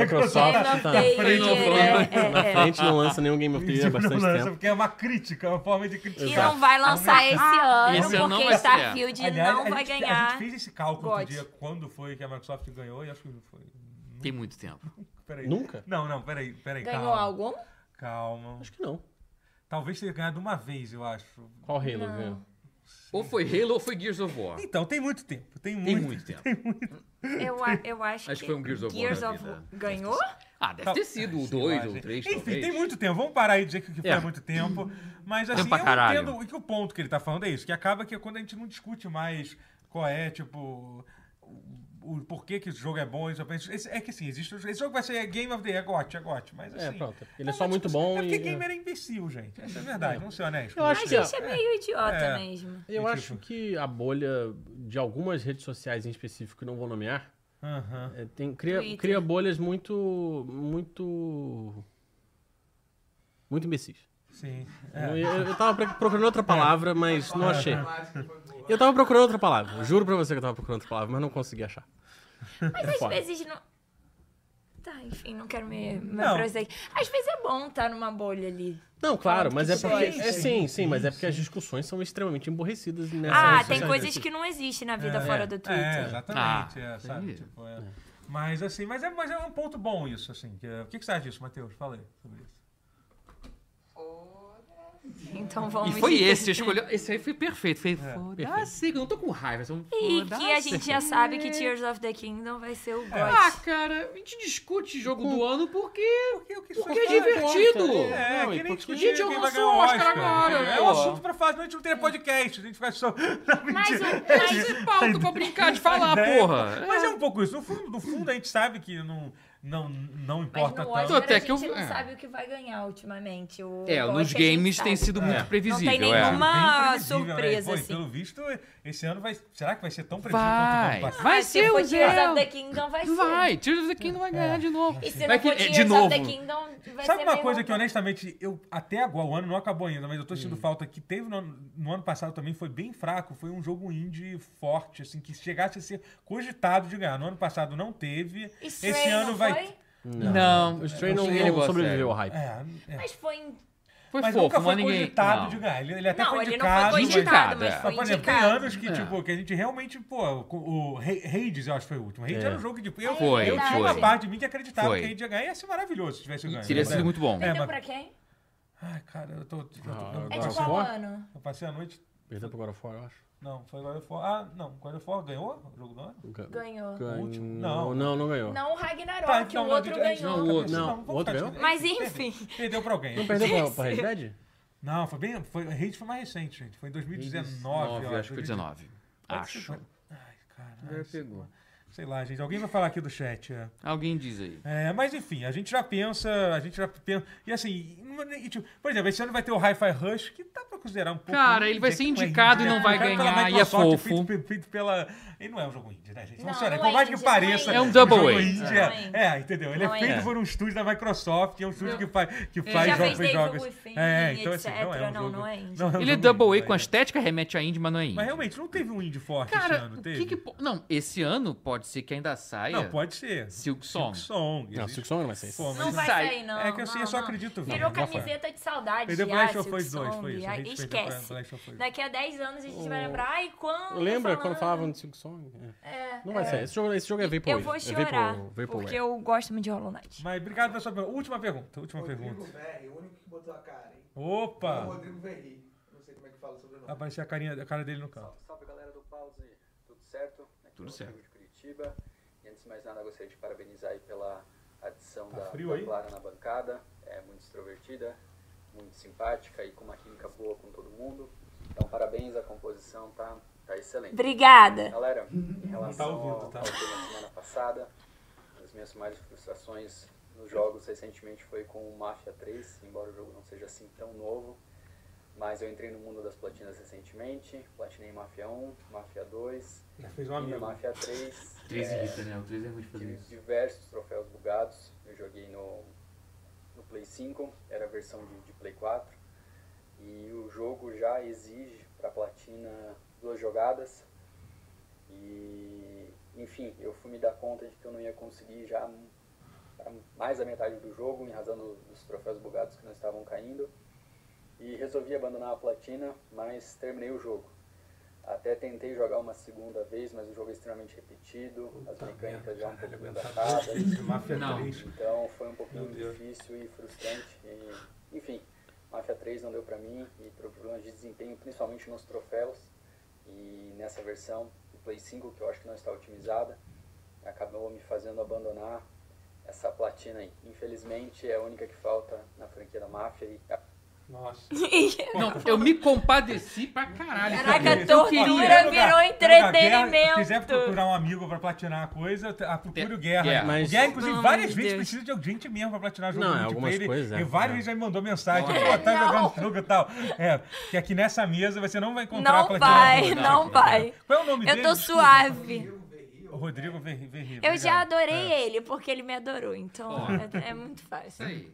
S5: Microsoft
S3: Game of
S5: tá
S3: the Year. é,
S5: na
S3: é, é.
S5: frente não lança nenhum Game of the Year há
S1: Não
S5: bastante
S1: lança,
S5: tempo.
S1: Porque é uma crítica, é uma forma de
S3: E um
S1: criticar.
S3: não vai lançar esse ano,
S4: esse ano não
S3: porque
S4: vai ser.
S3: Starfield
S1: Aliás,
S3: não
S1: a
S3: vai
S1: gente, A
S3: ganhar.
S1: gente fez esse cálculo outro
S3: God.
S1: dia, quando foi que a Microsoft ganhou, e acho que foi.
S4: Tem muito tempo.
S1: Peraí.
S5: Nunca?
S1: Não, não, peraí, peraí.
S20: Ganhou
S1: calma,
S20: algum?
S1: Calma.
S5: Acho que não.
S1: Talvez tenha ganhado uma vez, eu acho.
S5: Qual Halo ganhou?
S4: Ou foi Halo ou foi Gears of War.
S1: Então, tem muito tempo. Tem muito,
S4: Tem muito tempo.
S3: Eu, a- eu acho,
S4: Acho que foi um Gears of War
S3: Gears
S4: da
S3: of
S4: vida.
S3: ganhou?
S4: Ah, deve ter sido o
S1: Sei
S4: 2
S1: lá,
S4: ou
S1: gente.
S4: 3,
S1: Enfim,
S4: talvez.
S1: tem muito tempo. Vamos parar aí de dizer que que foi
S5: É.
S1: há muito tempo. Mas assim,
S4: pra
S1: eu
S4: caralho.
S1: entendo que o ponto que ele tá falando é isso. Que acaba que quando a gente não discute mais qual é, tipo... o- O porquê que o jogo é bom, isso, esse- é que assim, existe. Esse jogo vai ser Game of the Year, é GOT, é GOT, mas assim.
S5: É, pronto. Ele é
S1: uma
S5: só muito
S1: discussão-
S5: bom
S1: É porque
S5: e-
S1: gamer é imbecil, gente. Essa é a verdade, vamos ser honestos.
S5: Eu acho
S3: A
S5: que
S3: gente é meio idiota
S1: É.
S3: mesmo.
S5: Eu
S1: E,
S5: acho
S1: tipo-
S5: que a bolha de algumas redes sociais em específico que não vou nomear
S1: Aham.
S5: é, tem- cria,
S3: Twitter.
S5: cria bolhas muito. muito. muito imbecis.
S1: Sim.
S5: Eu,
S1: É.
S5: eu, eu tava pre- procurando outra palavra, mas não achei.
S11: Automático, foi boa.
S5: Eu tava procurando outra palavra. eu Juro pra você que eu tava procurando outra palavra, mas não consegui achar.
S3: Mas
S5: É
S3: às
S5: foda.
S3: vezes não. Tá, enfim, não quero me, me
S1: Não.
S3: aprofundar. Às vezes é bom estar numa bolha ali.
S5: Não, claro, mas é porque.
S1: Sim,
S5: É,
S1: sim,
S5: sim, sim, mas é porque as discussões são extremamente emborrecidas
S4: É,
S5: nessa
S3: ah,
S5: rede
S3: tem
S5: social.
S3: coisas que não existem na vida tá fora do
S1: É,
S3: Twitter.
S1: exatamente.
S4: Ah,
S1: é, sabe?
S4: entendi.
S1: Tipo, é. Mas assim, mas é, mas é um ponto bom isso, assim. que é- o que, que você acha disso, Matheus? Fala aí sobre isso.
S3: Então vamos.
S4: E foi esse, você escolheu. Esse aí foi perfeito.
S1: É,
S4: Foi foda-se, eu não tô com raiva. Só um
S3: E que a
S4: foda-se.
S3: gente já sabe que Tears of the Kingdom vai ser o
S1: É.
S4: Ah,
S3: God.
S4: cara, a gente discute jogo do ano porque.
S1: Porque, o que
S4: Porque é
S1: importa,
S4: divertido!
S1: É,
S5: É,
S1: é
S5: não,
S1: que
S5: e
S1: nem
S5: porque-
S1: discutir
S4: Gente, eu
S1: quem vai
S4: lanço
S1: ganhar o
S4: o Oscar agora,
S1: É
S4: pô.
S1: um assunto pra fazer, a gente não tem podcast, a gente faz só... Não,
S3: Mas
S1: mentira.
S3: o-
S4: Mas é pauta pra brincar de falar,
S1: Ideia,
S4: Ah, porra.
S1: Mas é um pouco isso. No fundo, no fundo a gente sabe que não, não, não
S3: Mas
S1: importa
S3: no
S1: tanto.
S4: Tô
S3: Oscar
S4: até
S3: a
S4: que eu-
S3: gente
S4: é.
S3: não sabe o que vai ganhar ultimamente. O
S4: É,
S3: God
S4: nos
S3: a gente
S4: games tem
S3: sabe.
S4: sido
S1: É.
S4: muito previsível.
S3: Não tem
S4: é.
S3: nenhuma-
S1: Bem previsível, né?
S3: surpresa,
S1: Pô, e
S3: assim.
S1: Pelo visto, esse ano vai... Será que vai ser tão
S4: tá
S1: previsível
S4: Vai,
S1: quanto o ano passado?
S4: vai
S3: Mas
S4: ser
S3: Ah, se
S4: o
S3: for Tears
S4: Zé.
S3: of the Kingdom, vai ser.
S4: Vai, Tears of the Kingdom vai ganhar de novo.
S3: E se
S4: Vai
S3: não
S4: que-
S3: for
S4: é, de
S3: Tears
S4: novo.
S3: of the Kingdom, Ah, vai
S1: Sabe
S3: ser
S1: uma
S3: meio
S1: coisa que,
S3: roubado.
S1: honestamente, eu até agora, o ano não acabou ainda, mas eu tô sentindo falta que teve no, ano- no ano passado também, foi bem fraco, foi um jogo indie forte, assim, que chegasse a ser cogitado de ganhar. No ano passado não teve.
S3: E
S1: Esse
S3: Stray
S1: ano
S3: não
S1: vai.
S3: foi?
S4: Não,
S5: O Stray não,
S4: Ele
S5: não
S4: gosta,
S5: sobreviveu ao
S4: é.
S5: hype.
S1: É, é.
S3: Mas foi. em-
S4: Foi
S1: Mas
S4: fofo,
S1: nunca foi
S4: mas ninguém.
S1: cogitado
S4: não.
S1: de ganhar. Ele, ele até
S3: Não,
S1: foi
S3: ele não
S1: indicado.
S3: foi
S4: indicado,
S3: cogitado, mas
S4: é.
S1: Mas,
S3: foi
S1: por exemplo, tem anos
S3: indicado.
S1: que,
S4: É.
S1: tipo, que a gente realmente, pô, com- o Ra- Hades, eu acho que foi o último. Hades
S5: É.
S1: era um jogo que, tipo, eu,
S4: Foi,
S1: eu tinha
S4: foi.
S1: uma parte de mim que acreditava
S4: Foi.
S1: que Hades ia ganhar. Ia ser maravilhoso se tivesse ganho.
S4: Teria
S1: né?
S4: sido muito bom.
S1: É,
S3: Perdeu
S1: mas-
S3: pra quem?
S1: Ai, cara, eu tô. Eu, tô, eu,
S5: Ah,
S3: É
S5: God
S3: de
S5: of
S1: passei,
S3: qual
S5: War?
S3: ano?
S1: eu passei a noite
S5: Perdeu pro God of War, eu acho.
S1: Não, foi God of War. Ah, não, God of War ganhou o jogo do ano?
S5: Ga-
S3: Ganhou.
S5: ganhou-
S1: último? Não.
S5: Não, não ganhou.
S3: Não o Ragnarok,
S1: Tá,
S3: o
S1: a
S3: outro
S1: gente- a gente
S3: ganhou.
S1: nunca
S5: Não, o outro.
S1: pensou,
S5: Não,
S1: vamos
S5: o
S1: voltar,
S5: outro ganhou?
S3: Mas
S1: perdeu.
S3: enfim.
S1: Perdeu pra alguém.
S5: Não perdeu pra, pra Red Dead?
S1: Não, foi bem. Foi, Hades foi mais recente, gente. Foi em 2019,
S4: 19,
S1: eu
S4: acho que foi 19.
S1: Pode ser,
S4: Acho.
S1: pode- Ai, caralho. Pegou. Sei lá, gente. Alguém vai falar aqui do chat. É.
S4: Alguém diz aí.
S1: É, mas enfim, a gente já pensa, a gente já pensa. E assim, e, tipo, por exemplo, esse ano vai ter o Hi-Fi Rush, que tá pra considerar um pouco.
S4: Cara, ele vai
S1: indie,
S4: ser
S1: é que não é
S4: indicado
S1: indie,
S4: e não
S1: né?
S4: vai
S1: Feito pela
S4: ganhar, e é
S1: Microsoft,
S4: fofo.
S1: Feito, feito- feito pela... Ele não é um jogo indie, né, gente?
S3: Não,
S1: Vamos ser
S3: não
S1: honestos, por
S3: é
S1: mais que
S3: indie, não é
S1: pareça.
S3: indie.
S4: É um double
S1: jogo
S4: A.
S1: indie,
S3: Não é indie.
S1: É, entendeu? Ele é
S3: Não é
S1: feito
S3: indie.
S1: por um estúdio da Microsoft, que é um estúdio que faz, que
S3: Ele já
S1: faz jogos.
S3: fez
S1: jogos.
S3: Devil Within,
S1: É, então assim,
S3: etc.
S1: não é um
S3: Não,
S1: jogo.
S3: não é indie.
S1: não um
S4: Ele é
S1: jogo
S4: double A
S1: indie,
S4: com a
S1: né?
S4: estética, remete a indie, mas não é indie.
S1: Mas realmente não teve um indie forte esse
S4: Cara,
S1: ano,
S4: o
S1: teve?
S4: que que... po- Não, esse ano pode ser que ainda saia
S1: Não, pode ser.
S4: Silk Song.
S1: Silk Song.
S5: Não,
S1: existe.
S5: Silk Song não vai ser isso.
S1: Pô,
S3: Não
S1: mas-
S3: vai
S4: sai.
S3: sair, não.
S1: É que assim,
S3: não,
S1: eu só
S3: não.
S1: acredito.
S3: Virou
S1: velho.
S5: Já foi.
S3: camiseta de saudade.
S1: E The
S3: ah,
S1: Blash of
S3: Silk
S1: Us 2, foi
S3: Song,
S1: isso.
S3: ah,
S1: A gente fez The
S3: esquece.
S1: Blash of Us.
S3: Daqui a 10 anos a gente vai
S5: Oh.
S3: lembrar. Ai, quando.
S5: Lembra
S3: falando?
S5: quando falavam de Silk Song? É.
S3: Ah, É,
S5: Não vai
S3: é.
S5: sair. Esse jogo, esse jogo é Vaporwave.
S3: Eu vou
S5: É
S3: chorar.
S5: Vapor, Vaporware.
S3: porque eu gosto muito de Hollow Knight.
S1: Mas obrigado pela sua pergunta. Última pergunta, última
S11: Rodrigo
S1: pergunta.
S11: Verri, o único que botou a cara, hein? Não,
S1: Opa!
S11: Rodrigo Verri. Não sei como é que fala sobre o nome.
S1: Apareceu a, carinha, a cara dele no canto.
S21: Salve, salve galera do Pause, tudo certo? Aqui
S4: Tudo
S21: é o
S4: certo.
S21: Rodrigo de Curitiba. E antes de mais nada, gostaria de parabenizar aí pela adição
S1: Tá
S21: da,
S1: frio
S21: da
S1: aí?
S21: Clara na bancada. É muito extrovertida, muito simpática e com uma química boa com todo mundo. Então, parabéns, a composição tá, tá excelente.
S3: Obrigada.
S21: Galera, em relação
S1: ouvindo,
S21: ao,
S1: tá?
S21: ao tema da semana passada, as minhas maiores frustrações nos jogos recentemente foi com o Mafia 3, embora o jogo não seja assim tão novo, mas eu entrei no mundo das platinas recentemente, platinei Mafia 1, Mafia 2,
S1: Já fez um
S21: e no
S1: amigo.
S21: Mafia 3,
S4: 3
S21: é,
S4: irrita, né? O 3 é ruim de fazer
S21: tive
S4: isso.
S21: diversos troféus bugados, eu joguei no, no Play 5, era a versão de, de Play 4, e o jogo já exige para platina duas jogadas, e, enfim, eu fui me dar conta de que eu não ia conseguir já pra mais da metade do jogo, em razão do- dos troféus bugados que não estavam caindo. E resolvi abandonar a platina, mas terminei o jogo. Até tentei jogar uma segunda vez, mas o jogo é extremamente repetido, as mecânicas já um pouco datadas.
S1: Mafia
S4: Não.
S1: 3.
S21: Então foi um pouquinho
S1: Meu Deus.
S21: difícil e frustrante. E, enfim, Mafia 3 não deu pra mim e por problemas de desempenho, principalmente nos troféus. E nessa versão do Play 5, que eu acho que não está otimizada, acabou me fazendo abandonar essa platina aí. Infelizmente é a única que falta na franquia da Máfia e
S1: Nossa.
S4: Não, eu me compadeci pra caralho.
S3: Caraca,
S4: cara. Eu
S3: tortura
S4: queria-
S3: virou
S1: Se
S3: entretenimento.
S1: quiser procurar um amigo pra platinar a coisa, te- ah,
S5: É,
S1: procure o Guerra.
S4: Guerra.
S1: O
S5: Mas-
S1: Guerra, inclusive,
S3: Pelo
S1: várias
S3: amor de
S1: vezes
S3: Deus.
S1: precisa de gente mesmo pra platinar jogo
S5: Não, é,
S1: multiplayer.
S5: algumas
S1: Ele-
S5: coisas, é,
S1: E várias
S5: é.
S1: vezes já me mandou mensagem.
S4: Olha.
S1: Pô, tá
S3: Não.
S1: jogando jogo e tal. É, que aqui nessa mesa você não vai encontrar
S3: Não
S1: platinar
S3: vai,
S1: jogo.
S3: não vai.
S1: Qual é o nome
S3: Eu
S1: dele?
S3: tô
S1: Desculpa.
S3: suave.
S1: O Rodrigo Verri. Verri,
S3: Eu
S1: obrigado.
S3: já adorei
S1: É.
S3: ele, porque ele me adorou. Então é, é muito
S4: Isso
S3: fácil.
S4: aí.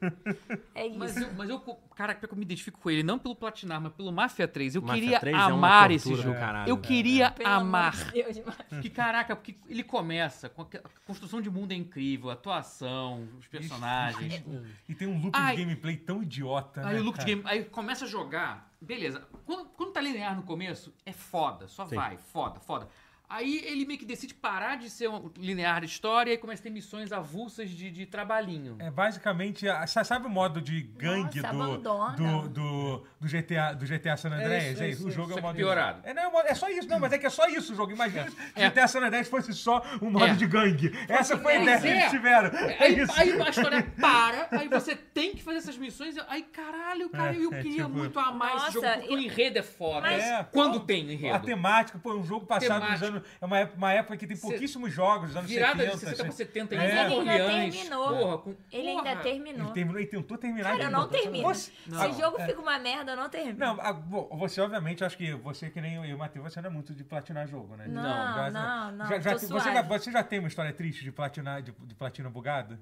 S3: É
S4: Mas
S3: isso.
S4: eu, mas eu, cara, pior que eu me identifico com ele, não pelo Platinar, mas pelo Mafia 3. Eu
S5: Mafia
S4: queria
S5: 3 é uma
S4: amar
S5: tortura
S4: esse
S5: do
S4: jogo.
S5: caralho,
S4: eu
S5: né?
S4: queria
S3: Pelo amor
S4: amar.
S3: de Deus, demais.
S4: Porque, caraca, porque ele começa com aquela- a construção de mundo é incrível, a atuação, os personagens.
S5: né,
S1: E tem um loop
S4: Ai.
S1: de gameplay tão idiota.
S4: Aí
S1: né,
S4: o look de
S1: cara?
S4: game, aí começa a jogar, beleza. Quando, quando tá linear no começo, é foda, só
S5: Sim.
S4: vai, foda, foda. Aí ele meio que decide parar de ser um linear de história e começa a ter missões avulsas de, de trabalhinho.
S1: É basicamente, a- sa- sabe o modo de gangue
S3: Nossa,
S1: do,
S3: abandona.
S1: do, do, do GTA, do GTA San Andreas?
S5: isso,
S1: É,
S5: é
S1: isso,
S5: isso,
S1: o jogo é
S4: Só
S1: o
S4: que
S1: modo.
S4: piorado.
S1: É, não, é o modo- é só isso, não, mas é que é só isso o jogo. Imagina se
S4: É.
S1: GTA San Andreas fosse só um modo
S4: É.
S1: de gangue. Essa foi a ideia
S4: Pois
S1: que
S4: é.
S1: eles tiveram. É
S4: Aí, tá
S1: isso.
S4: aí a história para, aí você tem que fazer essas missões. Aí, caralho, cara,
S1: É,
S4: eu
S1: é
S4: queria
S1: tipo-
S4: muito amar esse
S3: Nossa,
S4: jogo, porque o
S3: eu-
S4: enredo é foda.
S1: Mas- É,
S4: Quando
S1: pô,
S4: tem o
S1: A
S4: enredo.
S1: temática, pô, um jogo passado nos
S4: Temática.
S1: anos. É uma época, uma época que tem pouquíssimos jogos, dos anos
S4: Virada
S1: 70.
S4: de 60 pra
S1: assim.
S4: 70
S1: Mas
S4: Nova
S1: ele
S3: ainda
S4: Orleans,
S3: terminou.
S4: Porra, com,
S3: Ele
S4: porra.
S3: ainda
S1: Ele
S3: terminou.
S1: terminou, ele tentou terminar.
S3: Cara,
S1: ele
S3: eu não
S1: tentou.
S3: termino.
S1: Você-
S3: Se o jogo fica uma merda, eu não termino.
S1: Não, a- bom, você obviamente, acho que você que nem eu e o Matheus, você não é muito de platinar jogo, né?
S3: Não,
S1: já-
S3: não, não,
S1: já- já
S3: tô
S1: te- você, já,
S3: suave.
S1: você já tem uma história triste de platinar, de, de platina bugada?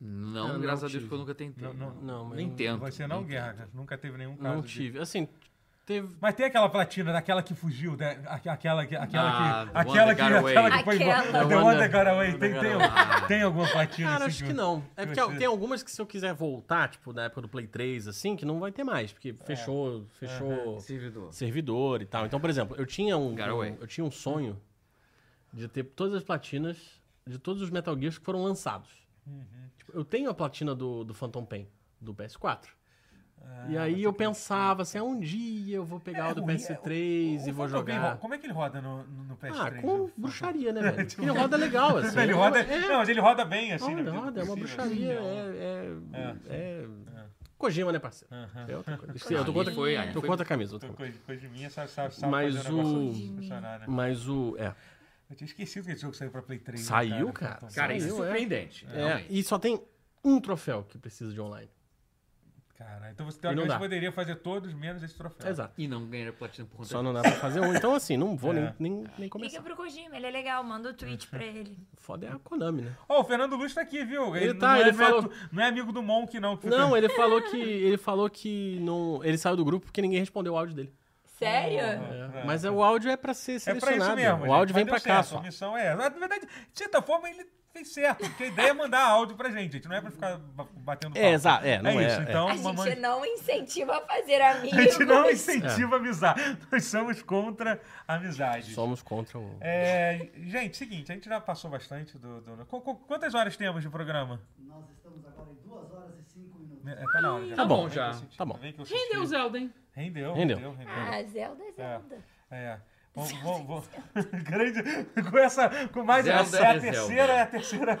S4: Não,
S5: Eu
S4: graças
S5: não
S4: a Deus,
S5: tive.
S4: porque eu nunca tentei.
S1: Não, não.
S5: Não, mas
S4: Nem
S5: eu-
S4: tento.
S1: Você não,
S4: nem
S1: guerra,
S4: tento.
S1: nunca teve nenhum caso.
S5: Não
S1: de-
S5: tive. Assim, teve...
S1: Mas tem aquela platina daquela que fugiu, da, aqua- aquela que. Aquela
S4: Ah,
S1: que.
S4: the one
S1: Aquela
S4: that
S1: que,
S4: got away.
S1: aquela que foi embora.
S3: Aquela.
S1: The
S5: The
S1: one
S5: one
S1: that got away.
S5: that
S1: Tem,
S5: got
S1: tem,
S5: away.
S1: algum- tem alguma platina
S5: Cara,
S1: assim
S5: acho que não. É porque
S1: você-
S5: tem algumas que se eu quiser voltar, tipo, da época do Play 3, assim, que não vai ter mais, porque
S1: É.
S5: fechou, fechou
S4: Servidor.
S5: servidor e tal. Então, por exemplo, eu tinha um,
S4: Garoway.
S5: um- eu tinha um sonho de ter todas as platinas de todos os Metal Gears que foram lançados.
S1: Uhum.
S5: Tipo, eu tenho a platina do, do Phantom Pain, do PS4.
S1: Ah,
S5: e aí eu pensava assim, ah, um dia eu vou pegar
S1: É
S5: o do
S1: ruim,
S5: PS3
S1: O
S5: e vou
S1: Phantom Pain ro-
S5: jogar.
S1: Como é que ele roda no, no no PS3?
S5: Ah,
S1: né?
S5: com bruxaria, né, velho? Ele roda legal, assim.
S1: Ele roda,
S5: É,
S1: Não, mas ele roda bem, assim.
S5: roda,
S1: né? assim,
S5: roda, é uma bruxaria, é... é, é, Kojima, né, parceiro? É outra coisa. Esqueci, eu tô
S4: Aí
S5: contra,
S4: foi, aí
S5: tô
S4: foi-
S5: contra a camisa. outra
S1: Então,
S5: camisa.
S1: Coisa, coisa de minha, sabe, sabe, sabe
S5: Mas
S1: fazer um negócio
S5: o-
S1: de funcionar, né?
S5: Mas o... É.
S1: Eu tinha esquecido que esse jogo saiu pra Play 3. né,
S5: Saiu,
S1: cara?
S5: cara?
S1: Então,
S4: Cara, isso é
S5: Saiu, é.
S4: surpreendente.
S5: É,
S4: realmente.
S5: e só tem um troféu que precisa de online.
S1: Cara, então você teoricamente poderia fazer todos menos esse troféu.
S5: Exato.
S4: E não ganhar platina por conta
S5: Só não dá pra fazer um. Então, assim, não vou
S1: É.
S5: nem, nem, nem
S10: Liga
S5: começar.
S10: pro Kojima, ele é legal, manda o tweet pra ele.
S5: Foda é a Konami, né?
S1: Ó, o Fernando Luz tá aqui, viu?
S5: Ele
S1: não
S5: tá,
S1: é-
S5: ele
S1: não é
S5: falou-
S1: tu- não é amigo do Monk, não. que você
S5: Não,
S1: tá-
S5: ele falou que. Ele falou que não. Ele saiu do grupo porque ninguém respondeu o áudio dele.
S10: Sério?
S1: É.
S5: Mas é, o áudio é pra ser
S1: É pra
S5: selecionado.
S1: isso mesmo.
S5: o áudio
S1: gente.
S5: vem
S1: Mas
S5: pra
S1: deu
S5: cá
S1: certo,
S5: só.
S1: A missão é essa. Ah, Na verdade, de certa forma, ele fez certo, porque a ideia é mandar áudio pra gente. A gente não é pra ficar ba- batendo
S5: É,
S1: papo.
S5: exato, é, não é,
S1: isso,
S5: é.
S1: então,
S10: A gente
S1: mamãe...
S10: não incentiva a fazer amigos.
S1: A gente não incentiva a amizade. Nós somos contra a amizade.
S5: Somos contra o.
S1: É, gente, seguinte, a gente já passou bastante do. do- qu- qu- quantas horas temos de programa?
S17: Nós estamos agora em 2 horas e 5 minutos.
S1: É, tá na hora já.
S5: Tá bom,
S1: Vem que eu
S4: já.
S1: senti-
S5: Tá bom.
S1: vem que eu senti.
S4: Rendeu o Zelda, hein?
S1: Rendeu, rendeu,
S5: Rendeu.
S1: rendeu.
S10: Ah, Zelda é Zelda.
S1: É. Vou, vou, vou. Grande. Com essa. Com mais
S5: um
S4: Zelda
S1: essa é a
S4: é Zelda.
S1: terceira. É a terceira.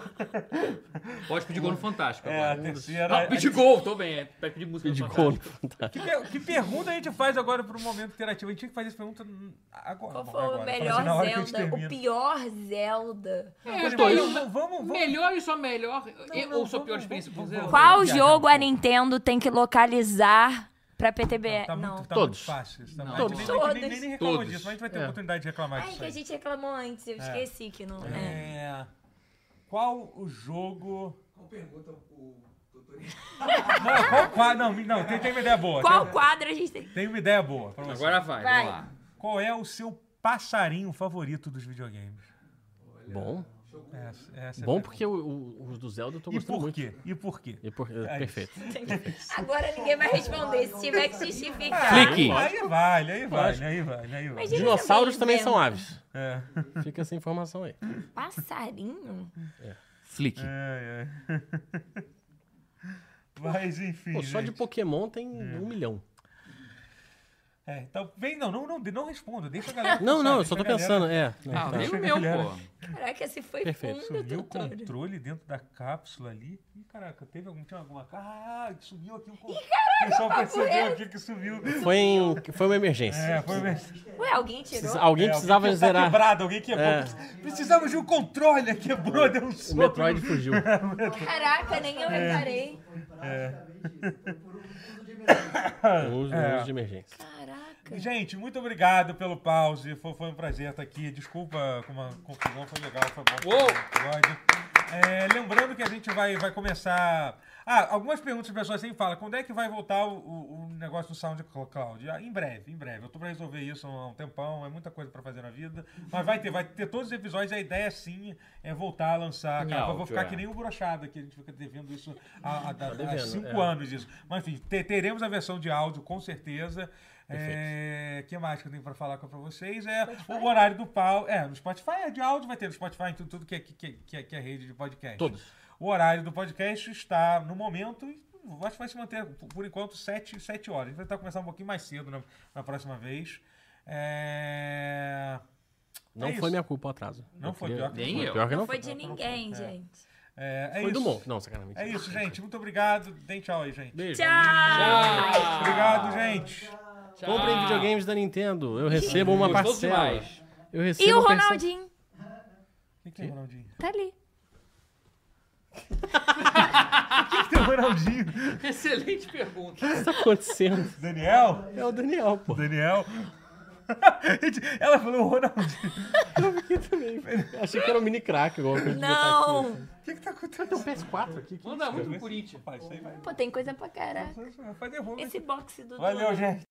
S4: Pode pedir gol no Fantástico
S1: É a
S5: um
S4: agora.
S1: terceira.
S4: Ah, pedir gol, tô bem. É, pode pedir música
S5: De
S4: no Fantástico.
S5: corno. Tá.
S1: Que, per- que pergunta a gente faz agora pro momento interativo? A gente tinha que fazer essa pergunta agora.
S10: Qual
S1: bom,
S10: foi
S1: agora.
S10: o
S1: Fazer na
S10: melhor
S1: hora que a gente
S10: Zelda? O
S1: termina.
S10: pior Zelda?
S4: É,
S1: Mas
S4: tô aí.
S1: vamos, vamos, vamos.
S4: Melhor e só melhor. e-
S1: não,
S4: ou sua
S1: vamos-
S4: pior experiência com
S1: vamos-
S4: Zelda.
S10: Qual
S1: viajar
S10: jogo
S1: um
S10: a
S1: pouco.
S10: Nintendo tem que localizar pra PTBR?
S1: Tá
S10: É, não.
S1: muito, tá
S5: Todos.
S1: muito fácil. isso, Tá
S4: Não.
S1: a gente nem- nem-
S10: Todos.
S1: Nem, nem, reclamou
S4: Todos.
S1: disso, mas a gente vai ter
S5: É.
S1: oportunidade de reclamar
S10: Ai,
S1: disso.
S10: que a
S1: aí.
S10: gente reclamou antes, eu esqueci que não. É.
S1: É, Qual o jogo.
S11: Qual pergunta o doutor
S1: Não, qual, qual, não, não tem, tem uma ideia boa.
S10: Qual quadro a gente tem?
S1: Tem, tem uma ideia boa. pra você.
S4: Agora vai,
S10: Vai.
S4: vamos lá.
S1: Qual é o seu passarinho favorito dos videogames?
S5: Bom.
S1: Essa, essa é a
S5: Bom
S1: pergunta.
S5: porque o- o- os do Zelda eu tô
S1: E
S5: gostando
S1: por
S5: muito.
S1: quê? E por quê?
S5: E por- é,
S1: Aí.
S5: Perfeito.
S10: Agora ninguém vai responder, se tiver que justificar.
S5: Clique.
S1: Aí vale, aí vale, aí vale, aí vale.
S10: Mas ele
S5: Dinossauros também
S10: inventa.
S5: são aves.
S1: É.
S5: Fica essa informação aí.
S10: Passarinho?
S4: Flick.
S1: É, é. Mas enfim.
S5: Pô, só de
S1: gente.
S5: Pokémon tem um milhão.
S1: É, então, vem, não, não, não, não responda, deixa a galera.
S5: Não, não, eu
S1: pensar,
S5: só tô
S1: deixa a
S5: pensando.
S1: galera-
S5: É.
S4: Ah,
S1: Então, né?
S4: nem o meu, pô.
S10: Caraca, esse foi
S5: Perfeito.
S10: fundo,
S1: Sumiu o
S10: doutor.
S1: controle dentro da cápsula ali. Ih, caraca, teve algum, tinha alguma. Ah, sumiu aqui o controle. Ih, caraca, tá o pessoal percebeu aqui que sumiu.
S5: Foi, em- foi uma emergência.
S1: É, foi mesmo.
S10: Ué, alguém tirou?
S5: Alguém
S1: É,
S5: precisava
S1: alguém que Tá
S5: zerar. É.
S1: quebrado, alguém quebrou. Precisamos de um controle, quebrou, deu um
S5: O
S1: soco.
S5: Metroid fugiu.
S1: É.
S10: Caraca, nem
S5: É.
S10: eu reparei.
S17: Foi
S1: Ah,
S17: praticamente isso. Foi por um uso de emergência.
S5: O uso, o uso de emergência.
S10: Caraca.
S1: Gente, muito obrigado pelo pause. Foi, foi um prazer estar aqui. Desculpa como a confusão, foi legal, foi bom. fazer
S4: Uou!
S1: o episódio. É, lembrando que a gente vai, vai começar. Ah, algumas perguntas que as pessoas sempre falam: quando é que vai voltar o, o- o negócio do SoundCloud? Ah, em breve, em breve. Eu tô pra resolver isso há um tempão, é muita coisa pra fazer na vida. Mas vai ter, vai ter todos os episódios. A ideia sim é voltar a lançar.
S4: Em
S1: Cara, eu vou
S4: áudio,
S1: ficar
S4: é.
S1: que nem o brochado aqui, a gente fica devendo isso há, há- há
S5: devendo,
S1: cinco
S5: é.
S1: anos isso. Mas enfim, te- teremos a versão de áudio com certeza. É, que mais que eu tenho pra falar com- pra vocês? É o horário do pau. É, no Spotify é de áudio, vai ter no Spotify, em tudo, tudo que, é, que, que, é- que é rede de podcast.
S5: Todos.
S1: O horário do podcast está no momento. eu Acho que vai se manter, por- por enquanto, sete sete horas. A gente vai tentar começar um pouquinho mais cedo na, na próxima vez. É,
S5: Não
S1: é isso.
S5: foi minha culpa o atraso.
S1: Não
S5: Eu
S1: foi
S5: queria-
S1: pior que-
S4: Nem
S5: foi
S4: eu.
S5: Pior que
S10: Não
S5: não
S10: foi
S5: foi.
S10: de ninguém, gente.
S1: é, é
S5: Foi do
S1: isso.
S5: Monk. Não, sacanagem.
S1: É isso, gente. Muito obrigado. Deem tchau aí, gente.
S5: Beijo.
S4: Tchau.
S1: Obrigado, gente.
S4: Ah. Tchau.
S5: Comprem videogames da Nintendo. Eu recebo uma
S4: Gostou
S5: parcela.
S4: demais.
S5: Eu recebo
S10: E o
S5: uma parcela-
S10: Ronaldinho?
S1: O que, que é o Ronaldinho?
S10: Tá ali.
S1: Tem o Ronaldinho.
S4: Excelente pergunta.
S5: O que tá acontecendo?
S1: Daniel?
S5: É o Daniel, pô.
S1: Daniel? Gente, Ela falou o Ronaldinho.
S5: Eu fiquei também. velho. Achei que era um mini crack igual que eu devia estar aqui.
S10: Não!
S1: O que que tá acontecendo?
S5: PS4 aqui.
S4: Manda muito pro um Corinthians.
S1: Rapaz, isso aí vai.
S10: Pô, tem coisa pra caraca.
S1: Vai derrubar.
S10: Esse boxe do
S1: Valeu, gente.